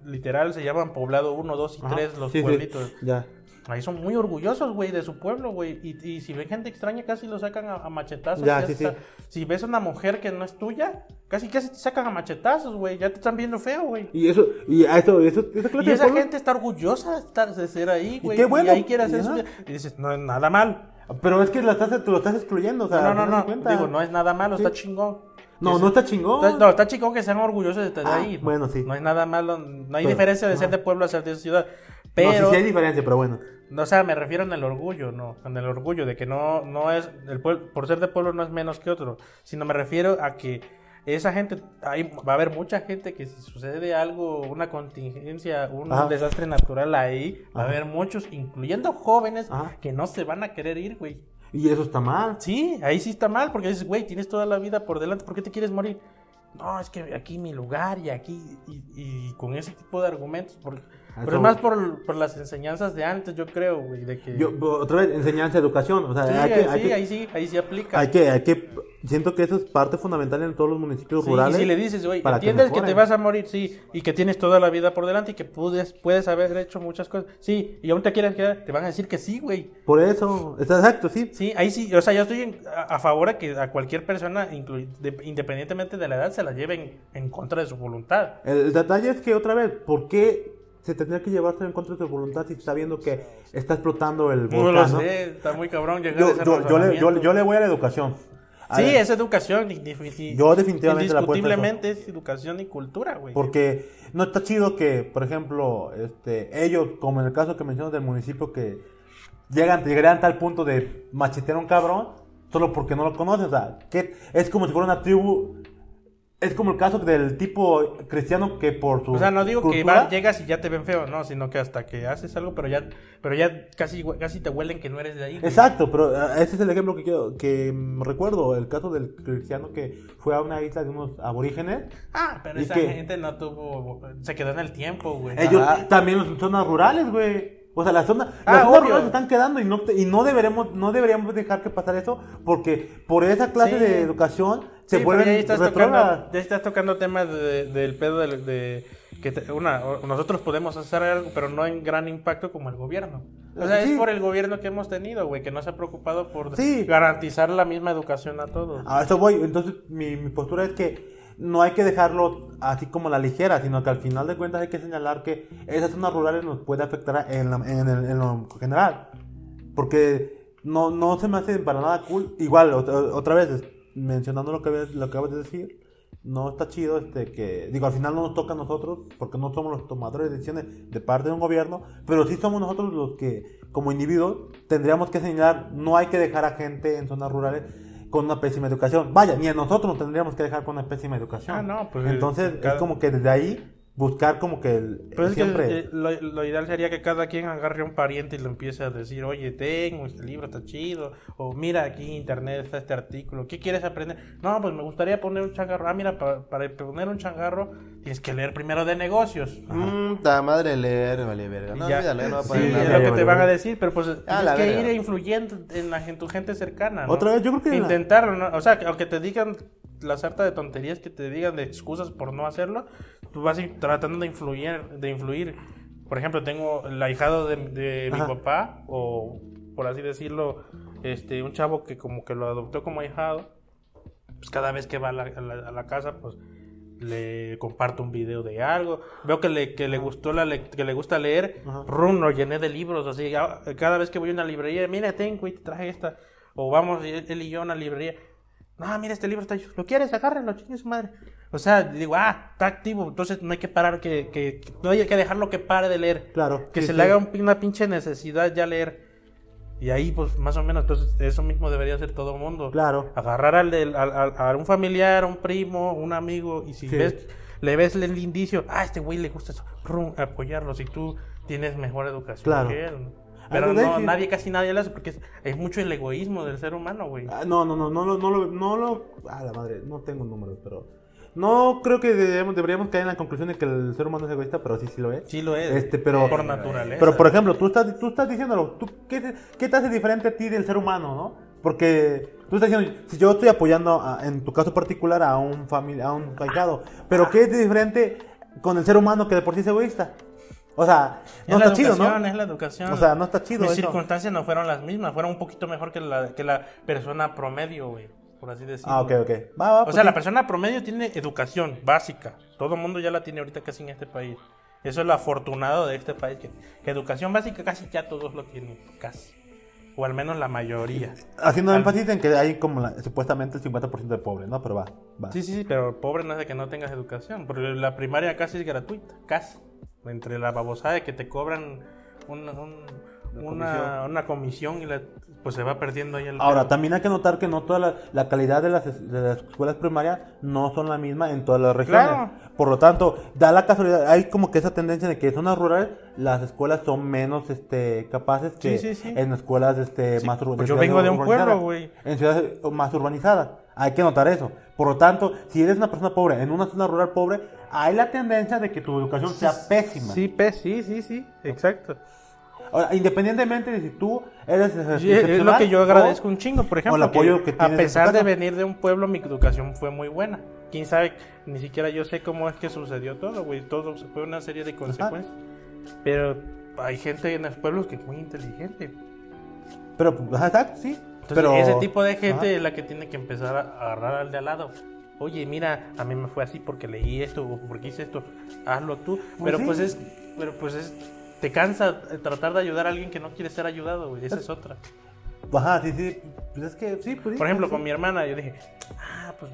Speaker 1: literal, se llaman poblado 1, 2 y
Speaker 3: Ajá.
Speaker 1: 3 los
Speaker 3: Sí, sí,
Speaker 1: pueblitos.
Speaker 3: Ya.
Speaker 1: Ahí son muy orgullosos, güey, de su pueblo, güey. Y, y si ven gente extraña, casi lo sacan a, a machetazos.
Speaker 3: Ya,
Speaker 1: y
Speaker 3: sí,
Speaker 1: hasta-
Speaker 3: sí.
Speaker 1: Si ves a una mujer que no es tuya, casi casi te sacan a machetazos, güey. Ya te están viendo feo, güey.
Speaker 3: Y eso y a eso eso esa clase
Speaker 1: Y
Speaker 3: de
Speaker 1: esa
Speaker 3: pueblo-
Speaker 1: gente está orgullosa de, estar, de ser ahí, güey.
Speaker 3: qué bueno,
Speaker 1: Y ahí quiere hacer
Speaker 3: ya.
Speaker 1: su vida. Y dices, no es nada mal.
Speaker 3: pero es que la estás, te lo estás excluyendo, o sea,
Speaker 1: No,
Speaker 3: al
Speaker 1: no,
Speaker 3: final de
Speaker 1: no.
Speaker 3: cuentas.
Speaker 1: Digo, no es nada malo,
Speaker 3: Sí.
Speaker 1: está chingón.
Speaker 3: No, no está chingón.
Speaker 1: Está- No, está chingón que sean orgullosos de estar
Speaker 3: Ah,
Speaker 1: ahí. ¿no?
Speaker 3: bueno, sí.
Speaker 1: No es nada malo, no hay
Speaker 3: Pero-
Speaker 1: diferencia de ser
Speaker 3: ajá.
Speaker 1: de pueblo a ser de ciudad.
Speaker 3: No, sí,
Speaker 1: Pero,
Speaker 3: sí hay diferencia, pero bueno.
Speaker 1: No, o sea, me refiero en el orgullo, no, en el orgullo de que no, no es, el pueblo, por ser de pueblo no es menos que otro, sino me refiero a que esa gente, hay, va a haber mucha gente que si sucede algo, una contingencia, un
Speaker 3: Ajá.
Speaker 1: desastre natural ahí, va a
Speaker 3: Ajá.
Speaker 1: haber muchos, incluyendo jóvenes,
Speaker 3: Ajá.
Speaker 1: que no se van a querer ir, güey.
Speaker 3: Y eso está mal.
Speaker 1: Sí, ahí sí está mal, porque dices, güey, tienes toda la vida por delante, ¿por qué te quieres morir? No, es que aquí mi lugar y aquí, y, y con ese tipo de argumentos, por- pero
Speaker 3: eso-
Speaker 1: es más por, por las enseñanzas de antes, yo creo, güey, de que...
Speaker 3: Yo otra vez enseñanza, educación, o sea,
Speaker 1: Sí,
Speaker 3: hay que,
Speaker 1: ahí,
Speaker 3: hay
Speaker 1: sí,
Speaker 3: que-
Speaker 1: ahí sí, ahí sí aplica.
Speaker 3: hay que, hay que- siento que eso es parte fundamental en todos los municipios
Speaker 1: Sí,
Speaker 3: rurales.
Speaker 1: y si le dices, güey,
Speaker 3: para
Speaker 1: entiendes que, te
Speaker 3: mejoren.
Speaker 1: vas a morir, sí, y que tienes toda la vida por delante y que pudes, puedes haber hecho muchas cosas, sí, y aún te quieres quedar, te van a decir que sí, güey.
Speaker 3: Por eso, está exacto, sí.
Speaker 1: Sí, ahí sí, o sea, yo estoy en- a, a favor de que a cualquier persona, inclu- de- independientemente de la edad, se la lleven en contra de su voluntad.
Speaker 3: El, el detalle es que otra vez, ¿por qué se tendría que llevarse en contra de su voluntad si está viendo que está explotando el
Speaker 1: No
Speaker 3: volcán?
Speaker 1: lo
Speaker 3: ¿no?
Speaker 1: sé, está muy cabrón llegar a
Speaker 3: Yo,
Speaker 1: ese
Speaker 3: yo- yo le, yo-
Speaker 1: razonamiento.
Speaker 3: yo le voy a la educación. A
Speaker 1: Sí,
Speaker 3: ver,
Speaker 1: es educación. indefini-
Speaker 3: Yo definitivamente le apuesto a eso.
Speaker 1: Indiscutiblemente es educación y cultura, güey.
Speaker 3: Porque no está chido que, por ejemplo, este, ellos, como en el caso que mencionas del municipio, que llegan, llegarían a tal punto de machetear a un cabrón solo porque no lo conocen. O sea, que es como si fuera una tribu. Es como el caso del tipo cristiano que por su.
Speaker 1: O sea, no digo que
Speaker 3: cultura-
Speaker 1: va- llegas y ya te ven feo, no, sino que hasta que haces algo, pero ya, pero ya casi, hue- casi te huelen que no eres de ahí. güey.
Speaker 3: Exacto, pero eh, ese es el ejemplo que quiero, que mm, recuerdo, el caso del cristiano que fue a una isla de unos aborígenes.
Speaker 1: Ah, pero
Speaker 3: ¿Y
Speaker 1: esa
Speaker 3: qué?
Speaker 1: gente no tuvo, se quedó en el tiempo, güey.
Speaker 3: Ellos
Speaker 1: Ajá.
Speaker 3: también son zonas rurales, güey. O sea, las zonas,
Speaker 1: Ah,
Speaker 3: las zonas
Speaker 1: obvio.
Speaker 3: rurales se están quedando y no te- y no deberemos, no deberíamos dejar que pasar eso, porque por esa clase
Speaker 1: Sí.
Speaker 3: de educación
Speaker 1: Sí,
Speaker 3: se
Speaker 1: pero
Speaker 3: vuelven
Speaker 1: ya estás tocando,
Speaker 3: retrógradas.
Speaker 1: ya estás tocando temas de- del pedo del- de, que te- una, o- nosotros podemos hacer algo, pero no en gran impacto como el gobierno. O sea,
Speaker 3: Sí.
Speaker 1: es por el gobierno que hemos tenido, güey, que no se ha preocupado por
Speaker 3: Sí. Ah,
Speaker 1: garantizar la misma educación a todos.
Speaker 3: A eso voy. Entonces, mi, mi postura es que no hay que dejarlo así como a la ligera, sino que al final de cuentas hay que señalar que esas zonas rurales nos puede afectar en, la- en el- en lo general. Porque no, no se me hace para nada cool. Igual, ot- otra vez, es- mencionando lo que, ves- lo que acabas de decir, no está chido este que, digo, al final no nos toca a nosotros, porque no somos los tomadores de decisiones de parte de un gobierno, pero sí somos nosotros los que, como individuos, tendríamos que señalar, no hay que dejar a gente en zonas rurales con una pésima educación. Vaya, ni a nosotros nos tendríamos que dejar con una pésima educación.
Speaker 1: Ah, no, pues,
Speaker 3: Entonces,
Speaker 1: cada-
Speaker 3: es como que desde ahí buscar como que el,
Speaker 1: Pero es que
Speaker 3: siempre...
Speaker 1: eh, lo, lo ideal sería que cada quien agarre a un pariente y le empiece a decir, oye, tengo, este libro está chido, o mira, aquí en internet está este artículo, ¿qué quieres aprender? No, pues me gustaría poner un changarro. Ah, mira, pa- para poner un changarro tienes que leer primero de negocios.
Speaker 2: Mmm, ta madre leer, vale verga.
Speaker 1: Y
Speaker 2: No,
Speaker 1: ya.
Speaker 2: olvídale, no va a
Speaker 1: Sí,
Speaker 2: poner
Speaker 1: es
Speaker 2: nada. Ah,
Speaker 1: lo que
Speaker 3: Ya,
Speaker 1: te
Speaker 3: ya,
Speaker 1: van
Speaker 3: ya.
Speaker 1: a decir, pero pues tienes
Speaker 2: la
Speaker 1: que
Speaker 2: verga.
Speaker 1: ir influyendo en, la, en tu gente cercana. ¿no?
Speaker 3: Otra vez, yo creo que-
Speaker 1: Intentarlo, ¿no? O sea, que aunque te digan la sarta de tonterías que te digan de excusas por no hacerlo, tú vas in- tratando de influir. De influir. Por ejemplo, tengo el ahijado de, de mi
Speaker 3: Ajá.
Speaker 1: papá, o por así decirlo, este, un chavo que como que lo adoptó como ahijado. Pues cada vez que va a la- a la- a la casa, pues le comparto un video de algo. Veo que le, que le gustó la lec- que le gusta leer.
Speaker 3: Ajá.
Speaker 1: Rum lo llené de libros. Así ah, cada vez que voy a una librería, mira, ten, güey, te traje esta. O vamos él, él y yo a una librería. No, mira, este libro está chido. ¿Lo quieres? Agárralo, chingue su madre. O sea, digo, ah, está activo. Entonces no hay que parar, que, que- que- no hay que dejarlo que pare de leer.
Speaker 3: Claro,
Speaker 1: Que
Speaker 3: sí,
Speaker 1: se
Speaker 3: sí.
Speaker 1: le haga un pin- una pinche necesidad ya leer. Y ahí, pues, más o menos, entonces, eso mismo debería hacer todo el mundo.
Speaker 3: Claro.
Speaker 1: Agarrar al del- al- al- a un familiar, a un primo, un amigo, y si
Speaker 3: Sí.
Speaker 1: ves, le ves el indicio, ah, este güey le gusta eso, rum, apoyarlo, si tú tienes mejor educación
Speaker 3: Claro.
Speaker 1: que él. ¿no?
Speaker 3: Al
Speaker 1: Pero
Speaker 3: revés,
Speaker 1: no,
Speaker 3: sí.
Speaker 1: nadie, casi nadie lo hace, porque es, es mucho el egoísmo del ser humano, güey.
Speaker 3: Ah, No, no, no, no, lo- no, lo, no lo. Ah, la madre, no tengo números, pero. No creo que debemos- deberíamos caer en la conclusión de que el ser humano es egoísta, pero sí, sí lo es.
Speaker 1: Sí lo es,
Speaker 3: Este, pero,
Speaker 1: por naturaleza.
Speaker 3: Pero, por ejemplo, tú estás, tú estás diciéndolo, tú, ¿qué, te- qué te hace diferente a ti del ser humano, no? Porque tú estás diciendo, si yo estoy apoyando, a- en tu caso particular, a un familia, a un ahijado, pero ¿qué es de diferente con el ser humano que de por sí es egoísta? O sea, no
Speaker 1: es la
Speaker 3: está chido,
Speaker 1: educación,
Speaker 3: ¿no?
Speaker 1: es la educación.
Speaker 3: O sea, no está chido
Speaker 1: Mis
Speaker 3: eso.
Speaker 1: circunstancias no fueron las mismas, fueron un poquito mejor que la, que la persona promedio, güey, por así decirlo.
Speaker 3: Ah, ok, ok. Va, va,
Speaker 1: O
Speaker 3: pues
Speaker 1: sea,
Speaker 3: sí.
Speaker 1: la persona promedio tiene educación básica. Todo el mundo ya la tiene ahorita casi en este país. Eso es lo afortunado de este país, que, que educación básica casi ya todos lo tienen, casi. O al menos la mayoría.
Speaker 3: Haciendo
Speaker 1: Ah,
Speaker 3: énfasis en que hay como la- supuestamente el 50% de pobres, ¿no? Pero va, va.
Speaker 1: Sí, sí, sí, pero pobre no es de que no tengas educación, porque la primaria casi es gratuita, casi. Entre la babosada de que te cobran un- un- una,
Speaker 2: comisión.
Speaker 1: una comisión y la- pues se va perdiendo ahí el...
Speaker 3: Ahora, también hay que notar que no toda la, la calidad de las, es- de las escuelas primarias no son la misma en todas las regiones.
Speaker 1: Claro.
Speaker 3: Por lo tanto, da la casualidad, hay como que esa tendencia de que en zonas rurales las escuelas son menos este, capaces que
Speaker 1: Sí, sí, sí.
Speaker 3: en escuelas este,
Speaker 1: Sí,
Speaker 3: más ur-
Speaker 1: pues yo
Speaker 3: ciudades
Speaker 1: vengo de un
Speaker 3: urbanizadas.
Speaker 1: pueblo, güey.
Speaker 3: En ciudades más urbanizadas. Hay que notar eso. Por lo tanto, si eres una persona pobre en una zona rural pobre, hay la tendencia de que tu educación sea pésima.
Speaker 1: Sí, pe- sí, sí, sí, exacto.
Speaker 3: Ahora, independientemente de si tú eres
Speaker 1: Sí, es lo que yo agradezco un chingo, por ejemplo.
Speaker 3: el apoyo que tienes
Speaker 1: a
Speaker 3: en
Speaker 1: pesar
Speaker 3: tu
Speaker 1: de
Speaker 3: casa.
Speaker 1: venir de un pueblo, mi educación fue muy buena. Quién sabe, ni siquiera yo sé cómo es que sucedió todo, güey. Todo fue una serie de consecuencias. Pero hay gente en los pueblos que es muy inteligente.
Speaker 3: Pero, pues, ajá, exacto, sí.
Speaker 1: Entonces,
Speaker 3: pero
Speaker 1: ese tipo de gente
Speaker 3: Ajá.
Speaker 1: es la que tiene que empezar a agarrar al de al lado. Oye, mira, a mí me fue así porque leí esto o porque hice esto. Hazlo tú. Pero
Speaker 3: sí.
Speaker 1: pues es, pero pues es, te cansa eh, tratar de ayudar a alguien que no quiere ser ayudado, güey. Esa es otra.
Speaker 3: Ajá, sí, sí. Pues es que, sí, pues sí,
Speaker 1: Por ejemplo,
Speaker 3: sí.
Speaker 1: con mi hermana, yo dije, ah, pues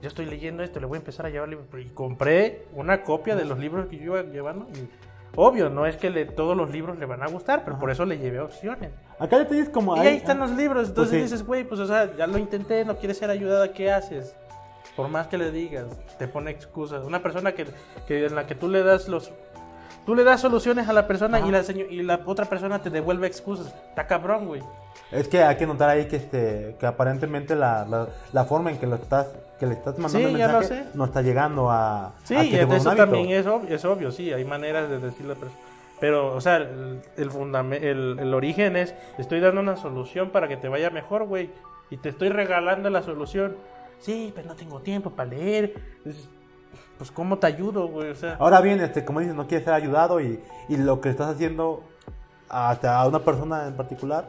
Speaker 1: yo estoy leyendo esto, le voy a empezar a llevar libros. Y compré una copia de los libros que yo iba llevando. Y obvio, no es que le- todos los libros le van a gustar, pero por eso le llevé opciones.
Speaker 3: Acá le tienes como.
Speaker 1: Y ahí están los libros. Entonces
Speaker 3: ah. sí.
Speaker 1: dices, güey, pues o sea, ya lo intenté, no quieres ser ayudada, ¿qué haces? Por más que le digas, te pone excusas. Una persona que, que en la que tú le das los. Tú le das soluciones a la persona y la, seño- y la otra persona te devuelve excusas. Está cabrón, güey.
Speaker 3: Es que hay que notar ahí que este que aparentemente la, la, la forma en que lo estás que le estás mandando el
Speaker 1: ya lo
Speaker 3: mensaje
Speaker 1: sé.
Speaker 3: no está llegando a
Speaker 1: Sí,
Speaker 3: a Ah, que
Speaker 1: y
Speaker 3: se vuelva un
Speaker 1: eso
Speaker 3: hábito.
Speaker 1: también es obvio, es obvio, sí, hay maneras de decirlo, pero, pero o sea, el, el, fundame- el, el origen es, te estoy dando una solución para que te vaya mejor, güey, y te estoy regalando la solución. Sí, pero no tengo tiempo para leer. Es- Pues, ¿cómo te ayudo, güey? O sea,
Speaker 3: Ahora bien, este como dices, no quieres ser ayudado y, y lo que estás haciendo hasta a una persona en particular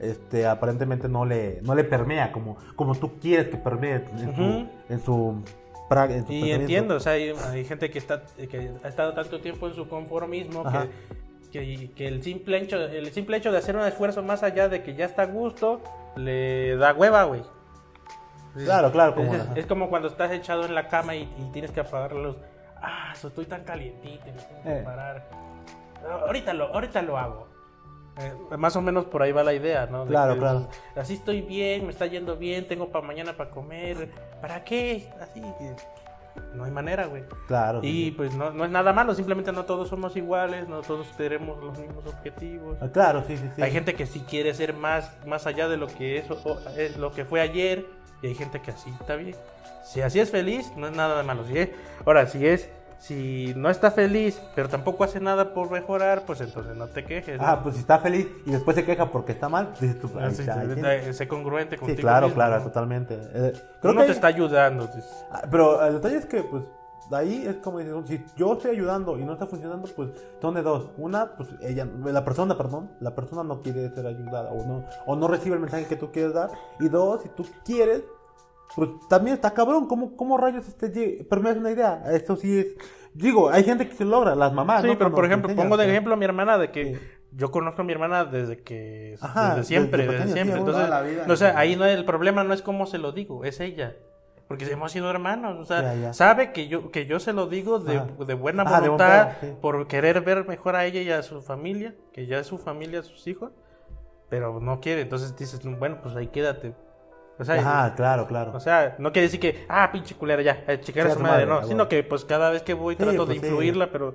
Speaker 3: este aparentemente no le no le permea como como tú quieres que permee en su
Speaker 1: Ujú.
Speaker 3: en su, pra- en su
Speaker 1: y
Speaker 3: pensamiento.
Speaker 1: entiendo, o sea, hay, hay gente que, está, que ha estado tanto tiempo en su conformismo
Speaker 3: Ajá.
Speaker 1: que... Que, que el simple hecho el simple hecho de hacer un esfuerzo más allá de que ya está a gusto le da hueva güey
Speaker 3: Claro, claro, como.
Speaker 1: Es, es como cuando estás echado en la cama y, y tienes que apagar la luz. Ah, so estoy tan calientito y me tengo que
Speaker 2: Eh.
Speaker 1: parar. No, ahorita, lo, ahorita lo hago. Eh, más o menos por ahí va la idea, ¿no? De
Speaker 3: Claro,
Speaker 1: que,
Speaker 3: claro.
Speaker 1: Así estoy bien, me está yendo bien, tengo para mañana para comer. ¿Para qué? Así. eh, No hay manera, güey.
Speaker 3: Claro.
Speaker 1: Y pues no, no es nada malo, simplemente no todos somos iguales, no todos tenemos los mismos objetivos.
Speaker 3: Ah, Claro, sí, sí, sí.
Speaker 1: Hay gente que sí quiere ser más, más allá de lo que es, o- o- es lo que fue ayer, y hay gente que así está bien. Si así es feliz, no es nada de malo. Si es- ahora, si es, si no está feliz, pero tampoco hace nada por mejorar, pues entonces no te quejes. ¿no?
Speaker 3: Ah, pues si está feliz y después se queja porque está mal, dices tú, ahí
Speaker 1: Así,
Speaker 3: está, ahí
Speaker 1: eh,
Speaker 3: tiene.
Speaker 1: eh, sé congruente
Speaker 3: Sí,
Speaker 1: contigo.
Speaker 3: claro,
Speaker 1: mismo,
Speaker 3: claro,
Speaker 1: ¿no?
Speaker 3: totalmente. Eh,
Speaker 1: Uno
Speaker 3: creo que
Speaker 1: te
Speaker 3: ahí-
Speaker 1: está ayudando. dices,
Speaker 3: Ah, Pero el detalle es que, pues, ahí es como dices, si yo estoy ayudando y no está funcionando, pues, son de dos. Una, pues, ella, la persona, perdón, la persona no quiere ser ayudada o no, o no recibe el mensaje que tú quieres dar. Y dos, si tú quieres, pues, también está cabrón, ¿cómo, cómo rayos este, lle- permeas una idea? Eso sí es, digo, hay gente que se logra, las mamás,
Speaker 1: Sí,
Speaker 3: ¿no?
Speaker 1: pero
Speaker 3: Cuando
Speaker 1: por
Speaker 3: te
Speaker 1: ejemplo,
Speaker 3: enseñan,
Speaker 1: pongo de
Speaker 3: pero-
Speaker 1: ejemplo a mi hermana de que
Speaker 3: Sí.
Speaker 1: yo conozco a mi hermana desde que
Speaker 3: Ajá,
Speaker 1: desde siempre,
Speaker 3: desde
Speaker 1: desde,
Speaker 3: pequeño,
Speaker 1: siempre.
Speaker 3: sí,
Speaker 1: Entonces,
Speaker 2: toda la vida.
Speaker 1: no, o sea, ahí no el problema no es cómo se lo digo, es ella. Porque hemos sido hermanos, o sea,
Speaker 3: Ya, ya.
Speaker 1: sabe que yo que yo se lo digo de,
Speaker 3: Ajá.
Speaker 1: de buena
Speaker 3: Ah, de buen
Speaker 1: voluntad
Speaker 3: pedo, sí.
Speaker 1: por querer ver mejor a ella y a su familia, que ya es su familia, sus hijos, pero no quiere, entonces dices, bueno, pues ahí quédate. O sea,
Speaker 3: Ajá, claro, claro.
Speaker 1: o sea, no quiere decir que, ah, pinche culera, ya, eh, chicar a
Speaker 3: Sí,
Speaker 1: su madre, no,
Speaker 3: ah,
Speaker 1: sino
Speaker 3: bueno.
Speaker 1: que pues cada vez que voy
Speaker 3: Sí,
Speaker 1: trato
Speaker 3: pues, sí.
Speaker 1: de influirla, pero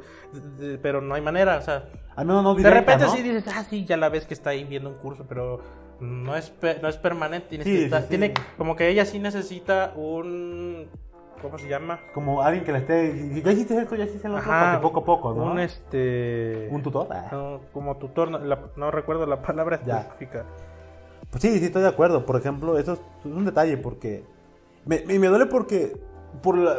Speaker 1: de- de- pero no hay manera, o sea,
Speaker 3: Al menos no
Speaker 1: de
Speaker 3: directa,
Speaker 1: repente
Speaker 3: ¿no?
Speaker 1: sí dices, ah, sí, ya la ves que está ahí viendo un curso, pero no es, pe- no es permanente, tienes
Speaker 3: Sí,
Speaker 1: que
Speaker 3: sí,
Speaker 1: estar-
Speaker 3: sí.
Speaker 1: tiene como que ella sí necesita un, ¿cómo se llama?
Speaker 3: Como alguien que le esté, ya hiciste esto, ya hiciste lo otro,
Speaker 1: Ajá,
Speaker 3: para que poco a poco, ¿no?
Speaker 1: Un este...
Speaker 3: ¿Un tutor. Ah.
Speaker 1: no, como tutor, no, la- no recuerdo la palabra
Speaker 3: Ya.
Speaker 1: específica.
Speaker 3: Pues sí, sí, estoy de acuerdo. Por ejemplo, eso es un detalle porque. Me, me, me duele porque. Por la-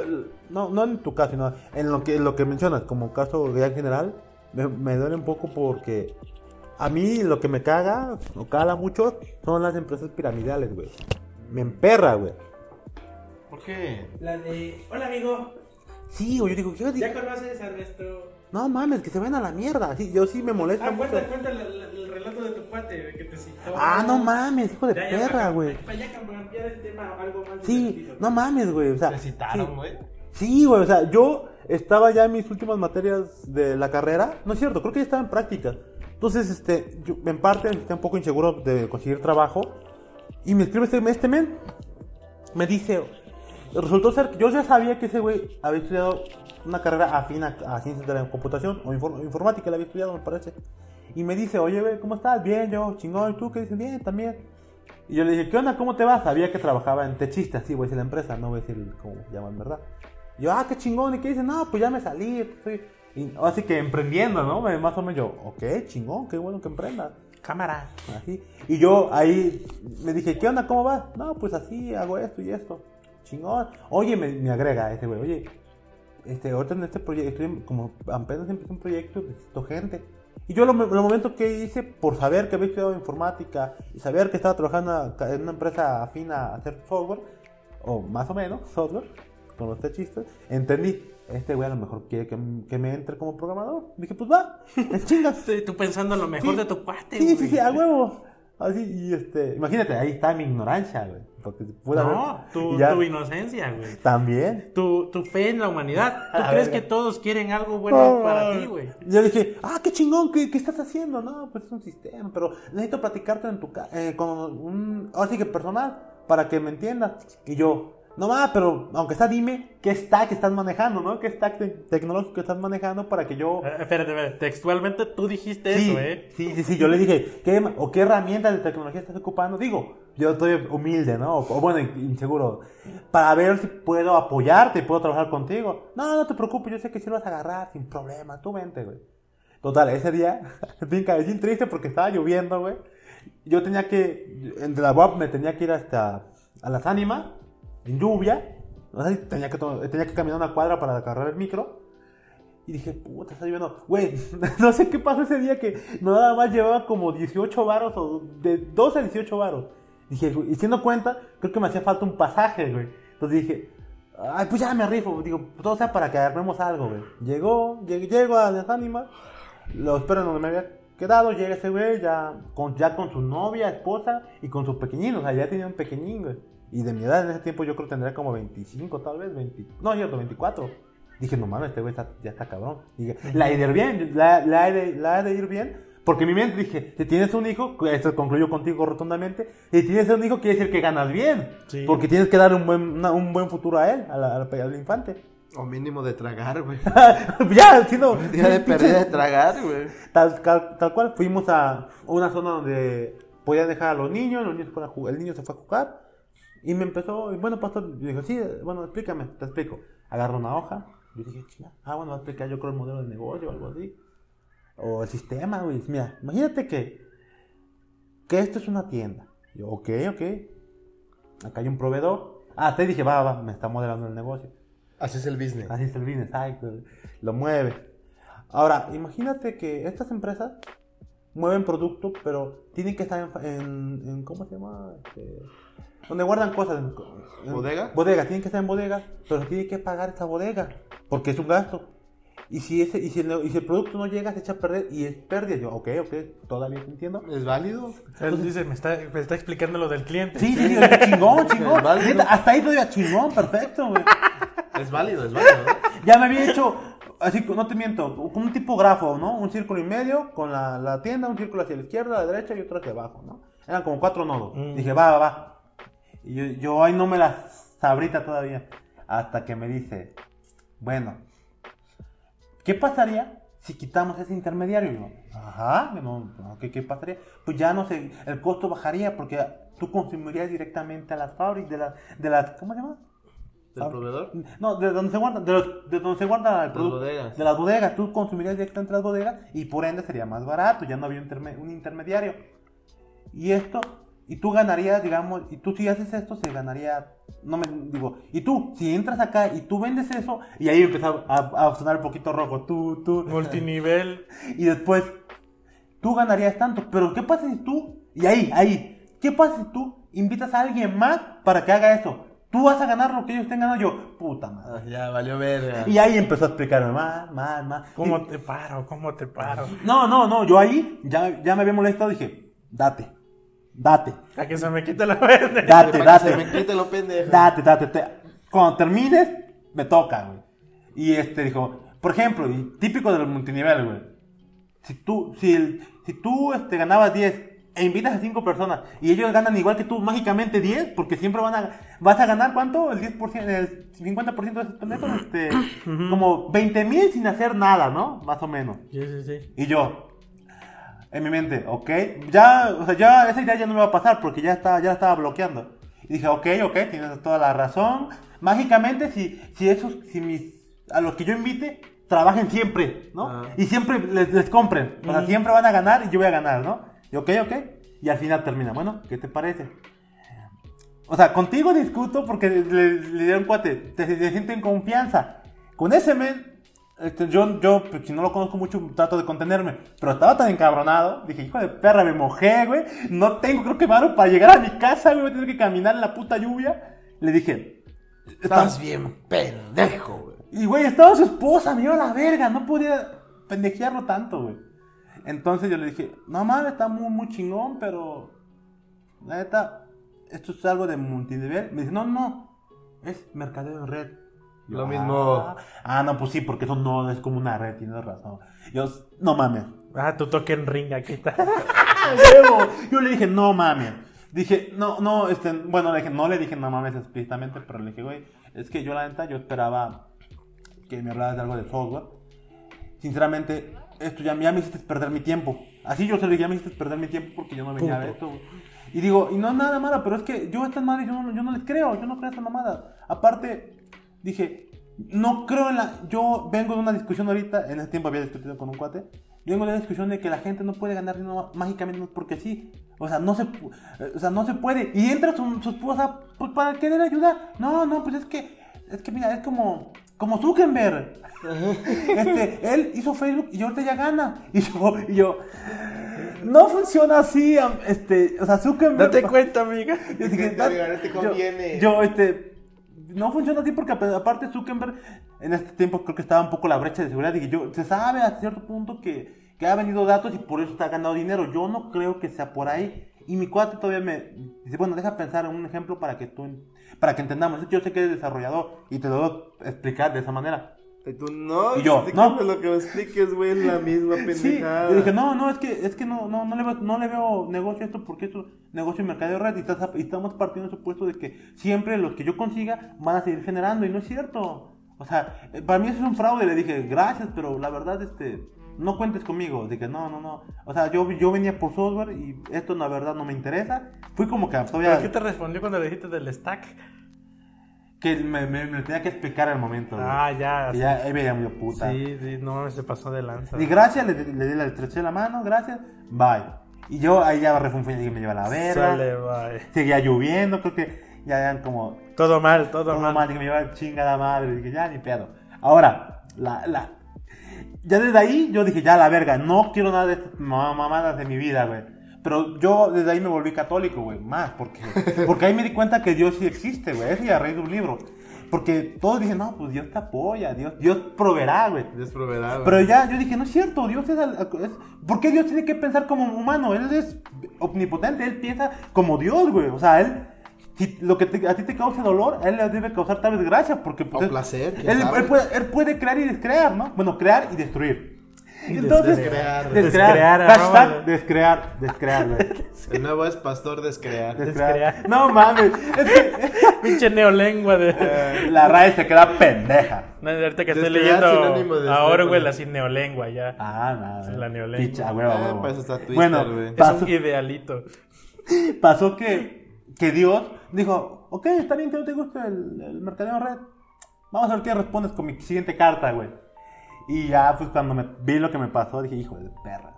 Speaker 3: no, no en tu caso, sino en lo que, lo que mencionas, como caso ya en general, me, me duele un poco porque. A mí lo que me caga, o cala mucho, son las empresas piramidales, güey. Me emperra, güey.
Speaker 2: ¿Por qué?
Speaker 1: La de, hola amigo,
Speaker 3: Sí, güey, yo digo, yo digo,
Speaker 1: conoces a nuestro...
Speaker 3: no mames, que se vayan a la mierda. Sí, yo sí me
Speaker 1: Ah,
Speaker 3: molesta mucho.
Speaker 1: el, relato de tu cuate que te citó.
Speaker 3: Ah, no mames, hijo de perra, güey.
Speaker 1: Para cambiar el tema algo más
Speaker 3: Sí, no mames, güey. O sea,
Speaker 2: ¿Te
Speaker 3: sí.
Speaker 2: citaron, güey?
Speaker 3: Sí, güey, o sea, yo estaba ya en mis últimas materias de la carrera. No es cierto, creo que ya estaba en práctica. Entonces, este, yo en parte estaba un poco inseguro de conseguir trabajo. Y me escribe este, este men. Me dice, resultó ser que yo ya sabía que ese güey había estudiado una carrera afín a, a ciencias de la computación o infor- informática, la había estudiado, me parece. Y me dice, oye, güey, ¿cómo estás? Bien, yo, chingón, ¿y tú qué dices? Bien, también. Y yo le dije, ¿qué onda? ¿Cómo te va? Sabía que trabajaba en Techista, sí, voy a decir la empresa, no voy a decir cómo se llama en verdad. Y yo, ah, qué chingón, ¿y qué dice? No, pues ya me salí, estoy... y- así que emprendiendo, ¿no? Me- Más o menos yo, ok, chingón, qué bueno que emprendas.
Speaker 1: Cámara.
Speaker 3: Así. Y yo ahí me dije, ¿qué onda? ¿Cómo vas? No, pues así, hago esto y esto. Chingón. Oye, me, me agrega este güey, oye, este, ahorita en este proyecto, estoy como apenas empecé un proyecto, necesito gente. Y yo lo, lo momento que hice, por saber que había estudiado informática y saber que estaba trabajando en una empresa afina a hacer software, o más o menos software, con los techistas, entendí, este güey a lo mejor quiere que, que me entre como programador. Dije, pues va, en chingas.
Speaker 1: Tú pensando en lo mejor
Speaker 3: Sí.
Speaker 1: de tu cuate,
Speaker 3: Sí, sí,
Speaker 1: güey.
Speaker 3: sí, a huevo. Así, y este, imagínate, ahí está mi ignorancia, güey. Porque pude
Speaker 1: No,
Speaker 3: haber-
Speaker 1: tu,
Speaker 3: y ya-
Speaker 1: tu inocencia, güey.
Speaker 3: También.
Speaker 1: Tu, tu fe en la humanidad. Tú
Speaker 3: A
Speaker 1: crees
Speaker 3: ver.
Speaker 1: que todos quieren algo bueno para ti, güey.
Speaker 3: Yo dije, ah, qué chingón, ¿qué, qué estás haciendo? No, pues es un sistema, pero necesito platicarte en tu ca- eh, con un, ahora sí que personal, para que me entiendas. Y yo, no va, pero aunque sea, dime qué stack estás manejando, ¿no? ¿Qué stack te- tecnológico estás manejando para que yo...
Speaker 1: Eh, Espérate, espérate. Textualmente tú dijiste
Speaker 3: Sí,
Speaker 1: eso, ¿eh?
Speaker 3: Sí, sí, sí, yo le dije, ¿qué, ma- o qué herramientas de tecnología estás ocupando? Digo, yo estoy humilde, ¿no? O, o bueno, inseguro. Para ver si puedo apoyarte, puedo trabajar contigo. No, no te preocupes, yo sé que sí lo vas a agarrar sin problema, tú vente, güey. Total, ese día, bien cabecín triste porque estaba lloviendo, güey. Yo tenía que, en la web me tenía que ir hasta a las ánimas, en lluvia. O sea, tenía que, to- tenía que caminar una cuadra para agarrar el micro. Y dije, puta, está lloviendo. Güey, no sé qué pasó ese día que nada más llevaba como 18 varos o de 12 a 18 varos. Dije, güey, y siendo cuenta, creo que me hacía falta un pasaje, güey. Entonces dije, ay, pues ya me rifo. Digo, todo sea para que armemos algo, güey. Llegó, lleg- llego a las ánimas, lo espero en donde me había quedado. Llega ese güey ya con, ya con su novia, esposa y con sus pequeñinos. O sea, ya tenía un pequeñín, güey. Y de mi edad en ese tiempo yo creo que tendría como 25, tal vez, 20, no, cierto, 24. Dije, no mames, este güey está- ya está cabrón. Dije, la he de ir bien, la, la he de, la he de ir bien. Porque en mi mente dije, si tienes un hijo, esto concluyo contigo rotundamente, si tienes un hijo quiere decir que ganas bien.
Speaker 1: Sí.
Speaker 3: Porque tienes que darle un buen, una- un buen futuro a él, a la- a la- al infante.
Speaker 2: O mínimo de tragar, güey.
Speaker 3: ya, sí, no.
Speaker 2: Día de pérdida de tragar, güey.
Speaker 3: Tal, tal, tal cual, fuimos a una zona donde podían dejar a los niños, los niños fueron a jugar- el niño se fue a jugar y me empezó, y bueno, pastor, dijo, sí, bueno, explícame, te explico. Agarró una hoja, yo dije, chinga, ah, bueno, va a explicar yo creo el modelo de negocio o algo así. O el sistema, güey. Mira, imagínate que, que esto es una tienda. Yo, ok, ok. Acá hay un proveedor. Ah, te dije, va, va, me está modelando el negocio.
Speaker 4: Así es el business.
Speaker 2: Ah.
Speaker 3: Así es el business, exacto. Lo mueve. Ahora, imagínate que estas empresas mueven productos, pero tienen que estar en, fa- en- en- ¿cómo se llama? Este, donde guardan cosas. en- en-
Speaker 2: ¿Bodega?
Speaker 3: Bodegas, tienen que estar en bodegas, pero se tiene que pagar esa bodega, porque es un gasto. Y si, ese, y, si el, y si el producto no llega, se echa a perder y es pérdida. Yo, ok, ok, todavía te entiendo.
Speaker 2: ¿Es válido?
Speaker 1: Él dice, me está, me está explicando lo del cliente.
Speaker 3: Sí, sí, sí, chingón, chingón.
Speaker 2: Válido.
Speaker 3: Neta, Hasta ahí todavía chingón, perfecto, güey.
Speaker 2: Es válido, es válido.
Speaker 3: Ya me había hecho, así que no te miento, como un tipo grafo, ¿no? Un círculo y medio con la, la tienda, un círculo hacia la izquierda, la derecha y otro hacia abajo, ¿no? Eran como cuatro nodos.
Speaker 1: Mm.
Speaker 3: Dije, va, va, va. Y yo, yo ahí no me las sabrita todavía. Hasta que me dice, bueno, ¿qué pasaría si quitamos ese intermediario? Y yo, Ajá, no, no, ¿qué, ¿qué pasaría? Pues ya no sé, el costo bajaría porque tú consumirías directamente a las fábricas, de las, de las, ¿cómo se llama?
Speaker 2: ¿Del proveedor?
Speaker 3: No, de donde se guarda, de, los- de donde se guarda el
Speaker 2: Las
Speaker 3: producto.
Speaker 2: bodegas.
Speaker 3: De las bodegas. Tú consumirías directamente las bodegas y por ende sería más barato, ya no había interme- un intermediario. Y esto, y tú ganarías, digamos, y tú si haces esto, se ganaría, no me digo, y tú, si entras acá y tú vendes eso, y ahí empezó a, a sonar un poquito rojo, tú, tú,
Speaker 1: Multinivel.
Speaker 3: y después tú ganarías tanto. Pero ¿qué pasa si tú, y ahí, ahí, qué pasa si tú invitas a alguien más para que haga eso? Tú vas a ganar lo que ellos estén ganando yo, puta madre.
Speaker 2: Ah, ya, valió verga.
Speaker 3: Y ahí empezó a explicarme más, más, más.
Speaker 1: ¿Cómo te paro? ¿Cómo te paro?
Speaker 3: No, no, no, yo ahí ya, ya me había molestado, dije, date, date,
Speaker 1: A que se me quita la verde.
Speaker 3: date,
Speaker 2: Para que Se me
Speaker 3: date,
Speaker 2: quite lo pendejo.
Speaker 3: date, date, te- Cuando termines, me toca, güey. Y este dijo, por ejemplo, y típico del multinivel, güey. Si tú, si, el- si tú este, ganabas 10 e invitas a 5 personas y ellos ganan igual que tú, mágicamente 10, porque siempre van a, vas a ganar, ¿cuánto? El 10%, el 50% de esos pendejos, este, como 20 mil sin hacer nada, ¿no? Más o menos.
Speaker 1: Sí, sí, sí.
Speaker 3: Y yo, en mi mente, ok, ya, o sea, ya, esa idea ya no me va a pasar porque ya, está, ya la estaba bloqueando. Y dije, ok, ok, tienes toda la razón. Mágicamente, si, si esos, si mis, a los que yo invite, trabajen siempre, ¿no?
Speaker 2: Ah.
Speaker 3: Y siempre les, les compren. O sea,
Speaker 1: Ujú.
Speaker 3: siempre van a ganar y yo voy a ganar, ¿no? Y ok, ok. Y al final termina, bueno, ¿qué te parece? O sea, contigo discuto porque le, le dieron cuate, te, te sienten confianza. Con ese men, este, yo, yo, pues, si no lo conozco mucho, trato de contenerme. Pero estaba tan encabronado, dije, hijo de perra, me mojé, güey. No tengo, creo que varo para llegar a mi casa, güey, voy a tener que caminar en la puta lluvia. Le dije,
Speaker 2: Estás bien pendejo, güey.
Speaker 3: y güey, estaba su esposa, me dio la verga, no podía pendejearlo tanto, güey. Entonces yo le dije, no mames, está muy, muy chingón, pero. La neta, esto es algo de multinivel. Me dice, no, no, es mercadeo en red. Yo,
Speaker 2: Lo
Speaker 3: "Ah".
Speaker 2: mismo.
Speaker 3: Ah, no, pues sí, porque eso no es como una red, tienes razón. Yo, no mames.
Speaker 1: Ah, tu toque en ring, aquí está.
Speaker 3: ¡Ah, huevo! Yo le dije, no mames. Dije, no, no, este, bueno, le dije, no le dije no mames explícitamente, pero le dije, güey, es que yo la neta, yo esperaba que me hablaras de algo de software. Sinceramente, esto ya, ya me hiciste perder mi tiempo. Así yo se lo dije, ya me hiciste perder mi tiempo porque yo no venía a
Speaker 1: Punto.
Speaker 3: ver esto, güey. Y digo, y no es nada malo, pero es que yo a estas madres, yo no, yo no les creo, yo no creo a estas mamadas. Aparte, dije, no creo en la... Yo vengo de una discusión ahorita, en ese tiempo había discutido con un cuate, vengo de una discusión de que la gente no puede ganar dinero mágicamente porque sí. O sea, no se, pu- eh, o sea, no se puede. Y entra su, su esposa pues, para querer ayudar. No, no, pues es que, es que mira, es como, como Zuckerberg. Este, él hizo Facebook y ahorita ya gana. Y yo, y yo, no funciona así, am- este, o sea, Zuckerberg.
Speaker 1: Date cuenta, amiga.
Speaker 3: Yo dije,
Speaker 4: Vente, amiga, no te
Speaker 3: yo-
Speaker 4: conviene.
Speaker 3: Yo, este, no funciona así porque ap- aparte Zuckerberg en este tiempo creo que estaba un poco la brecha de seguridad y yo, se sabe a cierto punto que, que ha venido datos y por eso está ganando dinero. Yo no creo que sea por ahí. Y mi cuate todavía me dice, bueno, deja pensar en un ejemplo para que tú, para que entendamos. Yo sé que eres desarrollador y te lo debo explicar de esa manera.
Speaker 2: Y tú no,
Speaker 3: Y yo,
Speaker 2: explícame
Speaker 3: no.
Speaker 2: lo que me expliques, güey, es la misma
Speaker 3: Sí,
Speaker 2: pendejada.
Speaker 3: le dije, no, no, es que, es que no, no, no, le veo, no le veo negocio a esto porque esto es negocio de mercadeo red y, estás- y estamos partiendo del supuesto de que siempre los que yo consiga van a seguir generando y no es cierto. O sea, eh, para mí eso es un fraude. Le dije, gracias, pero la verdad, este, no cuentes conmigo. Dije, no, no, no. O sea, yo, yo venía por software y esto la verdad no me interesa. Fui como que
Speaker 1: ¿Pero
Speaker 3: todavía...
Speaker 1: qué te respondió cuando le dijiste del stack?
Speaker 3: Que me, me, me lo tenía que explicar al momento. güey.
Speaker 1: Ah, ya.
Speaker 3: Y ya ahí veía muy puta.
Speaker 1: Sí, sí, no mames, se pasó de lanza.
Speaker 3: Y gracias, le, le di la estreché la mano, gracias, bye. Y yo ahí ya refunfuñé, dije, me lleva la verga.
Speaker 1: Sale, bye.
Speaker 3: Seguía lloviendo, creo que ya eran como
Speaker 1: Todo mal, todo,
Speaker 3: todo
Speaker 1: mal.
Speaker 3: mal, dije, me lleva chinga la madre, dije, ya ni pedo. Ahora, la, la. Ya desde ahí yo dije, ya la verga, no quiero nada de estas ma- mamadas de mi vida, güey. Pero yo desde ahí me volví católico, güey, más, porque, porque ahí me di cuenta que Dios sí existe, güey, eso ya raíz de un libro. Porque todos dicen, no, pues Dios te apoya, Dios, Dios proveerá, güey.
Speaker 2: Dios proveerá, güey.
Speaker 3: Pero ya, yo dije, no es cierto, Dios es, al- es- ¿Por qué Dios tiene que pensar como humano? Él es omnipotente, él piensa como Dios, güey. O sea, él... Si lo que te- a ti te causa dolor, a él le debe causar tal vez gracia, porque... pues, él-
Speaker 2: placer, quién
Speaker 3: Él,
Speaker 2: sabe.
Speaker 3: él puede, él puede crear y descrear, ¿no? Bueno, crear y destruir.
Speaker 2: descrear.
Speaker 3: descrear.
Speaker 1: Descrear,
Speaker 3: hashtag
Speaker 1: arroba.
Speaker 3: descrear, descrear, güey.
Speaker 2: El nuevo es pastor descrear.
Speaker 1: Descrear.
Speaker 3: No mames, es que eh,
Speaker 1: Pinche neolengua de.
Speaker 3: la RAE se queda pendeja.
Speaker 1: No, ahorita que estoy
Speaker 2: Descrear sinónimo
Speaker 1: leyendo
Speaker 2: de
Speaker 1: a Orwell
Speaker 2: descrear.
Speaker 1: así neolengua ya.
Speaker 3: Ah, nada.
Speaker 1: Es la neolengua.
Speaker 3: Picha, huevo,
Speaker 2: Ah,
Speaker 3: huevo.
Speaker 2: pues está Twister,
Speaker 3: bueno,
Speaker 2: güey. Es
Speaker 1: Es
Speaker 3: pasó,
Speaker 1: un idealito.
Speaker 3: pasó que, que Dios dijo, ok, está bien que no te guste el, el mercadeo red. Vamos a ver qué respondes con mi siguiente carta, güey. Y ya, pues cuando me vi lo que me pasó, dije, hijo de perra,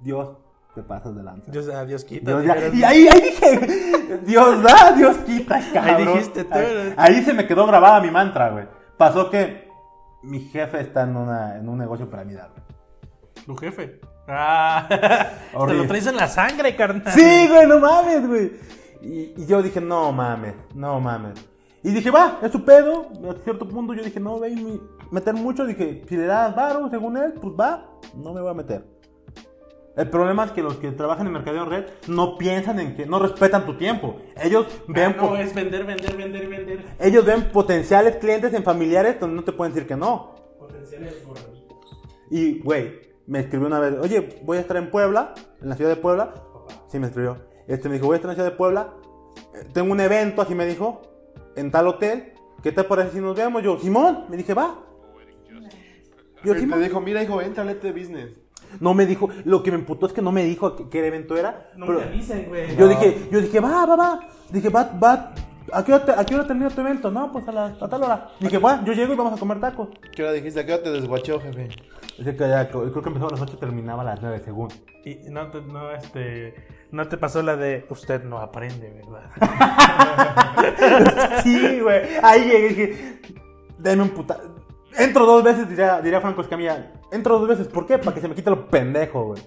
Speaker 3: Dios, te pasas de lanza.
Speaker 1: Dios, adiós, quita.
Speaker 3: Dios ya-
Speaker 1: dijeron.
Speaker 3: y ahí, ahí dije, Dios da, Dios quita, cabrón.
Speaker 1: dijiste tú,
Speaker 3: Ahí,
Speaker 1: ¿no?
Speaker 3: ahí se me quedó grabada mi mantra, güey. Pasó que mi jefe está en, una, en un negocio piramidal, güey.
Speaker 1: Tu jefe. Ah, te
Speaker 3: Horrible.
Speaker 1: lo traes en la sangre, carnal.
Speaker 3: Sí, güey, no mames, güey. Y, y yo dije, no mames, no mames. Y dije, va, es su pedo. A cierto punto yo dije, no, güey, mi- meter mucho. Dije, si le das varo, según él, pues va, no me voy a meter. El problema es que los que trabajan en mercadeo en red no piensan en que, no respetan tu tiempo. Ellos ven,
Speaker 1: Ah, no,
Speaker 3: po-
Speaker 1: es vender, vender, vender, vender.
Speaker 3: ellos ven potenciales clientes en familiares donde no te pueden decir que no.
Speaker 1: Potenciales gordos.
Speaker 3: Y, güey, me escribió una vez, oye, voy a estar en Puebla, en la ciudad de Puebla. Sí, me escribió. Este me dijo, voy a estar en la ciudad de Puebla. eh, Tengo un evento, así me dijo, en tal hotel. ¿Qué te parece si nos vemos? Yo, Simón, me dije, va. Yo,
Speaker 2: Y te
Speaker 3: Simón.
Speaker 2: dijo, mira, hijo, entra al este business.
Speaker 3: No me dijo, lo que me emputó es que no me dijo qué, qué evento era.
Speaker 1: No
Speaker 3: pero-
Speaker 1: me avisen, güey.
Speaker 3: yo dije, yo dije, va, va, va. Dije, va, va. ¿A qué hora, te- a qué hora termina tu evento? No, pues a, la- a tal hora. Dije, va, yo llego y vamos a comer tacos.
Speaker 2: ¿Qué hora dijiste? ¿A qué hora te desguachó, jefe?
Speaker 3: Dice que ya- creo que empezaba a las 8 terminaba a las 9, según.
Speaker 1: Y no te, no, este, no te pasó la de usted no aprende, ¿verdad?
Speaker 3: Sí, güey. Ahí llegué y dije, denme un puta. Entro dos veces, diría, diría Franco Escamilla. Entro dos veces, ¿por qué? Para que se me quite lo pendejo, güey.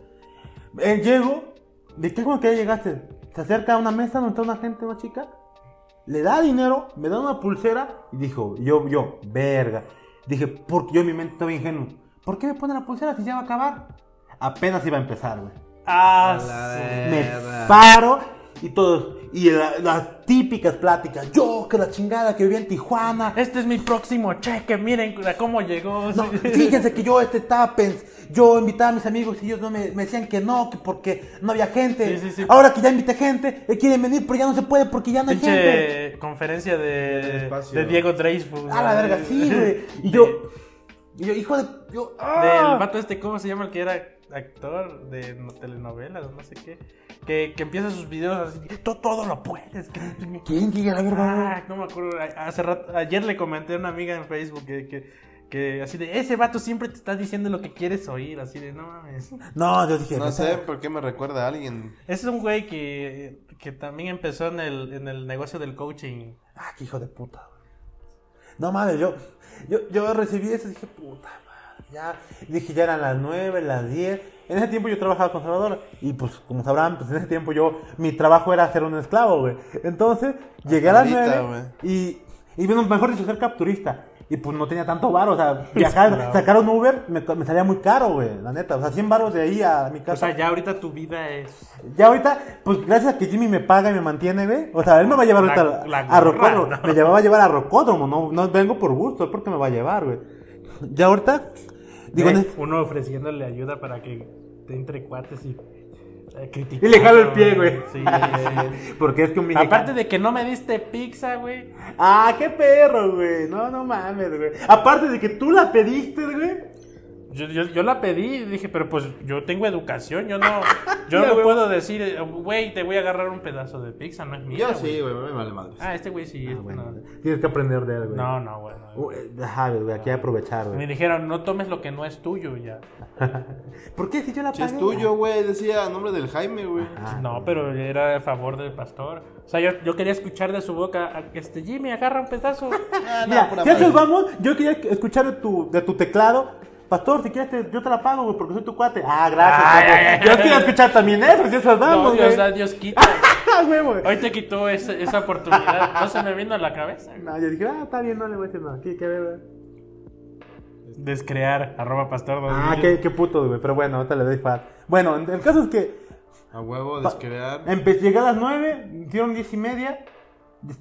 Speaker 3: Eh, llego, ¿de qué como que ya llegaste? Se acerca a una mesa donde está una gente, una chica. Le da dinero, me da una pulsera y dijo, yo, yo, verga. Dije, porque yo en mi mente estaba ingenuo. ¿Por qué me pone la pulsera si ya va a acabar? Apenas iba a empezar, güey.
Speaker 1: ah,
Speaker 3: Me paro y todos. Y la- las típicas pláticas. Yo, que la chingada que vivía en Tijuana.
Speaker 1: su- Este es mi próximo cheque, miren a cómo llegó.
Speaker 3: No, fíjense que yo este estaba pens- Yo invitaba a mis amigos y ellos no me, me decían que no, que porque no había gente.
Speaker 1: Sí, sí, sí.
Speaker 3: Ahora que ya invité gente, eh, quieren venir, pero ya no se puede porque ya no hay gente.
Speaker 1: Pinche conferencia de,
Speaker 2: espacio.
Speaker 1: de Diego Dreyfus.
Speaker 3: A la
Speaker 1: güey.
Speaker 3: verga, sí, güey. Y yo, y yo, hijo de. Yo,
Speaker 1: Del
Speaker 3: ¡ah!
Speaker 1: vato este, ¿cómo se llama? El que era actor de no- telenovelas, no sé qué. Que, que empieza sus videos así, tú todo lo puedes. que-
Speaker 3: ¿Quién llega a la verga?
Speaker 1: Ah, no me acuerdo. a- Hace rato, ayer le comenté a una amiga en Facebook que, que, que así de, ese vato siempre te está diciendo lo que quieres oír, así de, no mames.
Speaker 3: No, yo dije,
Speaker 2: No
Speaker 3: "Neta,
Speaker 2: sé por qué me recuerda a alguien.
Speaker 1: Es un güey que, que también empezó en el, en el negocio del coaching.
Speaker 3: Ah, qué hijo de puta. güey. No mames, yo, yo, yo recibí eso y dije, puta madre, ya. Dije, ya eran las 9, las 10. En ese tiempo yo trabajaba con Salvador. Y pues, como sabrán, pues en ese tiempo yo, mi trabajo era ser un esclavo, güey. Entonces, llegué a las
Speaker 2: ahorita,
Speaker 3: 9 y, y bueno, mejor dicho, ser capturista. Y pues no tenía tanto varo, o sea, viajar, sacar un Uber me, co- me salía muy caro, güey, la neta. O sea, 100 baros de ahí a mi
Speaker 1: O
Speaker 3: casa.
Speaker 1: sea, ya ahorita tu vida es.
Speaker 3: ya ahorita, pues gracias a que Jimmy me paga y me mantiene, güey. O sea, él me va a llevar
Speaker 1: La-
Speaker 3: ahorita
Speaker 1: la
Speaker 3: a
Speaker 1: gorra,
Speaker 3: Rocódromo.
Speaker 1: ¿no?
Speaker 3: Me llevaba a llevar a Rocódromo, no, no vengo por gusto, es porque me va a llevar, güey. Ya ahorita, digo,
Speaker 1: eh,
Speaker 3: ne-
Speaker 1: uno ofreciéndole ayuda para que te entre cuates y. eh, criticar,
Speaker 3: Y le jalo el pie, güey.
Speaker 1: Sí, sí.
Speaker 3: Porque es que un mini-
Speaker 1: Aparte de que no me diste pizza, güey.
Speaker 3: Ah, qué perro, güey. No, no mames, güey. Aparte de que tú la pediste, güey.
Speaker 1: Yo, yo- yo la pedí y dije, pero pues yo tengo educación, yo no, yo
Speaker 3: Ya,
Speaker 1: no
Speaker 3: güey.
Speaker 1: puedo decir, eh, güey, te voy a agarrar un pedazo de pizza, no es mío.
Speaker 2: Yo sí, güey, me vale madre.
Speaker 1: Ah, este güey sí. este no.
Speaker 3: Tienes que aprender de él, güey.
Speaker 1: No, no, bueno.
Speaker 3: Uh, eh, Ajá, güey, aquí hay que aprovechar,
Speaker 1: Me
Speaker 3: güey.
Speaker 1: dijeron, no tomes lo que no es tuyo ya.
Speaker 3: ¿Por qué si yo la
Speaker 2: Si
Speaker 3: pagué?
Speaker 2: es tuyo, güey, decía a nombre del Jaime, güey.
Speaker 3: Ah,
Speaker 1: No, pero era a favor del pastor. O sea, yo, yo quería escuchar de su boca, "A- este Jimmy, agarra un pedazo.
Speaker 2: Ah, no,
Speaker 3: Mira,
Speaker 2: pura
Speaker 3: si a eso
Speaker 2: madre.
Speaker 3: vamos, yo quería escuchar de tu, de tu teclado. Pastor, si quieres, te- yo te la pago, güey, porque soy tu cuate. Ah, gracias.
Speaker 1: Ay,
Speaker 3: pastor.
Speaker 1: ay, ay.
Speaker 3: yo quiero escuchar también eso, si eso
Speaker 1: No,
Speaker 3: vamos,
Speaker 1: Dios,
Speaker 3: güey.
Speaker 1: da, Dios quita.
Speaker 3: Ah, güey, güey.
Speaker 1: Hoy te quitó esa, esa oportunidad. No se me vino a la cabeza.
Speaker 3: No, yo dije, ah, está bien, no le voy a decir nada. ¿Qué, qué, güey?
Speaker 1: Descrear, arroba pastor. dos
Speaker 3: Ah,
Speaker 1: mil.
Speaker 3: qué, qué puto, güey. Pero bueno, ahorita le doy fat. Bueno, el caso es que
Speaker 2: A huevo, descrear.
Speaker 3: Empecé, llegué a las 9, dieron 10 y media.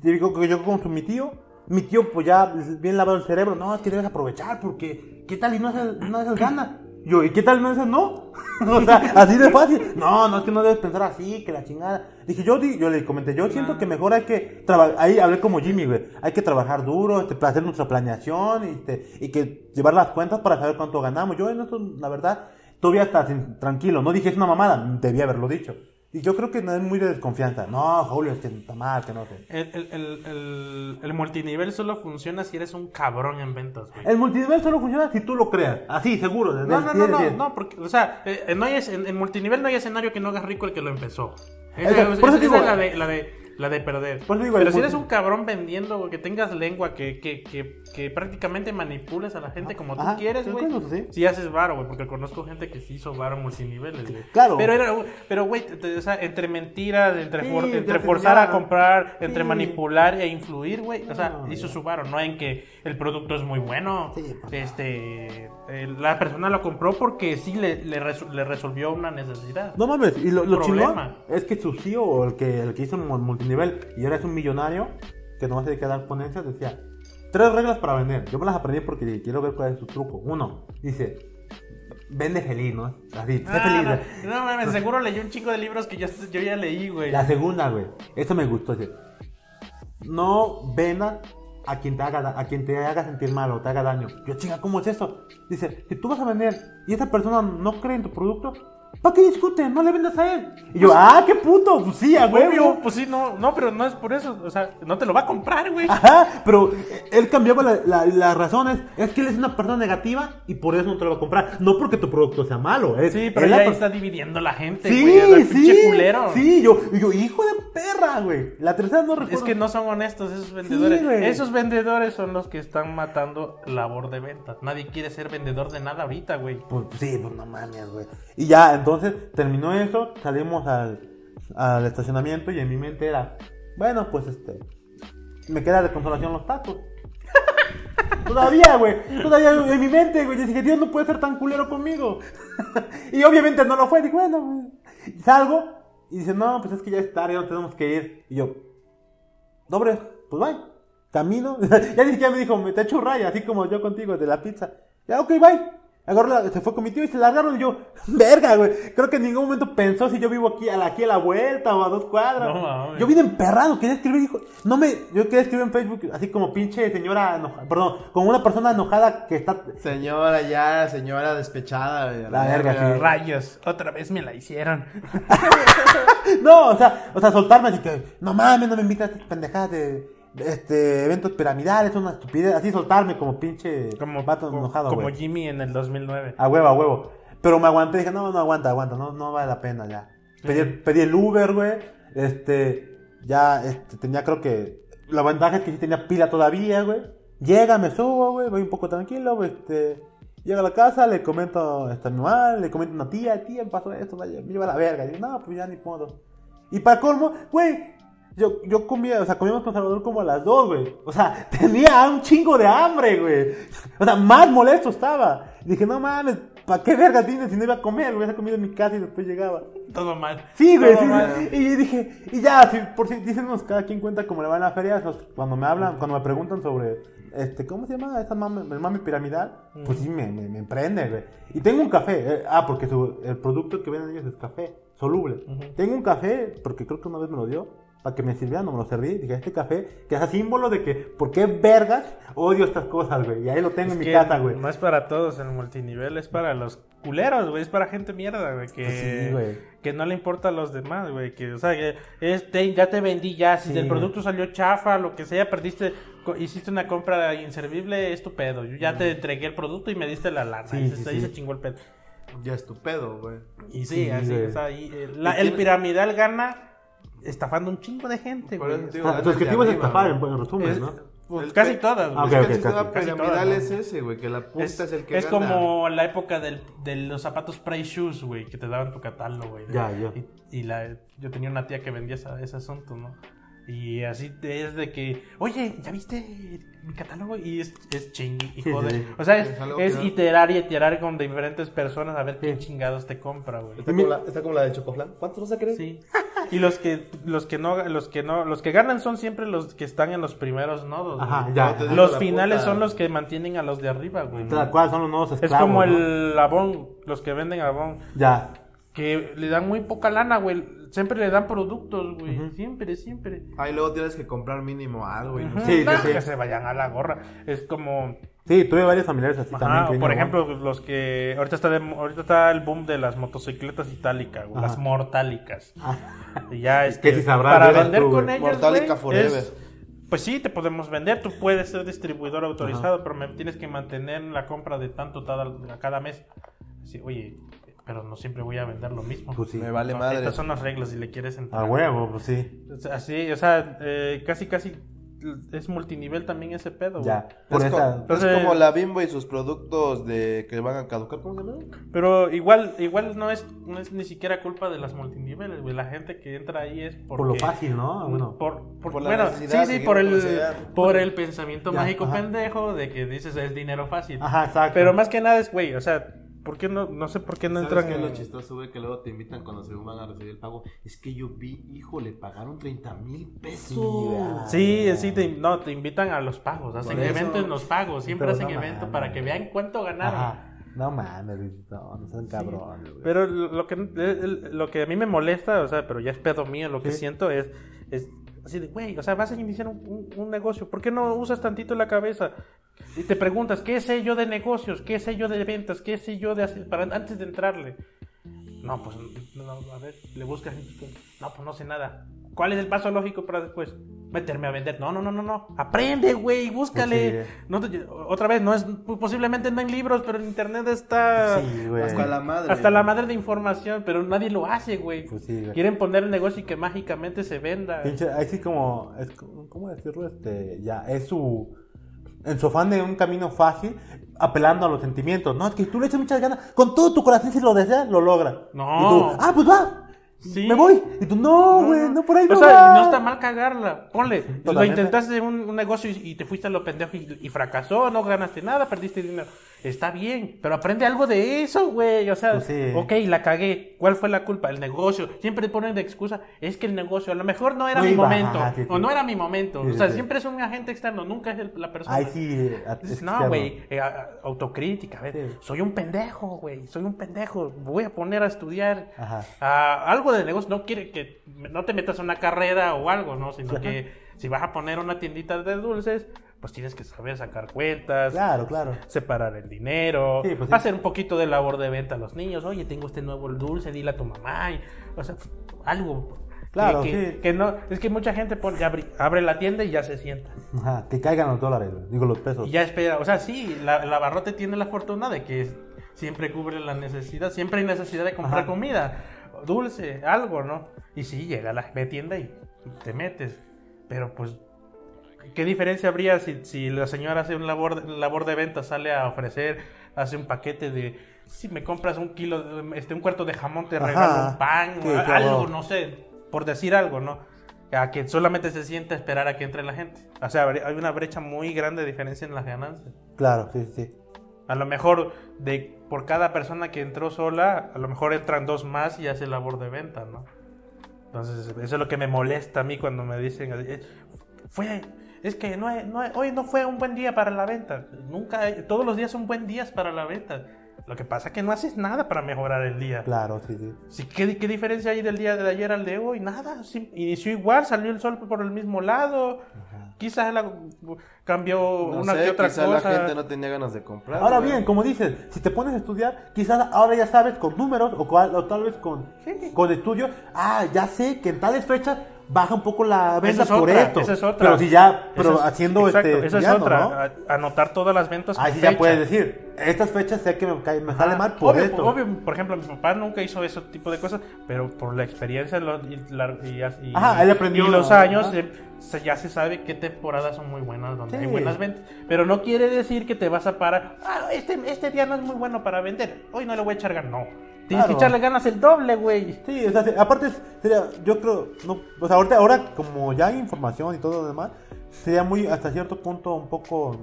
Speaker 3: Digo que yo con su- mi tío. Mi tío, pues ya bien lavado el cerebro. No, es que debes aprovechar porque ¿qué tal y no haces, no haces ganas? Yo, ¿y qué tal no haces no? o sea, así de fácil. No, no es que no debes pensar así, que la chingada. Dije, yo, di- yo le comenté, yo siento que mejor hay que trabajar. Ahí hablé como Jimmy, güey. Hay que trabajar duro, este, para hacer nuestra planeación y, este, y que llevar las cuentas para saber cuánto ganamos. Yo, en esto, la verdad, todavía está sin- tranquilo. No dije, es una mamada. Debía haberlo dicho. Y yo creo que no es muy de desconfianza. No, Julio, es que está mal, que no sé.
Speaker 1: El, el- el- el- el multinivel solo funciona si eres un cabrón en ventas, güey.
Speaker 3: El multinivel solo funciona si tú lo creas. Así, seguro. desde
Speaker 1: No,
Speaker 3: el
Speaker 1: no, no, no,
Speaker 3: 10.
Speaker 1: no, porque, o sea, eh, eh, no hay es- en, en multinivel no hay escenario que no haga rico el que lo empezó. Esa,
Speaker 3: Eso, por
Speaker 1: esa-
Speaker 3: eso digo-
Speaker 1: esa es la de, la de, la de perder.
Speaker 3: Por eso digo,
Speaker 1: Pero
Speaker 3: el
Speaker 1: si
Speaker 3: multi-
Speaker 1: eres un cabrón vendiendo, güey, que tengas lengua, que, que, que, que prácticamente manipules a la gente como tú
Speaker 3: Ajá,
Speaker 1: quieres,
Speaker 3: sí,
Speaker 1: güey.
Speaker 3: claro, sí.
Speaker 1: Si haces varo, güey, porque conozco gente que sí hizo varo en multiniveles, güey.
Speaker 3: Claro.
Speaker 1: Pero, era, pero güey, te- te- o sea, entre mentiras, entre,
Speaker 3: Sí,
Speaker 1: for-
Speaker 3: ya
Speaker 1: entre
Speaker 3: te
Speaker 1: forzar a
Speaker 3: enseñaban.
Speaker 1: comprar, entre
Speaker 3: Sí.
Speaker 1: manipular e influir, güey. O sea,
Speaker 3: No,
Speaker 1: hizo
Speaker 3: ya.
Speaker 1: su varo, no en que el producto es muy bueno.
Speaker 3: Sí, pues,
Speaker 1: Este, eh, la persona lo compró porque sí le, le, resu- le resolvió una necesidad.
Speaker 3: No mames, y lo, lo chingón
Speaker 1: Problema.
Speaker 3: es que su tío, o el que, el que hizo el mul- multinivel, y ahora es un millonario, que nomás se dedica a dar ponencias, decía, tres reglas para vender. Yo me las aprendí porque dije, quiero ver cuál es su truco. Uno, dice, vende feliz, ¿no? Así, sé
Speaker 1: Ah,
Speaker 3: feliz.
Speaker 1: no, no mames, seguro leyó un chingo de libros que yo, yo ya leí, güey.
Speaker 3: La segunda, güey, esto me gustó, dice, no vendas a quien te haga, da- a quien te haga sentir mal o te haga daño. Yo, chinga, ¿cómo es eso? Dice, si tú vas a vender y esa persona no cree en tu producto, ¿para qué discuten? No le vendas a él. Y yo, ah, qué puto, pues sí, a huevo.
Speaker 1: Obvio, pues sí, no, no, pero no es por eso. O sea, no te lo va a comprar, güey.
Speaker 3: Ajá, pero él cambiaba la- la- las razones. Es que él es una persona negativa y por eso no te lo va a comprar. No porque tu producto sea malo. Es,
Speaker 1: Sí, pero
Speaker 3: es
Speaker 1: ya
Speaker 3: Eh, la
Speaker 1: ahí
Speaker 3: per-
Speaker 1: está dividiendo la gente, güey. o sea,
Speaker 3: Sí,
Speaker 1: el pinche
Speaker 3: sí,
Speaker 1: culero.
Speaker 3: sí, yo, y yo, hijo de perra, güey. La tercera no recuerdo.
Speaker 1: Es que no son honestos esos vendedores.
Speaker 3: güey.
Speaker 1: esos vendedores son los que están matando labor de ventas. Nadie quiere ser vendedor de nada ahorita, güey.
Speaker 3: Pues sí, pues no mames, güey. Y ya, entonces terminó eso, salimos al, al estacionamiento y en mi mente era, bueno, pues este, me queda de consolación los tacos. Todavía, güey. Todavía en mi mente, güey. Yo dije, Dios no puede ser tan culero conmigo. y obviamente no lo fue. Dije, bueno, güey. salgo y dice, no, pues es que ya es tarde, no tenemos que ir. Y yo, doble, pues bye. Camino. ya ni siquiera me dijo, me te echo raya, así como yo contigo, de la pizza. Ya, ok, bye. Agarró la- se fue con mi tío y se largaron. Y yo, verga, güey. Creo que en ningún momento pensó si yo vivo aquí a la, aquí a la vuelta o a dos cuadras.
Speaker 1: No mames.
Speaker 3: yo vine emperrado, quería escribir, hijo. No me. Yo quería escribir en Facebook, así como pinche señora enojada. Perdón, como una persona enojada que está.
Speaker 2: Señora, ya, señora despechada, güey. a
Speaker 3: La verga, sí.
Speaker 1: Rayos, otra vez me la hicieron.
Speaker 3: No, o sea, o sea, soltarme así que, no mames, no me invitas a estas pendejadas de, de, este, eventos piramidales, una estupidez, así soltarme como pinche
Speaker 1: Como,
Speaker 3: vato
Speaker 1: como-
Speaker 3: enojado,
Speaker 1: como
Speaker 3: güey.
Speaker 1: Jimmy en el 2009.
Speaker 3: A huevo, a huevo. Pero me aguanté, dije, no, no aguanta, aguanta, no, no vale la pena ya. Pedí, el- pedí el Uber, güey, este, ya, este, tenía creo que, la ventaja es que sí tenía pila todavía, güey. Llega, me subo, güey, voy un poco tranquilo, güey, este, llego a la casa, le comento este, a mi mamá, le comento a una tía, tía, me pasó esto, vaya, me lleva a la verga. Y yo, no, pues ya ni modo. Y para colmo, güey, Yo, yo comía, o sea, comíamos con Salvador como a las dos, güey. O sea, tenía un chingo de hambre, güey. O sea, más molesto estaba. Y dije, no mames, ¿para qué verga tienes si no iba a comer? Hubiera comido en mi casa y después llegaba.
Speaker 1: Todo mal.
Speaker 3: Sí, güey.
Speaker 1: Todo
Speaker 3: sí,
Speaker 1: mal.
Speaker 3: sí. Y yo dije, y ya, si, por si dícenos cada quien cuenta cómo le va en la feria. o sea, Cuando me hablan, cuando me preguntan sobre, este, ¿cómo se llama esa mami, el mami piramidal?
Speaker 1: Mm.
Speaker 3: Pues sí, me, me, me emprende, güey. Y tengo un café. eh, ah, porque su- el producto que venden ellos es café, soluble. Tengo un café, porque creo que una vez me lo dio. Para que me sirviera, no me lo serví. Dije, este café, que es símbolo de que, ¿por qué vergas odio estas cosas, güey? Y ahí lo tengo
Speaker 1: Es
Speaker 3: en mi
Speaker 1: que
Speaker 3: casa, güey.
Speaker 1: No es para todos el multinivel, es para los culeros, güey. Es para gente mierda, güey. Que,
Speaker 3: Pues Sí, güey.
Speaker 1: que no le importa a los demás, güey. Que, o sea, que es, te- ya te vendí, ya. Si
Speaker 3: Sí,
Speaker 1: el
Speaker 3: güey.
Speaker 1: producto salió chafa, lo que sea, perdiste, co- hiciste una compra inservible, es tu pedo. Yo ya te entregué el producto y me diste la lana.
Speaker 3: Sí,
Speaker 1: y se-
Speaker 3: sí,
Speaker 1: ahí
Speaker 3: sí.
Speaker 1: se chingó el pedo.
Speaker 2: Ya es tu pedo, güey.
Speaker 1: Y sí,
Speaker 3: Sí,
Speaker 1: así,
Speaker 3: güey.
Speaker 1: o sea, y el, la- el piramidal gana estafando un chingo de gente,
Speaker 2: Por
Speaker 1: güey.
Speaker 2: eso te
Speaker 3: O
Speaker 2: digo,
Speaker 3: sea,
Speaker 2: ganas
Speaker 3: tu
Speaker 2: de
Speaker 3: objetivo es
Speaker 2: arriba,
Speaker 3: estafar, en,
Speaker 2: güey.
Speaker 3: en resumen,
Speaker 2: Es-
Speaker 3: ¿no?
Speaker 1: Pues
Speaker 2: el
Speaker 1: casi
Speaker 2: pe-
Speaker 1: todas,
Speaker 3: Ah,
Speaker 1: güey.
Speaker 2: es
Speaker 3: ok,
Speaker 2: que
Speaker 3: ok,
Speaker 2: el sistema
Speaker 3: casi.
Speaker 1: Casi todas,
Speaker 2: piramidal
Speaker 1: ¿no?
Speaker 2: es ese, güey, que la punta es,
Speaker 1: Es,
Speaker 2: el que
Speaker 1: es
Speaker 2: gana.
Speaker 1: como la época del, de los zapatos Price Shoes, güey, que te daban tu catálogo, güey.
Speaker 3: Ya, ya.
Speaker 1: Y, y la, yo tenía una tía que vendía esa- ese asunto, ¿no? Y así te- es de que, oye, ¿ya viste mi catálogo? Y es, es chingui, y
Speaker 3: Sí,
Speaker 1: jode.
Speaker 3: sí.
Speaker 1: O sea, es,
Speaker 2: Es algo
Speaker 1: es
Speaker 2: que-
Speaker 1: iterar y iterar con diferentes personas a ver qué
Speaker 3: Sí.
Speaker 1: chingados te compra, güey.
Speaker 4: Está como, la, está como la de Chocoflan. ¿Cuántos vas a querer?
Speaker 1: Sí. Y los que, los que no, los que no, los que ganan son siempre los que están en los primeros nodos. güey.
Speaker 3: Ajá, ya.
Speaker 4: No te
Speaker 3: ajá.
Speaker 4: digo
Speaker 1: Los
Speaker 4: la
Speaker 1: finales
Speaker 4: puta.
Speaker 1: son los que mantienen a los de arriba, güey.
Speaker 3: Tal cual, son los nuevos
Speaker 1: Es
Speaker 3: esclavos.
Speaker 1: como
Speaker 3: ¿no?
Speaker 1: el abón, los que venden abón,
Speaker 3: Ya.
Speaker 1: que le dan muy poca lana, güey. Siempre le dan productos, güey.
Speaker 3: Ujú.
Speaker 1: Siempre, siempre.
Speaker 2: Ahí luego tienes que comprar mínimo algo y no
Speaker 1: Ujú.
Speaker 2: sé.
Speaker 3: Sí, sí,
Speaker 1: Ah,
Speaker 3: sí.
Speaker 1: Que se vayan a la gorra. Es como,
Speaker 3: Sí, tuve varios familiares así
Speaker 1: ajá,
Speaker 3: también. que
Speaker 1: por
Speaker 3: vinieron,
Speaker 1: ejemplo, los que ahorita está, de- ahorita está el boom de las motocicletas itálicas, güey,
Speaker 3: Ajá.
Speaker 1: las mortálicas.
Speaker 3: Ah.
Speaker 1: Y ya es
Speaker 3: Que si sabrás,
Speaker 1: para
Speaker 3: ¿verdad,
Speaker 1: vender
Speaker 3: tú,
Speaker 1: con
Speaker 3: güey?
Speaker 1: ellos,
Speaker 4: Mortálica
Speaker 1: güey, es-
Speaker 4: forever.
Speaker 1: pues sí, te podemos vender, tú puedes ser distribuidor autorizado, pero me tienes que mantener la compra de tanto tal- a cada mes. Así, oye, pero no siempre voy a vender lo mismo.
Speaker 3: Pues sí.
Speaker 4: Me vale
Speaker 1: No,
Speaker 4: madre.
Speaker 1: Estas son las reglas si le quieres entrar.
Speaker 3: A huevo, pues sí.
Speaker 1: O sea, Así, o sea, eh, casi, casi es multinivel también ese pedo, güey.
Speaker 3: Ya.
Speaker 4: Es,
Speaker 3: Por
Speaker 4: co-
Speaker 3: esa.
Speaker 4: es
Speaker 1: Entonces-
Speaker 4: como la Bimbo y sus productos de que van a caducar. ¿Cómo se llama?
Speaker 1: Pero igual, igual no es, no es ni siquiera culpa de las multiniveles, güey. La gente que entra ahí es porque...
Speaker 3: Por lo fácil, ¿no? Ah, Bueno.
Speaker 1: Por, por-
Speaker 4: Por la
Speaker 1: bueno, sí,
Speaker 4: necesidad,
Speaker 1: sí,
Speaker 4: seguimos
Speaker 1: por
Speaker 4: con la
Speaker 1: el,
Speaker 4: necesidad.
Speaker 1: por el pensamiento
Speaker 3: Ya,
Speaker 1: mágico
Speaker 3: ajá.
Speaker 1: pendejo de que dices es dinero fácil.
Speaker 3: Ajá, exacto.
Speaker 1: Pero más que nada es, güey, o sea, ¿por qué no, no sé por qué no
Speaker 2: ¿Sabes
Speaker 1: entran
Speaker 2: qué es
Speaker 1: en...
Speaker 2: lo chistoso, güey? Que luego te invitan cuando se van a recibir el pago. Es que yo vi, hijo, le pagaron 30 mil pesos.
Speaker 3: güey.
Speaker 1: Sí, sí, te, no, te invitan a los pagos, hacen
Speaker 2: Por eso.
Speaker 1: evento en los pagos, siempre
Speaker 3: Pero
Speaker 1: hacen
Speaker 3: no
Speaker 1: evento
Speaker 3: mames.
Speaker 1: para que vean cuánto ganaron.
Speaker 3: Ajá. No mames, Luis, no, no sean cabrones, güey.
Speaker 1: Pero lo lo que, lo que a mí me molesta, o sea, pero ya es pedo mío, lo que
Speaker 3: Sí.
Speaker 1: siento es, es así de, güey, o sea, vas a iniciar un, un- un negocio, ¿por qué no usas tantito la cabeza? Y te preguntas, ¿qué sé yo de negocios? ¿Qué sé yo de ventas? ¿Qué sé yo de hacer para antes de entrarle? No, pues, no, no, a ver, le buscas. No, pues no sé nada. ¿Cuál es el paso lógico para después? Meterme a vender. No, no, no, no, no. Aprende, güey, búscale.
Speaker 3: Sí.
Speaker 1: No te- otra vez, no es posiblemente no en libros, pero en internet está.
Speaker 3: Sí, güey.
Speaker 4: Hasta la madre.
Speaker 1: Ah, Hasta la madre de información, pero nadie lo hace, güey.
Speaker 3: Pues sí, güey.
Speaker 1: Quieren poner el negocio y que mágicamente se venda.
Speaker 3: Pinche, ahí sí como, es, como- ¿cómo decirlo? Este, ya, es su, en su afán de un camino fácil, apelando a los sentimientos. No, es que tú le echas muchas ganas, con todo tu corazón si lo deseas, lo logra.
Speaker 1: No.
Speaker 3: Y tú, ah, pues va,
Speaker 1: Sí.
Speaker 3: me voy. Y tú, no, güey, no, por ahí
Speaker 1: O
Speaker 3: no
Speaker 1: sea,
Speaker 3: va.
Speaker 1: no está mal cagarla. Ponle, pues, lo
Speaker 3: totalmente.
Speaker 1: intentaste en un, un negocio y, y te fuiste a lo pendejo y, y fracasó, no ganaste nada, perdiste dinero. Está bien, pero aprende algo de eso, güey. O sea,
Speaker 3: Pues sí.
Speaker 1: ok, la cagué. ¿Cuál fue la culpa? El negocio. Siempre ponen de excusa, es que el negocio, a lo mejor no era
Speaker 3: No
Speaker 1: mi
Speaker 3: iba,
Speaker 1: momento.
Speaker 3: ajá, sí, sí.
Speaker 1: O no era mi momento.
Speaker 3: Sí,
Speaker 1: o
Speaker 3: sí,
Speaker 1: sea,
Speaker 3: sí.
Speaker 1: siempre es un agente externo, nunca es el- la persona.
Speaker 3: Ahí sí, a-
Speaker 1: Dices,
Speaker 3: es
Speaker 1: no,
Speaker 3: externo.
Speaker 1: güey, eh, a- a- autocrítica, a ver,
Speaker 3: Sí.
Speaker 1: soy un pendejo, güey, soy un pendejo, voy a poner a estudiar
Speaker 3: Ajá. Ah.
Speaker 1: a algo de negocio, no quiere que me- no te metas a una carrera o algo, ¿no? Sino
Speaker 3: Ajá.
Speaker 1: que si vas a poner una tiendita de dulces, pues tienes que saber sacar cuentas,
Speaker 3: Claro, claro.
Speaker 1: separar el dinero,
Speaker 3: Sí, pues sí.
Speaker 1: hacer un poquito de labor de venta a los niños, oye, tengo este nuevo dulce, dile a tu mamá, y- o sea, algo.
Speaker 3: Claro,
Speaker 1: que, que-
Speaker 3: sí.
Speaker 1: que no, es que mucha gente pone- ya abri- abre la tienda y ya se sienta.
Speaker 3: Ajá, que caigan los dólares, güey. digo los pesos.
Speaker 1: Y ya espera, o sea, sí, la, el abarrote tiene la fortuna de que siempre cubre la necesidad, siempre hay necesidad de comprar
Speaker 3: Ajá.
Speaker 1: comida, dulce, algo, ¿no? Y sí, llega a la ve tienda y te metes, pero pues, ¿qué diferencia habría si, si la señora hace un labor, labor de venta, sale a ofrecer, hace un paquete de, si me compras un kilo, de- este, un cuarto de jamón, te
Speaker 3: Ajá.
Speaker 1: regalo un pan,
Speaker 3: Sí,
Speaker 1: o
Speaker 3: qué
Speaker 1: algo,
Speaker 3: horror.
Speaker 1: no sé, por decir algo, ¿no? a que solamente se sienta a esperar a que entre la gente. O sea, hay una brecha muy grande de diferencia en las ganancias.
Speaker 3: Claro, sí, sí, sí.
Speaker 1: A lo mejor de por cada persona que entró sola, a lo mejor entran dos más y hace labor de venta, ¿no? Entonces, eso es lo que me molesta a mí cuando me dicen, eh, fue, es que no, hay- no hay- hoy no fue un buen día para la venta. Nunca, hay- todos los días son buen días para la venta. Lo que pasa es que no haces nada para mejorar el día.
Speaker 3: Claro, sí, sí.
Speaker 1: Sí, ¿qué, qué diferencia hay del día de ayer al de hoy? Nada. sí, inició igual, salió el sol por el mismo lado. Quizás la- cambió
Speaker 4: No
Speaker 1: una
Speaker 4: sé,
Speaker 1: que otra
Speaker 4: quizá
Speaker 1: cosa.
Speaker 4: la gente no tenía ganas de comprar.
Speaker 3: Ahora
Speaker 4: güey.
Speaker 3: bien, como dices, si te pones a estudiar, quizás ahora ya sabes con números o, cual- o tal vez con, con estudios, ah, ya sé que en tales fechas baja un poco la venta
Speaker 1: Esa es
Speaker 3: por
Speaker 1: otra,
Speaker 3: esto.
Speaker 1: esa es otra.
Speaker 3: Pero si ya, pero
Speaker 1: Esa es-
Speaker 3: haciendo
Speaker 1: exacto, Esa
Speaker 3: este.
Speaker 1: es
Speaker 3: estudiando,
Speaker 1: otra.
Speaker 3: ¿no?
Speaker 1: a- Anotar todas las ventas. con
Speaker 3: Ahí sí ya
Speaker 1: fecha.
Speaker 3: puedes decir, estas fechas sé que me, cae- me sale
Speaker 1: Ah,
Speaker 3: mal por
Speaker 1: obvio,
Speaker 3: esto.
Speaker 1: obvio, por ejemplo, mi papá nunca hizo ese tipo de cosas, pero por la experiencia lo- y, la- y as- y-
Speaker 3: Ajá, él aprendió
Speaker 1: y los
Speaker 3: la-
Speaker 1: años
Speaker 3: ajá.
Speaker 1: eh, se- ya se sabe qué temporadas son muy buenas, donde
Speaker 3: Sí.
Speaker 1: hay buenas ventas. Pero no quiere decir que te vas a parar, ah, este, este día no es muy bueno para vender, hoy no le voy a echar ganas. No, tienes
Speaker 3: Claro.
Speaker 1: que echarle ganas el doble, güey.
Speaker 3: Sí, o sea, se- aparte, sería- yo creo, no, o sea, ahorita, ahora como ya hay información y todo lo demás, sería muy, hasta cierto punto, un poco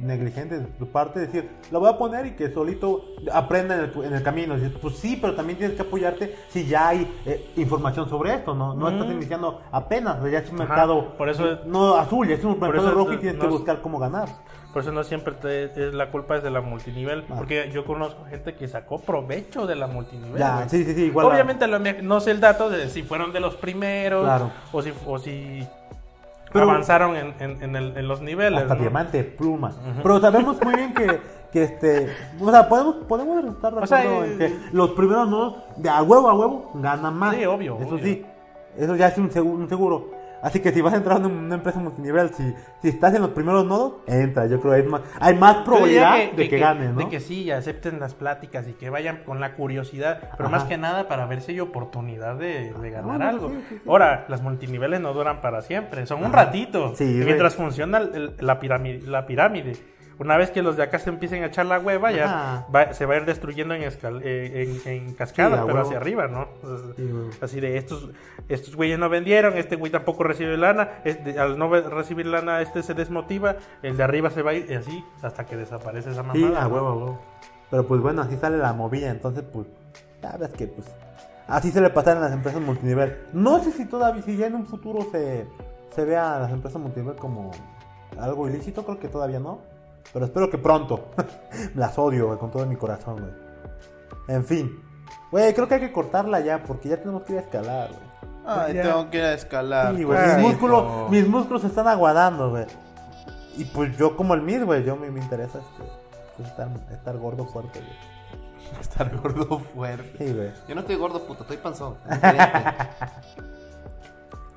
Speaker 3: negligente de tu parte decir, lo voy a poner y que solito aprenda en el, en el camino. Y dices, pues sí, pero también tienes que apoyarte si ya hay eh, información sobre esto, ¿no? No estás
Speaker 1: Mm.
Speaker 3: iniciando apenas, ya es un
Speaker 1: Ajá,
Speaker 3: mercado,
Speaker 1: por eso-
Speaker 3: no azul, ya es un mercado
Speaker 1: eso
Speaker 3: rojo y
Speaker 1: no-
Speaker 3: tienes
Speaker 1: no
Speaker 3: que
Speaker 1: es-
Speaker 3: buscar cómo ganar.
Speaker 1: Por eso no siempre te- es la culpa es de la multinivel,
Speaker 3: Ah.
Speaker 1: porque yo conozco gente que sacó provecho de la multinivel.
Speaker 3: Ya,
Speaker 1: güey.
Speaker 3: sí, sí, sí, igual. la-
Speaker 1: Obviamente a lo mejor no sé el dato de si fueron de los primeros
Speaker 3: Claro.
Speaker 1: o si, o si
Speaker 3: Pero-
Speaker 1: avanzaron en, en- en el- en los niveles.
Speaker 3: Hasta
Speaker 1: ¿no?
Speaker 3: diamante, pluma. Pero sabemos muy bien que, que este. O sea, podemos, podemos estar de
Speaker 1: O sea,
Speaker 3: acuerdo
Speaker 1: eh,
Speaker 3: en que los primeros nodos, de a huevo a huevo, ganan más.
Speaker 1: Sí, obvio,
Speaker 3: Eso
Speaker 1: obvio.
Speaker 3: sí. Eso ya es un segu- un seguro. Así que si vas a entrar en una empresa multinivel, si, si estás en los primeros nodos, entra. Yo creo que es más, hay más
Speaker 1: Yo diría
Speaker 3: probabilidad de que, ganes, ¿no?
Speaker 1: De que sí, acepten las pláticas y que vayan con la curiosidad, pero
Speaker 3: Ajá.
Speaker 1: más que nada para ver si hay oportunidad de, de ganar
Speaker 3: no,
Speaker 1: algo.
Speaker 3: sí, sí, sí.
Speaker 1: Ahora, las multiniveles no duran para siempre, son un
Speaker 3: Ajá.
Speaker 1: ratito.
Speaker 3: Sí,
Speaker 1: Y
Speaker 3: güey.
Speaker 1: mientras funciona el- el- la, pirámide, la pirámide. Una vez que los de acá se empiecen a echar la hueva,
Speaker 3: Ajá.
Speaker 1: ya va- se va a ir destruyendo en, escal- eh, en- en
Speaker 3: Sí, a
Speaker 1: cascada, pero
Speaker 3: huevo.
Speaker 1: hacia arriba, ¿no? Entonces,
Speaker 3: Sí, güey.
Speaker 1: Así de estos, estos güeyes no vendieron, este güey tampoco recibe lana, este, al no ve- recibir lana este se desmotiva, el de arriba se va a ir y así hasta que desaparece esa
Speaker 3: Sí,
Speaker 1: mamada.
Speaker 3: a
Speaker 1: ¿no?
Speaker 3: huevo, a huevo. Pero pues bueno, así sale la movida, entonces pues, sabes que pues, así se le pasan a las empresas multinivel. No sé si todavía, si ya en un futuro se, se vea a las empresas multinivel como algo ilícito, creo que todavía no. Pero espero que pronto. las odio, güey, con todo mi corazón, güey. En fin. Güey, creo que hay que cortarla ya, porque ya tenemos que ir a escalar, güey.
Speaker 4: Ay,
Speaker 1: Ya. Ah,
Speaker 4: tengo que ir a escalar.
Speaker 3: Sí, güey, mis,
Speaker 4: Pobrecito.
Speaker 3: músculos, mis músculos se están aguadando, güey. Y pues yo como el mid, güey, yo me, me interesa este, pues, estar, estar gordo fuerte, güey.
Speaker 4: Estar gordo fuerte.
Speaker 3: Sí, güey.
Speaker 4: Yo no estoy gordo, puto, estoy panzón. Diferente.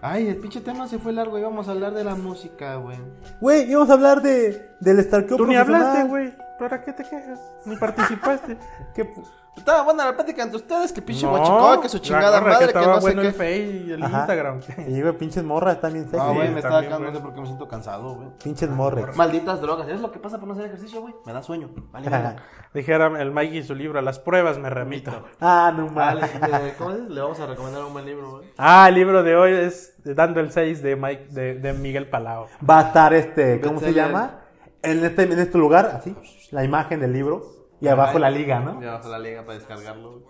Speaker 4: Ay, el pinche tema se fue largo y vamos a hablar de la música, güey.
Speaker 3: Güey, íbamos a hablar de, del StarCube
Speaker 1: Tú ni
Speaker 3: profesional.
Speaker 1: hablaste, güey. ¿Para qué te quejas? Ni participaste.
Speaker 3: Qué pu-
Speaker 4: Estaba buena la plática entre ustedes, que pinche
Speaker 1: No,
Speaker 4: guachicó, que su
Speaker 1: la
Speaker 4: chingada
Speaker 1: gorra,
Speaker 4: madre,
Speaker 1: que
Speaker 4: que,
Speaker 1: estaba
Speaker 4: no sé
Speaker 1: bueno el
Speaker 4: qué.
Speaker 1: Face y el
Speaker 3: Ajá.
Speaker 1: Instagram.
Speaker 3: Sí, güey, pinches morras también sexy.
Speaker 4: No, güey,
Speaker 1: Sí,
Speaker 4: me estaba
Speaker 1: también,
Speaker 4: cansando, no
Speaker 1: güey.
Speaker 4: sé por qué me siento cansado, güey.
Speaker 3: Pinches morres.
Speaker 4: Malditas drogas, es lo que pasa por no hacer ejercicio, güey. Me da sueño. Vale, vale.
Speaker 1: Dijera el Mike y su libro, a las pruebas me remito.
Speaker 3: ah, no mames.
Speaker 4: Vale, eh, ¿cómo dices? Le vamos a recomendar un buen libro, güey.
Speaker 1: Ah, el libro de hoy es Dando el 6 de, Mike, de, de Miguel Palao.
Speaker 3: Va a estar este, ¿cómo se
Speaker 4: Bestseller.
Speaker 3: llama? En este, en este lugar, así, la imagen del libro. Y abajo la liga, ¿no?
Speaker 4: Y abajo la liga para descargarlo, güey.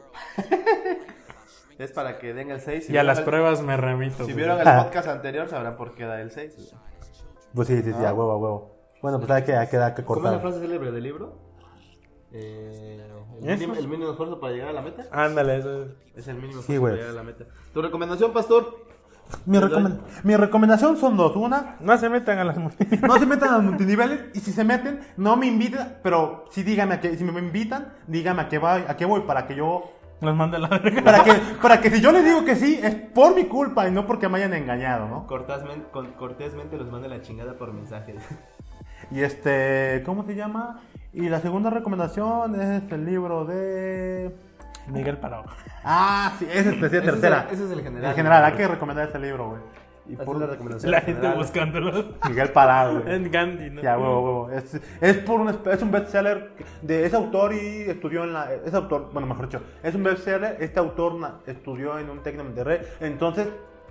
Speaker 4: es para que den el 6.
Speaker 1: Y a las pruebas me remito.
Speaker 4: Si
Speaker 1: güey.
Speaker 4: vieron el podcast anterior, sabrán por qué da el 6, güey.
Speaker 3: Pues sí, sí, sí, a huevo, a huevo. Bueno, pues hay que, hay que, hay que
Speaker 4: ¿Cómo es la
Speaker 3: cortar.
Speaker 4: frase célebre del libro? Eh, el,
Speaker 1: ¿Eso?
Speaker 4: mínimo, el mínimo esfuerzo para llegar a la meta.
Speaker 1: Ándale, eso es.
Speaker 4: Es el mínimo
Speaker 3: Sí,
Speaker 4: esfuerzo
Speaker 3: güey.
Speaker 4: para llegar a la meta. ¿Tu recomendación, pastor?
Speaker 3: Mi, recomen- mi recomendación son dos. Una,
Speaker 1: No se metan a las multiniveles.
Speaker 3: no se metan a los multiniveles y si se meten, no me inviten, pero sí díganme a qué, si me invitan, díganme a qué voy, a qué voy para que yo
Speaker 1: Los manda a la verga.
Speaker 3: para que para que si yo les digo que sí es por mi culpa y no porque me hayan engañado, ¿no?
Speaker 4: Cortésmente, cortésmente los manda la chingada por mensajes.
Speaker 3: Y este, ¿cómo se llama? Y la segunda recomendación es el libro de
Speaker 1: Miguel Palao.
Speaker 3: Ah, sí, esa es la
Speaker 4: es el-
Speaker 3: tercera.
Speaker 4: ese es el general.
Speaker 3: El general, hay que recomendar ese libro, güey. Y
Speaker 4: Esa
Speaker 3: por
Speaker 4: es la recomendación.
Speaker 1: La gente
Speaker 4: general.
Speaker 1: buscándolo.
Speaker 3: Miguel Parado, güey.
Speaker 1: En Gandhi, ¿no?
Speaker 3: Ya, huevo, huevo. Es, es por un, es un bestseller de ese autor y estudió en la. Ese autor, bueno, mejor dicho, es un bestseller. Este autor na- estudió en un técnico de red. Entonces,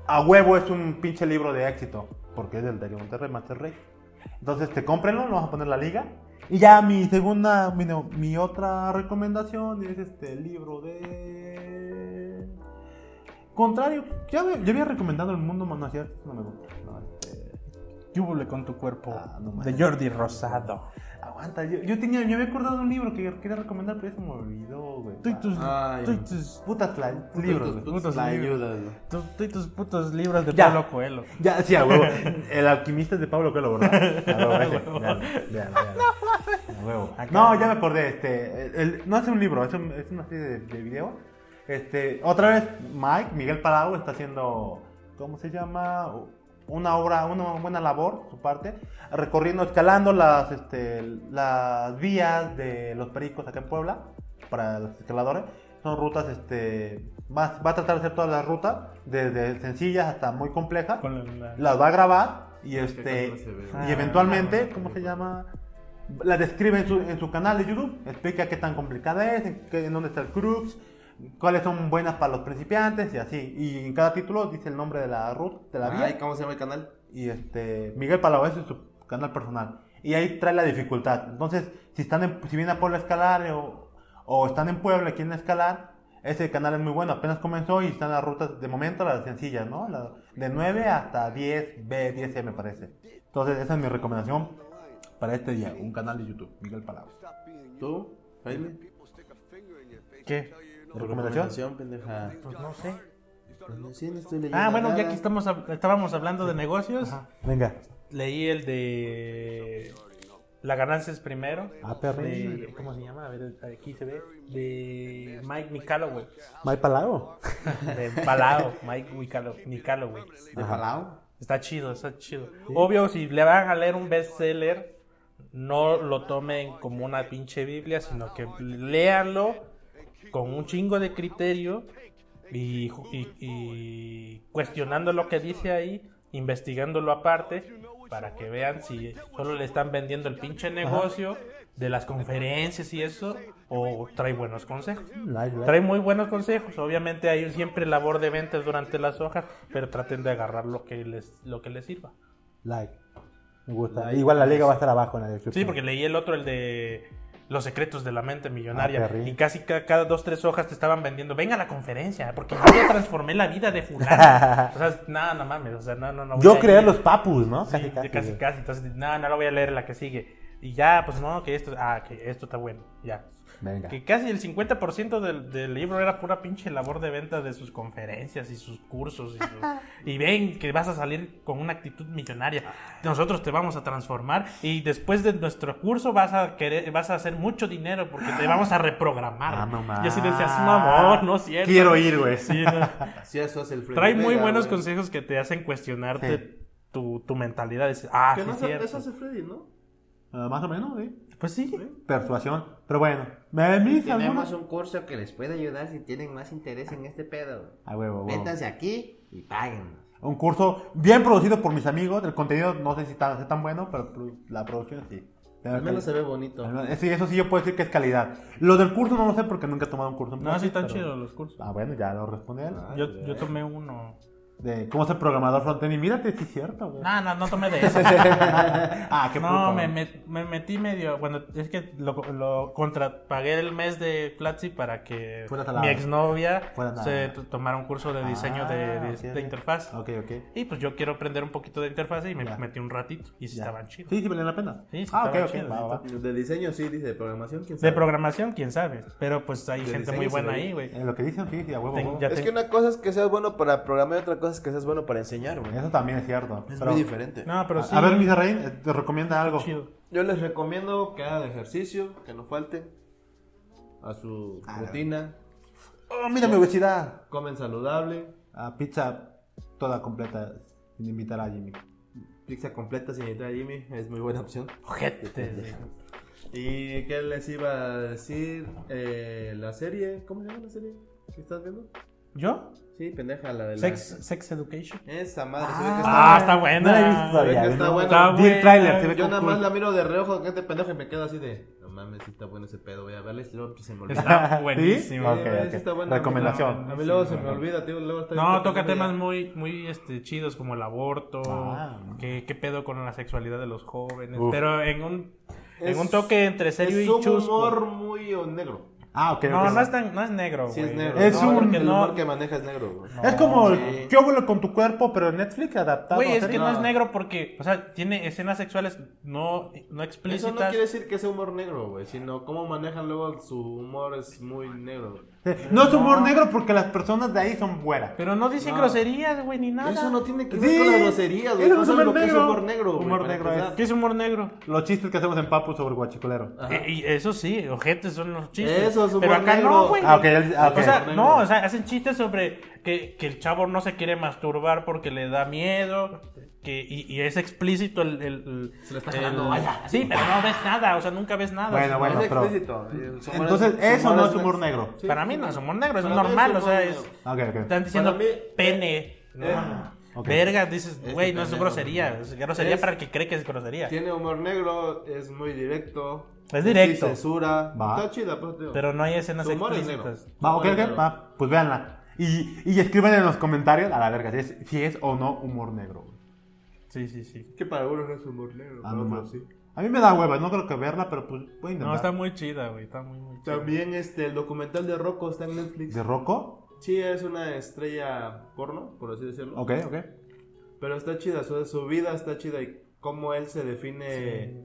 Speaker 3: a huevo es un pinche libro de éxito, porque es del de Monterrey, Master Rey. Entonces, te cómprenlo, lo vamos a poner la liga. Y ya mi segunda, mi, no- mi otra recomendación es este libro de... Contrario, ya, había- ya había recomendado El Mundo Manoseado, no me gusta. no, este,
Speaker 1: ¿Qué hubo con tu cuerpo?
Speaker 3: Ah, no
Speaker 1: de
Speaker 3: mames.
Speaker 1: Jordi Rosado.
Speaker 3: aguanta, yo, yo tenía, yo había acordado de un libro que quería recomendar, pero ya se me olvidó, güey. Ah,
Speaker 1: Tú y tus,
Speaker 4: Ay.
Speaker 1: tú y tus,
Speaker 3: Putas la- libros, güey.
Speaker 1: putos
Speaker 3: la
Speaker 1: libros.
Speaker 3: ayuda, güey.
Speaker 1: tú- tú y tus putos libros de
Speaker 3: Ya.
Speaker 1: Pablo Coelho.
Speaker 3: Ya, sí, a huevo. El alquimista es de Pablo Coelho, ¿verdad? A huevo, ese. Vean, vean, vean. A huevo.
Speaker 1: Acá.
Speaker 3: No, ya me acordé. Este, el- el- no es un libro, es, un- es una serie de, de video. Este, otra vez, Mike, Miguel Palau, está haciendo, ¿cómo se llama? Una obra, una buena labor, su parte, recorriendo, escalando las, este, las vías de los pericos acá en Puebla, para los escaladores. Son rutas, este, va, va a tratar de hacer todas las rutas, desde sencillas hasta muy complejas
Speaker 1: Con la- la-
Speaker 3: las va a grabar y
Speaker 4: que
Speaker 3: este
Speaker 4: casi no se ve, Ah,
Speaker 1: güey.
Speaker 3: y eventualmente, ¿cómo se llama? La describe en su, en su canal de YouTube, explica qué tan complicada es, en, qué- en dónde está el crux, cuáles son buenas para los principiantes y así. Y en cada título dice el nombre de la ruta, de la vía.
Speaker 4: Ay, ¿cómo se llama el canal?
Speaker 3: Y este, Miguel Palau, ese es su canal personal. Y ahí trae la dificultad. Entonces, si están en- si vienen a Puebla a escalar o, o están en Puebla y quieren escalar, ese canal es muy bueno. Apenas comenzó y están las rutas, de momento, las sencillas, ¿no? La- de 9 hasta 10, B, 10C me parece. Entonces, esa es mi recomendación para este día. Un canal de YouTube, Miguel Palau.
Speaker 4: ¿Tú, Jaime?
Speaker 1: ¿Qué?
Speaker 3: ¿Recomendación?
Speaker 4: pendeja.
Speaker 1: Pues no sé.
Speaker 4: Sí, no estoy leyendo
Speaker 1: Ah, bueno, ya
Speaker 4: nada.
Speaker 1: que estamos, hab- estábamos hablando de negocios,
Speaker 3: Venga.
Speaker 1: leí el de La ganancia es primero.
Speaker 3: Ah, perro.
Speaker 1: de- ¿Cómo se llama? A ver, aquí se ve. De Mike Nicalowitz.
Speaker 3: Mike Palau.
Speaker 1: De Palao. Mike Nicalo- Nicalowitz.
Speaker 4: ¿De Palau?
Speaker 1: Está chido, está chido. Obvio, si le van a leer un bestseller, no lo tomen como una pinche Biblia, sino que léanlo con un chingo de criterio y, ju- y- y cuestionando lo que dice ahí, investigándolo aparte, para que vean si solo le están vendiendo el pinche negocio de las conferencias y eso, o trae buenos consejos.
Speaker 3: Nice, ¿verdad?
Speaker 1: Trae muy buenos consejos. Obviamente hay siempre labor de ventas durante las hojas, pero traten de agarrar lo que les, lo que les sirva.
Speaker 3: Like. Me gusta. Igual la liga va a estar abajo en la descripción.
Speaker 1: Sí, porque leí el otro, el de Los secretos de la mente millonaria.
Speaker 3: Ah, perrín.
Speaker 1: y casi ca- cada dos, tres hojas te estaban vendiendo. Venga a la conferencia, porque yo ya transformé la vida de fulano. O sea, no, no mames. O sea, no, no, no. voy
Speaker 3: Yo
Speaker 1: a
Speaker 3: creé
Speaker 1: ir.
Speaker 3: los papus, ¿no?
Speaker 1: Sí,
Speaker 3: Casi,
Speaker 1: de
Speaker 3: casi.
Speaker 1: casi,
Speaker 3: güey.
Speaker 1: casi. Entonces, no, no lo voy a leer la que sigue. Y ya, pues no, que esto, ah, que esto está bueno. Ya.
Speaker 3: Venga.
Speaker 1: Que casi el 50% del, del libro era pura pinche labor de venta de sus conferencias y sus cursos. Y, su- y ven que vas a salir con una actitud millonaria. Nosotros te vamos a transformar y después de nuestro curso vas a querer, vas a hacer mucho dinero porque te vamos a reprogramar.
Speaker 3: Ah, no
Speaker 1: y así decías,
Speaker 3: más.
Speaker 1: mamón, no es cierto.
Speaker 3: Quiero ir, güey.
Speaker 1: Sí, no.
Speaker 4: Sí, eso es el Freddy
Speaker 1: Trae muy
Speaker 4: Vega,
Speaker 1: buenos
Speaker 4: güey.
Speaker 1: consejos que te hacen cuestionarte
Speaker 3: Sí.
Speaker 1: tu, tu mentalidad. Dices, ah,
Speaker 4: Que
Speaker 1: sí,
Speaker 4: no
Speaker 1: es
Speaker 4: se-
Speaker 1: cierto.
Speaker 4: eso hace Freddy, ¿no?
Speaker 3: Ah, más o menos, sí.
Speaker 1: Pues sí.
Speaker 3: Persuasión. Pero bueno, ¿me mis
Speaker 5: Tenemos
Speaker 3: algunos?
Speaker 5: un curso que les puede ayudar si tienen más interés en este pedo.
Speaker 3: A huevo, a huevo.
Speaker 5: Métanse aquí y páguenos.
Speaker 3: Un curso bien producido por mis amigos. El contenido no sé si tan, sea tan bueno, pero pro- la producción sí.
Speaker 4: Al menos se ve bonito.
Speaker 3: Al menos- Sí, eso sí yo puedo decir que es calidad. Lo del curso no lo sé porque nunca he tomado un curso. en
Speaker 1: No, sí Ah.
Speaker 3: Platzi,
Speaker 1: están
Speaker 3: pero-
Speaker 1: chidos los cursos.
Speaker 3: Ah, bueno, ya lo respondí. él.
Speaker 1: Yo, yo tomé uno.
Speaker 3: De cómo ser programador frontend. Y mírate, sí es cierto, güey.
Speaker 1: No, no, no tomé de eso.
Speaker 3: ah, qué
Speaker 1: No,
Speaker 3: puto.
Speaker 1: me, met- me metí medio. Bueno, es que lo, lo contra, pagué el mes de Platzi para que
Speaker 3: Fuera talada.
Speaker 1: mi exnovia
Speaker 3: Fuera
Speaker 1: se
Speaker 3: talada.
Speaker 1: t- tomara un curso de diseño de,
Speaker 3: Ah,
Speaker 1: de-
Speaker 3: ok,
Speaker 1: de
Speaker 3: ok.
Speaker 1: interfaz.
Speaker 3: Ok, ok.
Speaker 1: Y pues yo quiero aprender un poquito de interfaz y me
Speaker 3: Ya.
Speaker 1: metí un ratito. Y sí
Speaker 3: Ya.
Speaker 1: estaban chidos.
Speaker 3: Sí, sí, valen la pena.
Speaker 1: Sí, sí
Speaker 3: ah, ok,
Speaker 1: estaban
Speaker 3: ok.
Speaker 1: chidos,
Speaker 3: va,
Speaker 1: sí,
Speaker 3: va.
Speaker 4: De diseño sí, dice, de programación, quién
Speaker 1: De
Speaker 4: sabe.
Speaker 1: programación, quién sabe. Pero pues hay
Speaker 4: De
Speaker 1: gente
Speaker 4: diseño
Speaker 1: muy
Speaker 4: se
Speaker 1: buena
Speaker 4: ve
Speaker 1: ahí,
Speaker 4: bien.
Speaker 1: güey.
Speaker 3: Eh, lo que dicen, sí, sí, a huevo. a
Speaker 1: Ten-
Speaker 3: huevo.
Speaker 1: ya
Speaker 4: Es
Speaker 1: ten-
Speaker 4: que una cosa es que seas bueno para programar y otra cosa es que seas bueno para enseñar, güey.
Speaker 3: Eso también es cierto.
Speaker 4: Es
Speaker 3: pero-
Speaker 4: muy diferente.
Speaker 1: No, pero
Speaker 3: a-
Speaker 1: sí.
Speaker 3: A ver, Misa Rein, eh, te recomienda algo.
Speaker 1: chido.
Speaker 4: Yo les recomiendo que hagan ejercicio, que no falten a su rutina,
Speaker 3: Oh, mira mi obesidad.
Speaker 4: comen saludable,
Speaker 3: Ah, pizza toda completa, sin invitar a Jimmy.
Speaker 4: pizza completa sin entrar a Jimmy, es muy buena opción.
Speaker 1: Ojete. güey.
Speaker 4: ¿Y qué les iba a decir? Eh, la serie, ¿cómo se llama la serie? ¿Qué estás viendo?
Speaker 1: ¿Yo?
Speaker 4: Sí, pendeja, la de la...
Speaker 1: Sex, sex Education.
Speaker 4: Esa madre, se ve que está...
Speaker 1: Ah, está buena.
Speaker 3: No la he visto
Speaker 4: se ve
Speaker 3: todavía.
Speaker 4: que está
Speaker 3: ¿no?
Speaker 4: buena.
Speaker 1: Está
Speaker 3: Vi el
Speaker 1: buena.
Speaker 3: tráiler, se ve
Speaker 4: Yo
Speaker 3: como
Speaker 4: nada más
Speaker 3: cool.
Speaker 4: la miro de reojo que este pendejo y me quedo así de... No
Speaker 2: mames, sí está bueno ese pedo, voy a verla y luego pues, se me olvidó.
Speaker 1: Ah,
Speaker 6: Está buenísimo.
Speaker 2: Sí,
Speaker 3: Ok,
Speaker 2: sí está
Speaker 3: ok.
Speaker 2: buena,
Speaker 3: Recomendación.
Speaker 2: A mí luego se me olvida, tío, luego está
Speaker 1: No, toca temas
Speaker 2: muy...
Speaker 1: muy, muy este, chidos como el aborto,
Speaker 3: Ah.
Speaker 1: qué, qué pedo con la sexualidad de los jóvenes,
Speaker 3: Uf.
Speaker 1: pero en un,
Speaker 2: Es-
Speaker 1: en un toque entre serio
Speaker 2: Es
Speaker 1: y
Speaker 2: un
Speaker 1: chusco.
Speaker 2: humor muy oh, negro.
Speaker 3: Ah, ok.
Speaker 1: No,
Speaker 3: ok.
Speaker 1: no es, tan, no es negro,
Speaker 2: Sí
Speaker 1: güey.
Speaker 2: es negro.
Speaker 3: Es
Speaker 1: No,
Speaker 3: un-
Speaker 1: porque
Speaker 2: el
Speaker 1: no-
Speaker 2: humor que maneja es negro, güey.
Speaker 3: Es como el
Speaker 2: Sí.
Speaker 3: ¿Qué vuelo con tu cuerpo? Pero en Netflix adaptado.
Speaker 1: Güey,
Speaker 3: a
Speaker 1: es que
Speaker 3: serie.
Speaker 1: no.
Speaker 2: No.
Speaker 1: es negro porque, o sea, tiene escenas sexuales no, no
Speaker 2: Eso
Speaker 1: explícitas.
Speaker 2: no quiere decir que sea humor negro, güey, sino cómo manejan luego su humor es muy negro. güey.
Speaker 3: Sí, No es humor negro porque las personas de ahí son buenas.
Speaker 1: Pero no dicen
Speaker 2: No.
Speaker 1: groserías, güey, ni nada.
Speaker 2: Eso no tiene que
Speaker 3: Sí.
Speaker 2: ver con las groserías, güey.
Speaker 3: Eso
Speaker 2: No
Speaker 3: es
Speaker 2: saben
Speaker 3: humor
Speaker 2: lo que es
Speaker 3: negro.
Speaker 2: humor negro, güey.
Speaker 3: Humor
Speaker 2: para
Speaker 3: negro
Speaker 2: empezar.
Speaker 1: ¿Qué es humor negro?
Speaker 3: Los chistes que hacemos en Papu sobre guachicolero.
Speaker 2: Ajá.
Speaker 1: Eh, y eso sí, ojetes son los chistes.
Speaker 2: Eso es humor
Speaker 1: Pero acá
Speaker 2: negro.
Speaker 1: no, güey.
Speaker 3: Ah, ok, el- ah, ok.
Speaker 1: O sea,
Speaker 2: Humor negro.
Speaker 1: no, o sea, hacen chistes sobre que, que el chavo no se quiere masturbar porque le da miedo. Que, y, y es explícito el, el- el-
Speaker 2: Se le está
Speaker 1: el-
Speaker 2: jalando, vaya.
Speaker 1: Sí, pero no ves nada, o sea, nunca ves nada.
Speaker 3: Bueno,
Speaker 1: O sea,
Speaker 3: bueno.
Speaker 2: es
Speaker 3: pero-
Speaker 2: explícito. El humor
Speaker 3: Entonces,
Speaker 2: es-
Speaker 3: eso
Speaker 2: humor
Speaker 3: no es humor negro.
Speaker 2: Sí,
Speaker 1: para
Speaker 2: sí,
Speaker 1: mí no
Speaker 2: sí.
Speaker 1: es humor negro, es
Speaker 2: Para mí es
Speaker 1: normal, o
Speaker 2: humor
Speaker 1: sea,
Speaker 2: negro.
Speaker 1: es-
Speaker 3: Ok, ok.
Speaker 1: están diciendo
Speaker 2: Para mí,
Speaker 1: pene. No,
Speaker 2: eh,
Speaker 3: ok.
Speaker 1: Verga, dices,
Speaker 2: Es
Speaker 1: güey, no es
Speaker 2: pendejo,
Speaker 1: grosería. Es grosería
Speaker 2: Es-
Speaker 1: para el que cree que es grosería.
Speaker 2: Tiene humor negro, es muy directo.
Speaker 1: Es directo.
Speaker 2: Sí, censura.
Speaker 3: Va.
Speaker 2: Está chida, pues, tío.
Speaker 1: Pero no hay escenas
Speaker 2: Su humor es
Speaker 1: explícitas.
Speaker 2: negro.
Speaker 3: Va, ok,
Speaker 2: Humor
Speaker 3: ok,
Speaker 2: negro.
Speaker 3: va. Pues véanla. Y, y escriban en los comentarios a la verga si es, si es o no humor negro. güey.
Speaker 1: Sí, sí, sí.
Speaker 2: Que para uno no es humor negro,
Speaker 3: Ah,
Speaker 2: para
Speaker 3: no
Speaker 2: otros
Speaker 3: más.
Speaker 2: sí.
Speaker 3: A mí me da hueva, no creo que verla, pero pues voy a intentar.
Speaker 1: No, está muy chida, güey. Está muy, muy chida.
Speaker 2: También este, el documental de Rocco está en Netflix.
Speaker 3: ¿De Rocco?
Speaker 2: Sí, es una estrella porno, por así decirlo.
Speaker 3: Ok, ok.
Speaker 2: Pero está chida, su, su vida está chida y cómo él se define.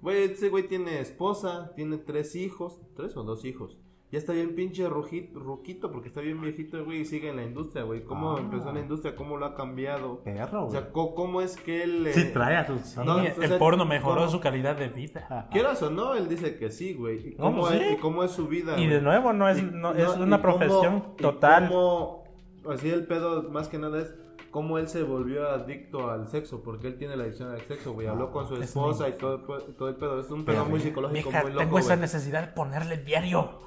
Speaker 2: Güey, ese güey tiene esposa, tiene tres hijos, tres o dos hijos. Ya está bien pinche ruji- ruquito porque está bien viejito, güey, y sigue en la industria, güey. Cómo
Speaker 3: Ah.
Speaker 2: empezó en la industria, cómo lo ha cambiado.
Speaker 3: Perro,
Speaker 2: O
Speaker 3: güey.
Speaker 2: sea, co- cómo es que él... eh,
Speaker 3: sí, trae a sus...
Speaker 2: no,
Speaker 1: Sí,
Speaker 2: o
Speaker 1: el
Speaker 2: sea,
Speaker 1: porno mejoró
Speaker 2: eh, porno.
Speaker 1: su calidad de vida.
Speaker 3: Ah,
Speaker 2: Quieras o no, él dice que sí, güey. ¿Y
Speaker 1: No,
Speaker 2: cómo,
Speaker 1: pues
Speaker 2: es,
Speaker 1: sí.
Speaker 2: y cómo es su vida?
Speaker 1: Y
Speaker 2: güey.
Speaker 1: de nuevo, no es,
Speaker 2: Y-
Speaker 1: no,
Speaker 2: no,
Speaker 1: es
Speaker 2: y
Speaker 1: una
Speaker 2: cómo-
Speaker 1: profesión
Speaker 2: y
Speaker 1: total.
Speaker 2: cómo- así el pedo, más que nada, es cómo él se volvió adicto al sexo, porque él tiene la adicción al sexo, güey. Habló con su
Speaker 1: Es
Speaker 2: esposa y todo, el pe- todo el pedo. Es un pedo muy psicológico,
Speaker 1: Mija,
Speaker 2: muy
Speaker 1: tengo
Speaker 2: loco.
Speaker 1: esa
Speaker 2: güey.
Speaker 1: necesidad de ponerle el diario.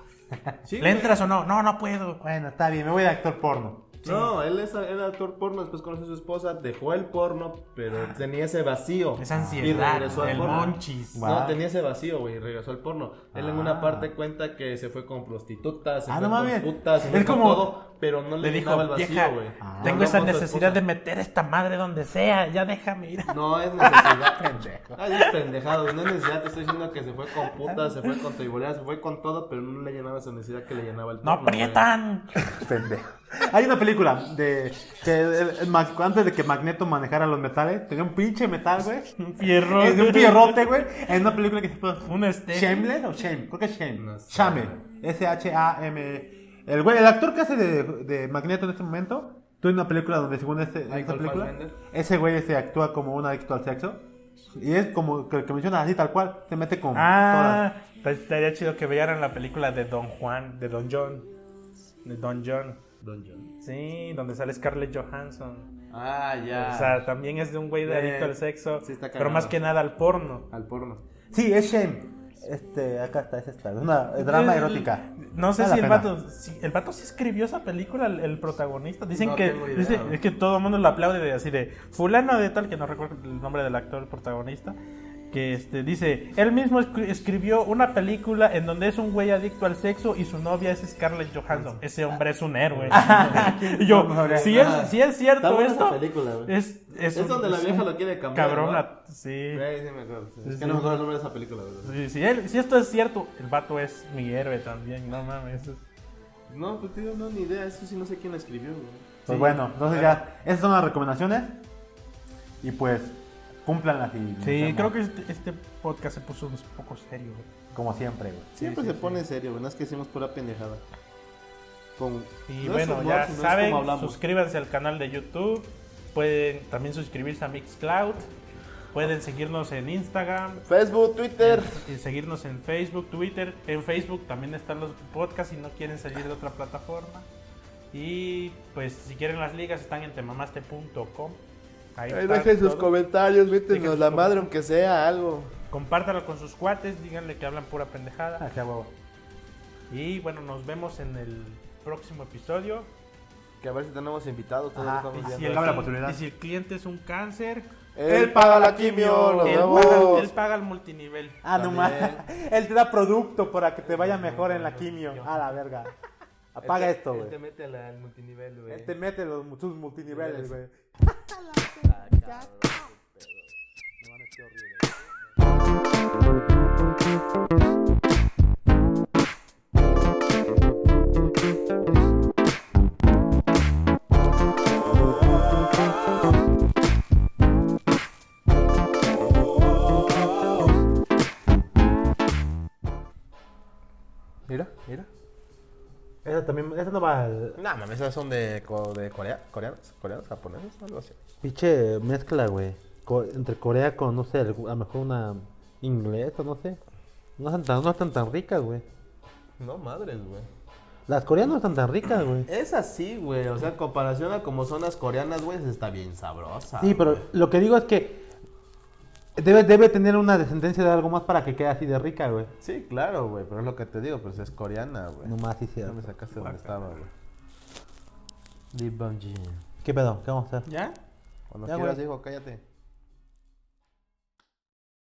Speaker 2: Sí,
Speaker 1: ¿Le
Speaker 2: güey.
Speaker 1: entras o no? No, no puedo.
Speaker 3: Bueno, está bien, me voy de actor porno.
Speaker 2: No, él es- era actor porno, después conoció a su esposa, dejó el porno, pero tenía ese vacío.
Speaker 1: Esa Ah. ansiedad,
Speaker 2: regresó al
Speaker 1: el
Speaker 2: porno.
Speaker 1: monchis.
Speaker 3: Wow.
Speaker 2: No, tenía ese vacío, güey, y regresó al porno. Él en
Speaker 3: Ah.
Speaker 2: una parte cuenta que se fue con prostitutas, se
Speaker 3: Ah,
Speaker 2: fue
Speaker 3: no mames.
Speaker 2: con putas, se
Speaker 3: Es
Speaker 2: fue con
Speaker 3: como-
Speaker 2: todo, pero no le,
Speaker 1: Le dijo,
Speaker 2: llenaba el
Speaker 1: vieja,
Speaker 2: vacío, güey.
Speaker 3: Ah.
Speaker 1: tengo
Speaker 2: Habló
Speaker 1: esa
Speaker 2: con su
Speaker 1: necesidad de
Speaker 2: esposa.
Speaker 1: meter esta madre donde sea. Ya déjame ir.
Speaker 2: No es necesidad. Ay, es pendejado, güey, no es necesidad. Te estoy diciendo que se fue con putas, se fue con triboleras, se fue con todo, pero no le llenaba esa necesidad que le llenaba el porno.
Speaker 1: ¡No
Speaker 2: güey.
Speaker 1: aprietan!
Speaker 3: Pendejo. Hay una película de que el- el Mag- antes de que Magneto manejara los metales, tenía un pinche metal, güey.
Speaker 1: Un fierro.
Speaker 3: Es de un pierrote, güey. En una película que se llama
Speaker 1: Un este.
Speaker 3: Shameless o Shame, creo que es Shame.
Speaker 2: No sé.
Speaker 3: Shame. S H A M. E. El güey, el actor que hace de, de Magneto en este momento, tuvo una película donde según este, en esta
Speaker 2: Michael
Speaker 3: película,
Speaker 2: Fassbender.
Speaker 3: ese güey se actúa como un adicto al sexo. Y es como que, que menciona así tal cual, se mete con
Speaker 1: Ah, pues, estaría chido que vieran la película de Don Juan, de Don John. De Don John.
Speaker 2: Don John.
Speaker 1: Sí, donde sale Scarlett Johansson.
Speaker 2: Ah, ya.
Speaker 1: O sea, también es de un güey de
Speaker 2: Eh,
Speaker 1: adicto al sexo,
Speaker 2: sí está cagado.
Speaker 1: pero más que nada al porno.
Speaker 2: Al porno.
Speaker 3: todas. Sí, es Shame. Este, acá está, es esta, es una es drama
Speaker 1: Eh,
Speaker 3: erótica.
Speaker 1: No sé
Speaker 3: Vale
Speaker 1: si
Speaker 3: la
Speaker 1: el
Speaker 3: pena.
Speaker 1: vato, si- el vato sí escribió esa película, el, el protagonista. Dicen
Speaker 2: No
Speaker 1: que
Speaker 2: tengo idea,
Speaker 1: dice-
Speaker 2: güey.
Speaker 1: es que todo el mundo lo aplaude de así de fulano de tal que no recuerdo el nombre del actor protagonista. Que este, dice, él mismo escri- escribió una película en donde es un güey adicto al sexo y su novia es Scarlett Johansson. Ese hombre es un héroe. y yo,
Speaker 3: No sabría
Speaker 1: si es,
Speaker 2: nada.
Speaker 1: si es
Speaker 2: Está
Speaker 1: cierto
Speaker 2: buena esa
Speaker 1: esto,
Speaker 2: película, güey.
Speaker 1: es, es,
Speaker 2: Es
Speaker 1: un-
Speaker 2: donde la
Speaker 1: es
Speaker 2: vieja
Speaker 1: un
Speaker 2: lo quiere cambiar.
Speaker 1: Cabrón,
Speaker 2: ¿no?
Speaker 1: la- sí.
Speaker 2: Sí, sí me acuerdo. sí. Es
Speaker 1: Sí.
Speaker 2: que no me acuerdo el nombre de esa película, güey.
Speaker 1: Sí, si, él- si esto es cierto, el vato es mi héroe también, no mames. es-
Speaker 2: No, pues tío, no, ni idea. Eso sí no sé quién la escribió, güey.
Speaker 3: Pues bueno, entonces ya, esas son las recomendaciones. Y pues, cúmplanlas y.
Speaker 1: Sí, creo que este, este podcast se puso un poco serio. güey.
Speaker 3: Como siempre, güey.
Speaker 2: Siempre se pone serio, güey. No es que hicimos pura pendejada. Con...
Speaker 1: Y
Speaker 2: no es
Speaker 1: bueno,
Speaker 2: humor,
Speaker 1: ya
Speaker 2: sino es
Speaker 1: saben,
Speaker 2: como hablamos.
Speaker 1: suscríbanse al canal de YouTube, pueden también suscribirse a Mixcloud, pueden seguirnos en Instagram,
Speaker 2: Facebook, Twitter.
Speaker 1: y seguirnos en Facebook, Twitter, en Facebook también están los podcasts si no quieren salir de otra plataforma. Y pues si quieren las ligas están en temamaste.com. Ahí
Speaker 4: Ahí
Speaker 1: está
Speaker 4: dejen sus
Speaker 1: todo.
Speaker 4: comentarios,
Speaker 1: Dejen
Speaker 4: métenos
Speaker 1: sus
Speaker 4: la
Speaker 1: comentarios.
Speaker 4: madre, aunque sea algo.
Speaker 1: Compártalo con sus cuates, díganle que hablan pura pendejada.
Speaker 3: Hacia huevo.
Speaker 1: Y bueno, nos vemos en el próximo episodio.
Speaker 2: Que a ver si tenemos invitados. todavía
Speaker 3: Ajá,
Speaker 2: estamos
Speaker 1: Y
Speaker 2: viendo.
Speaker 1: si, el,
Speaker 3: Cabe la
Speaker 1: cli-
Speaker 3: posibilidad.
Speaker 1: y si el cliente es un cáncer,
Speaker 2: Él paga la quimio, los
Speaker 1: Él paga,
Speaker 2: huevos.
Speaker 1: él paga el multinivel.
Speaker 3: Ah, no más. Él te da producto para que te vaya mejor en la quimio. A la verga. Apaga esto,
Speaker 6: Él te
Speaker 3: güey.
Speaker 6: mete al- al multinivel, güey.
Speaker 3: Él te mete los, tus multiniveles, güey.
Speaker 2: Mira, mira.
Speaker 3: Esa también, esa no va al
Speaker 2: No, mames, esas son de, co- de Corea, coreanos, coreanos, japoneses, algo así.
Speaker 3: pinche mezcla, güey. Co- entre Corea con, no sé, algu- a lo mejor una inglesa, no sé. No están tan, no están tan ricas, güey.
Speaker 4: No madres, güey.
Speaker 3: Las coreanas no están tan ricas, güey.
Speaker 2: Es así, güey. O sea, en comparación a como son las coreanas, güey, está bien sabrosa.
Speaker 3: Sí, pero lo que digo es que debe, debe tener una descendencia de algo más para que quede así de rica, güey.
Speaker 2: Sí, claro, güey. Pero es lo que te digo, pues es coreana, güey.
Speaker 3: No más, sí,
Speaker 2: Ya
Speaker 3: cierto.
Speaker 2: me sacaste donde estaba, güey.
Speaker 3: ¿Qué pedo? ¿Qué vamos a hacer?
Speaker 1: ¿Ya?
Speaker 2: Cuando
Speaker 3: Ya,
Speaker 2: quieras,
Speaker 3: güey.
Speaker 2: digo, cállate.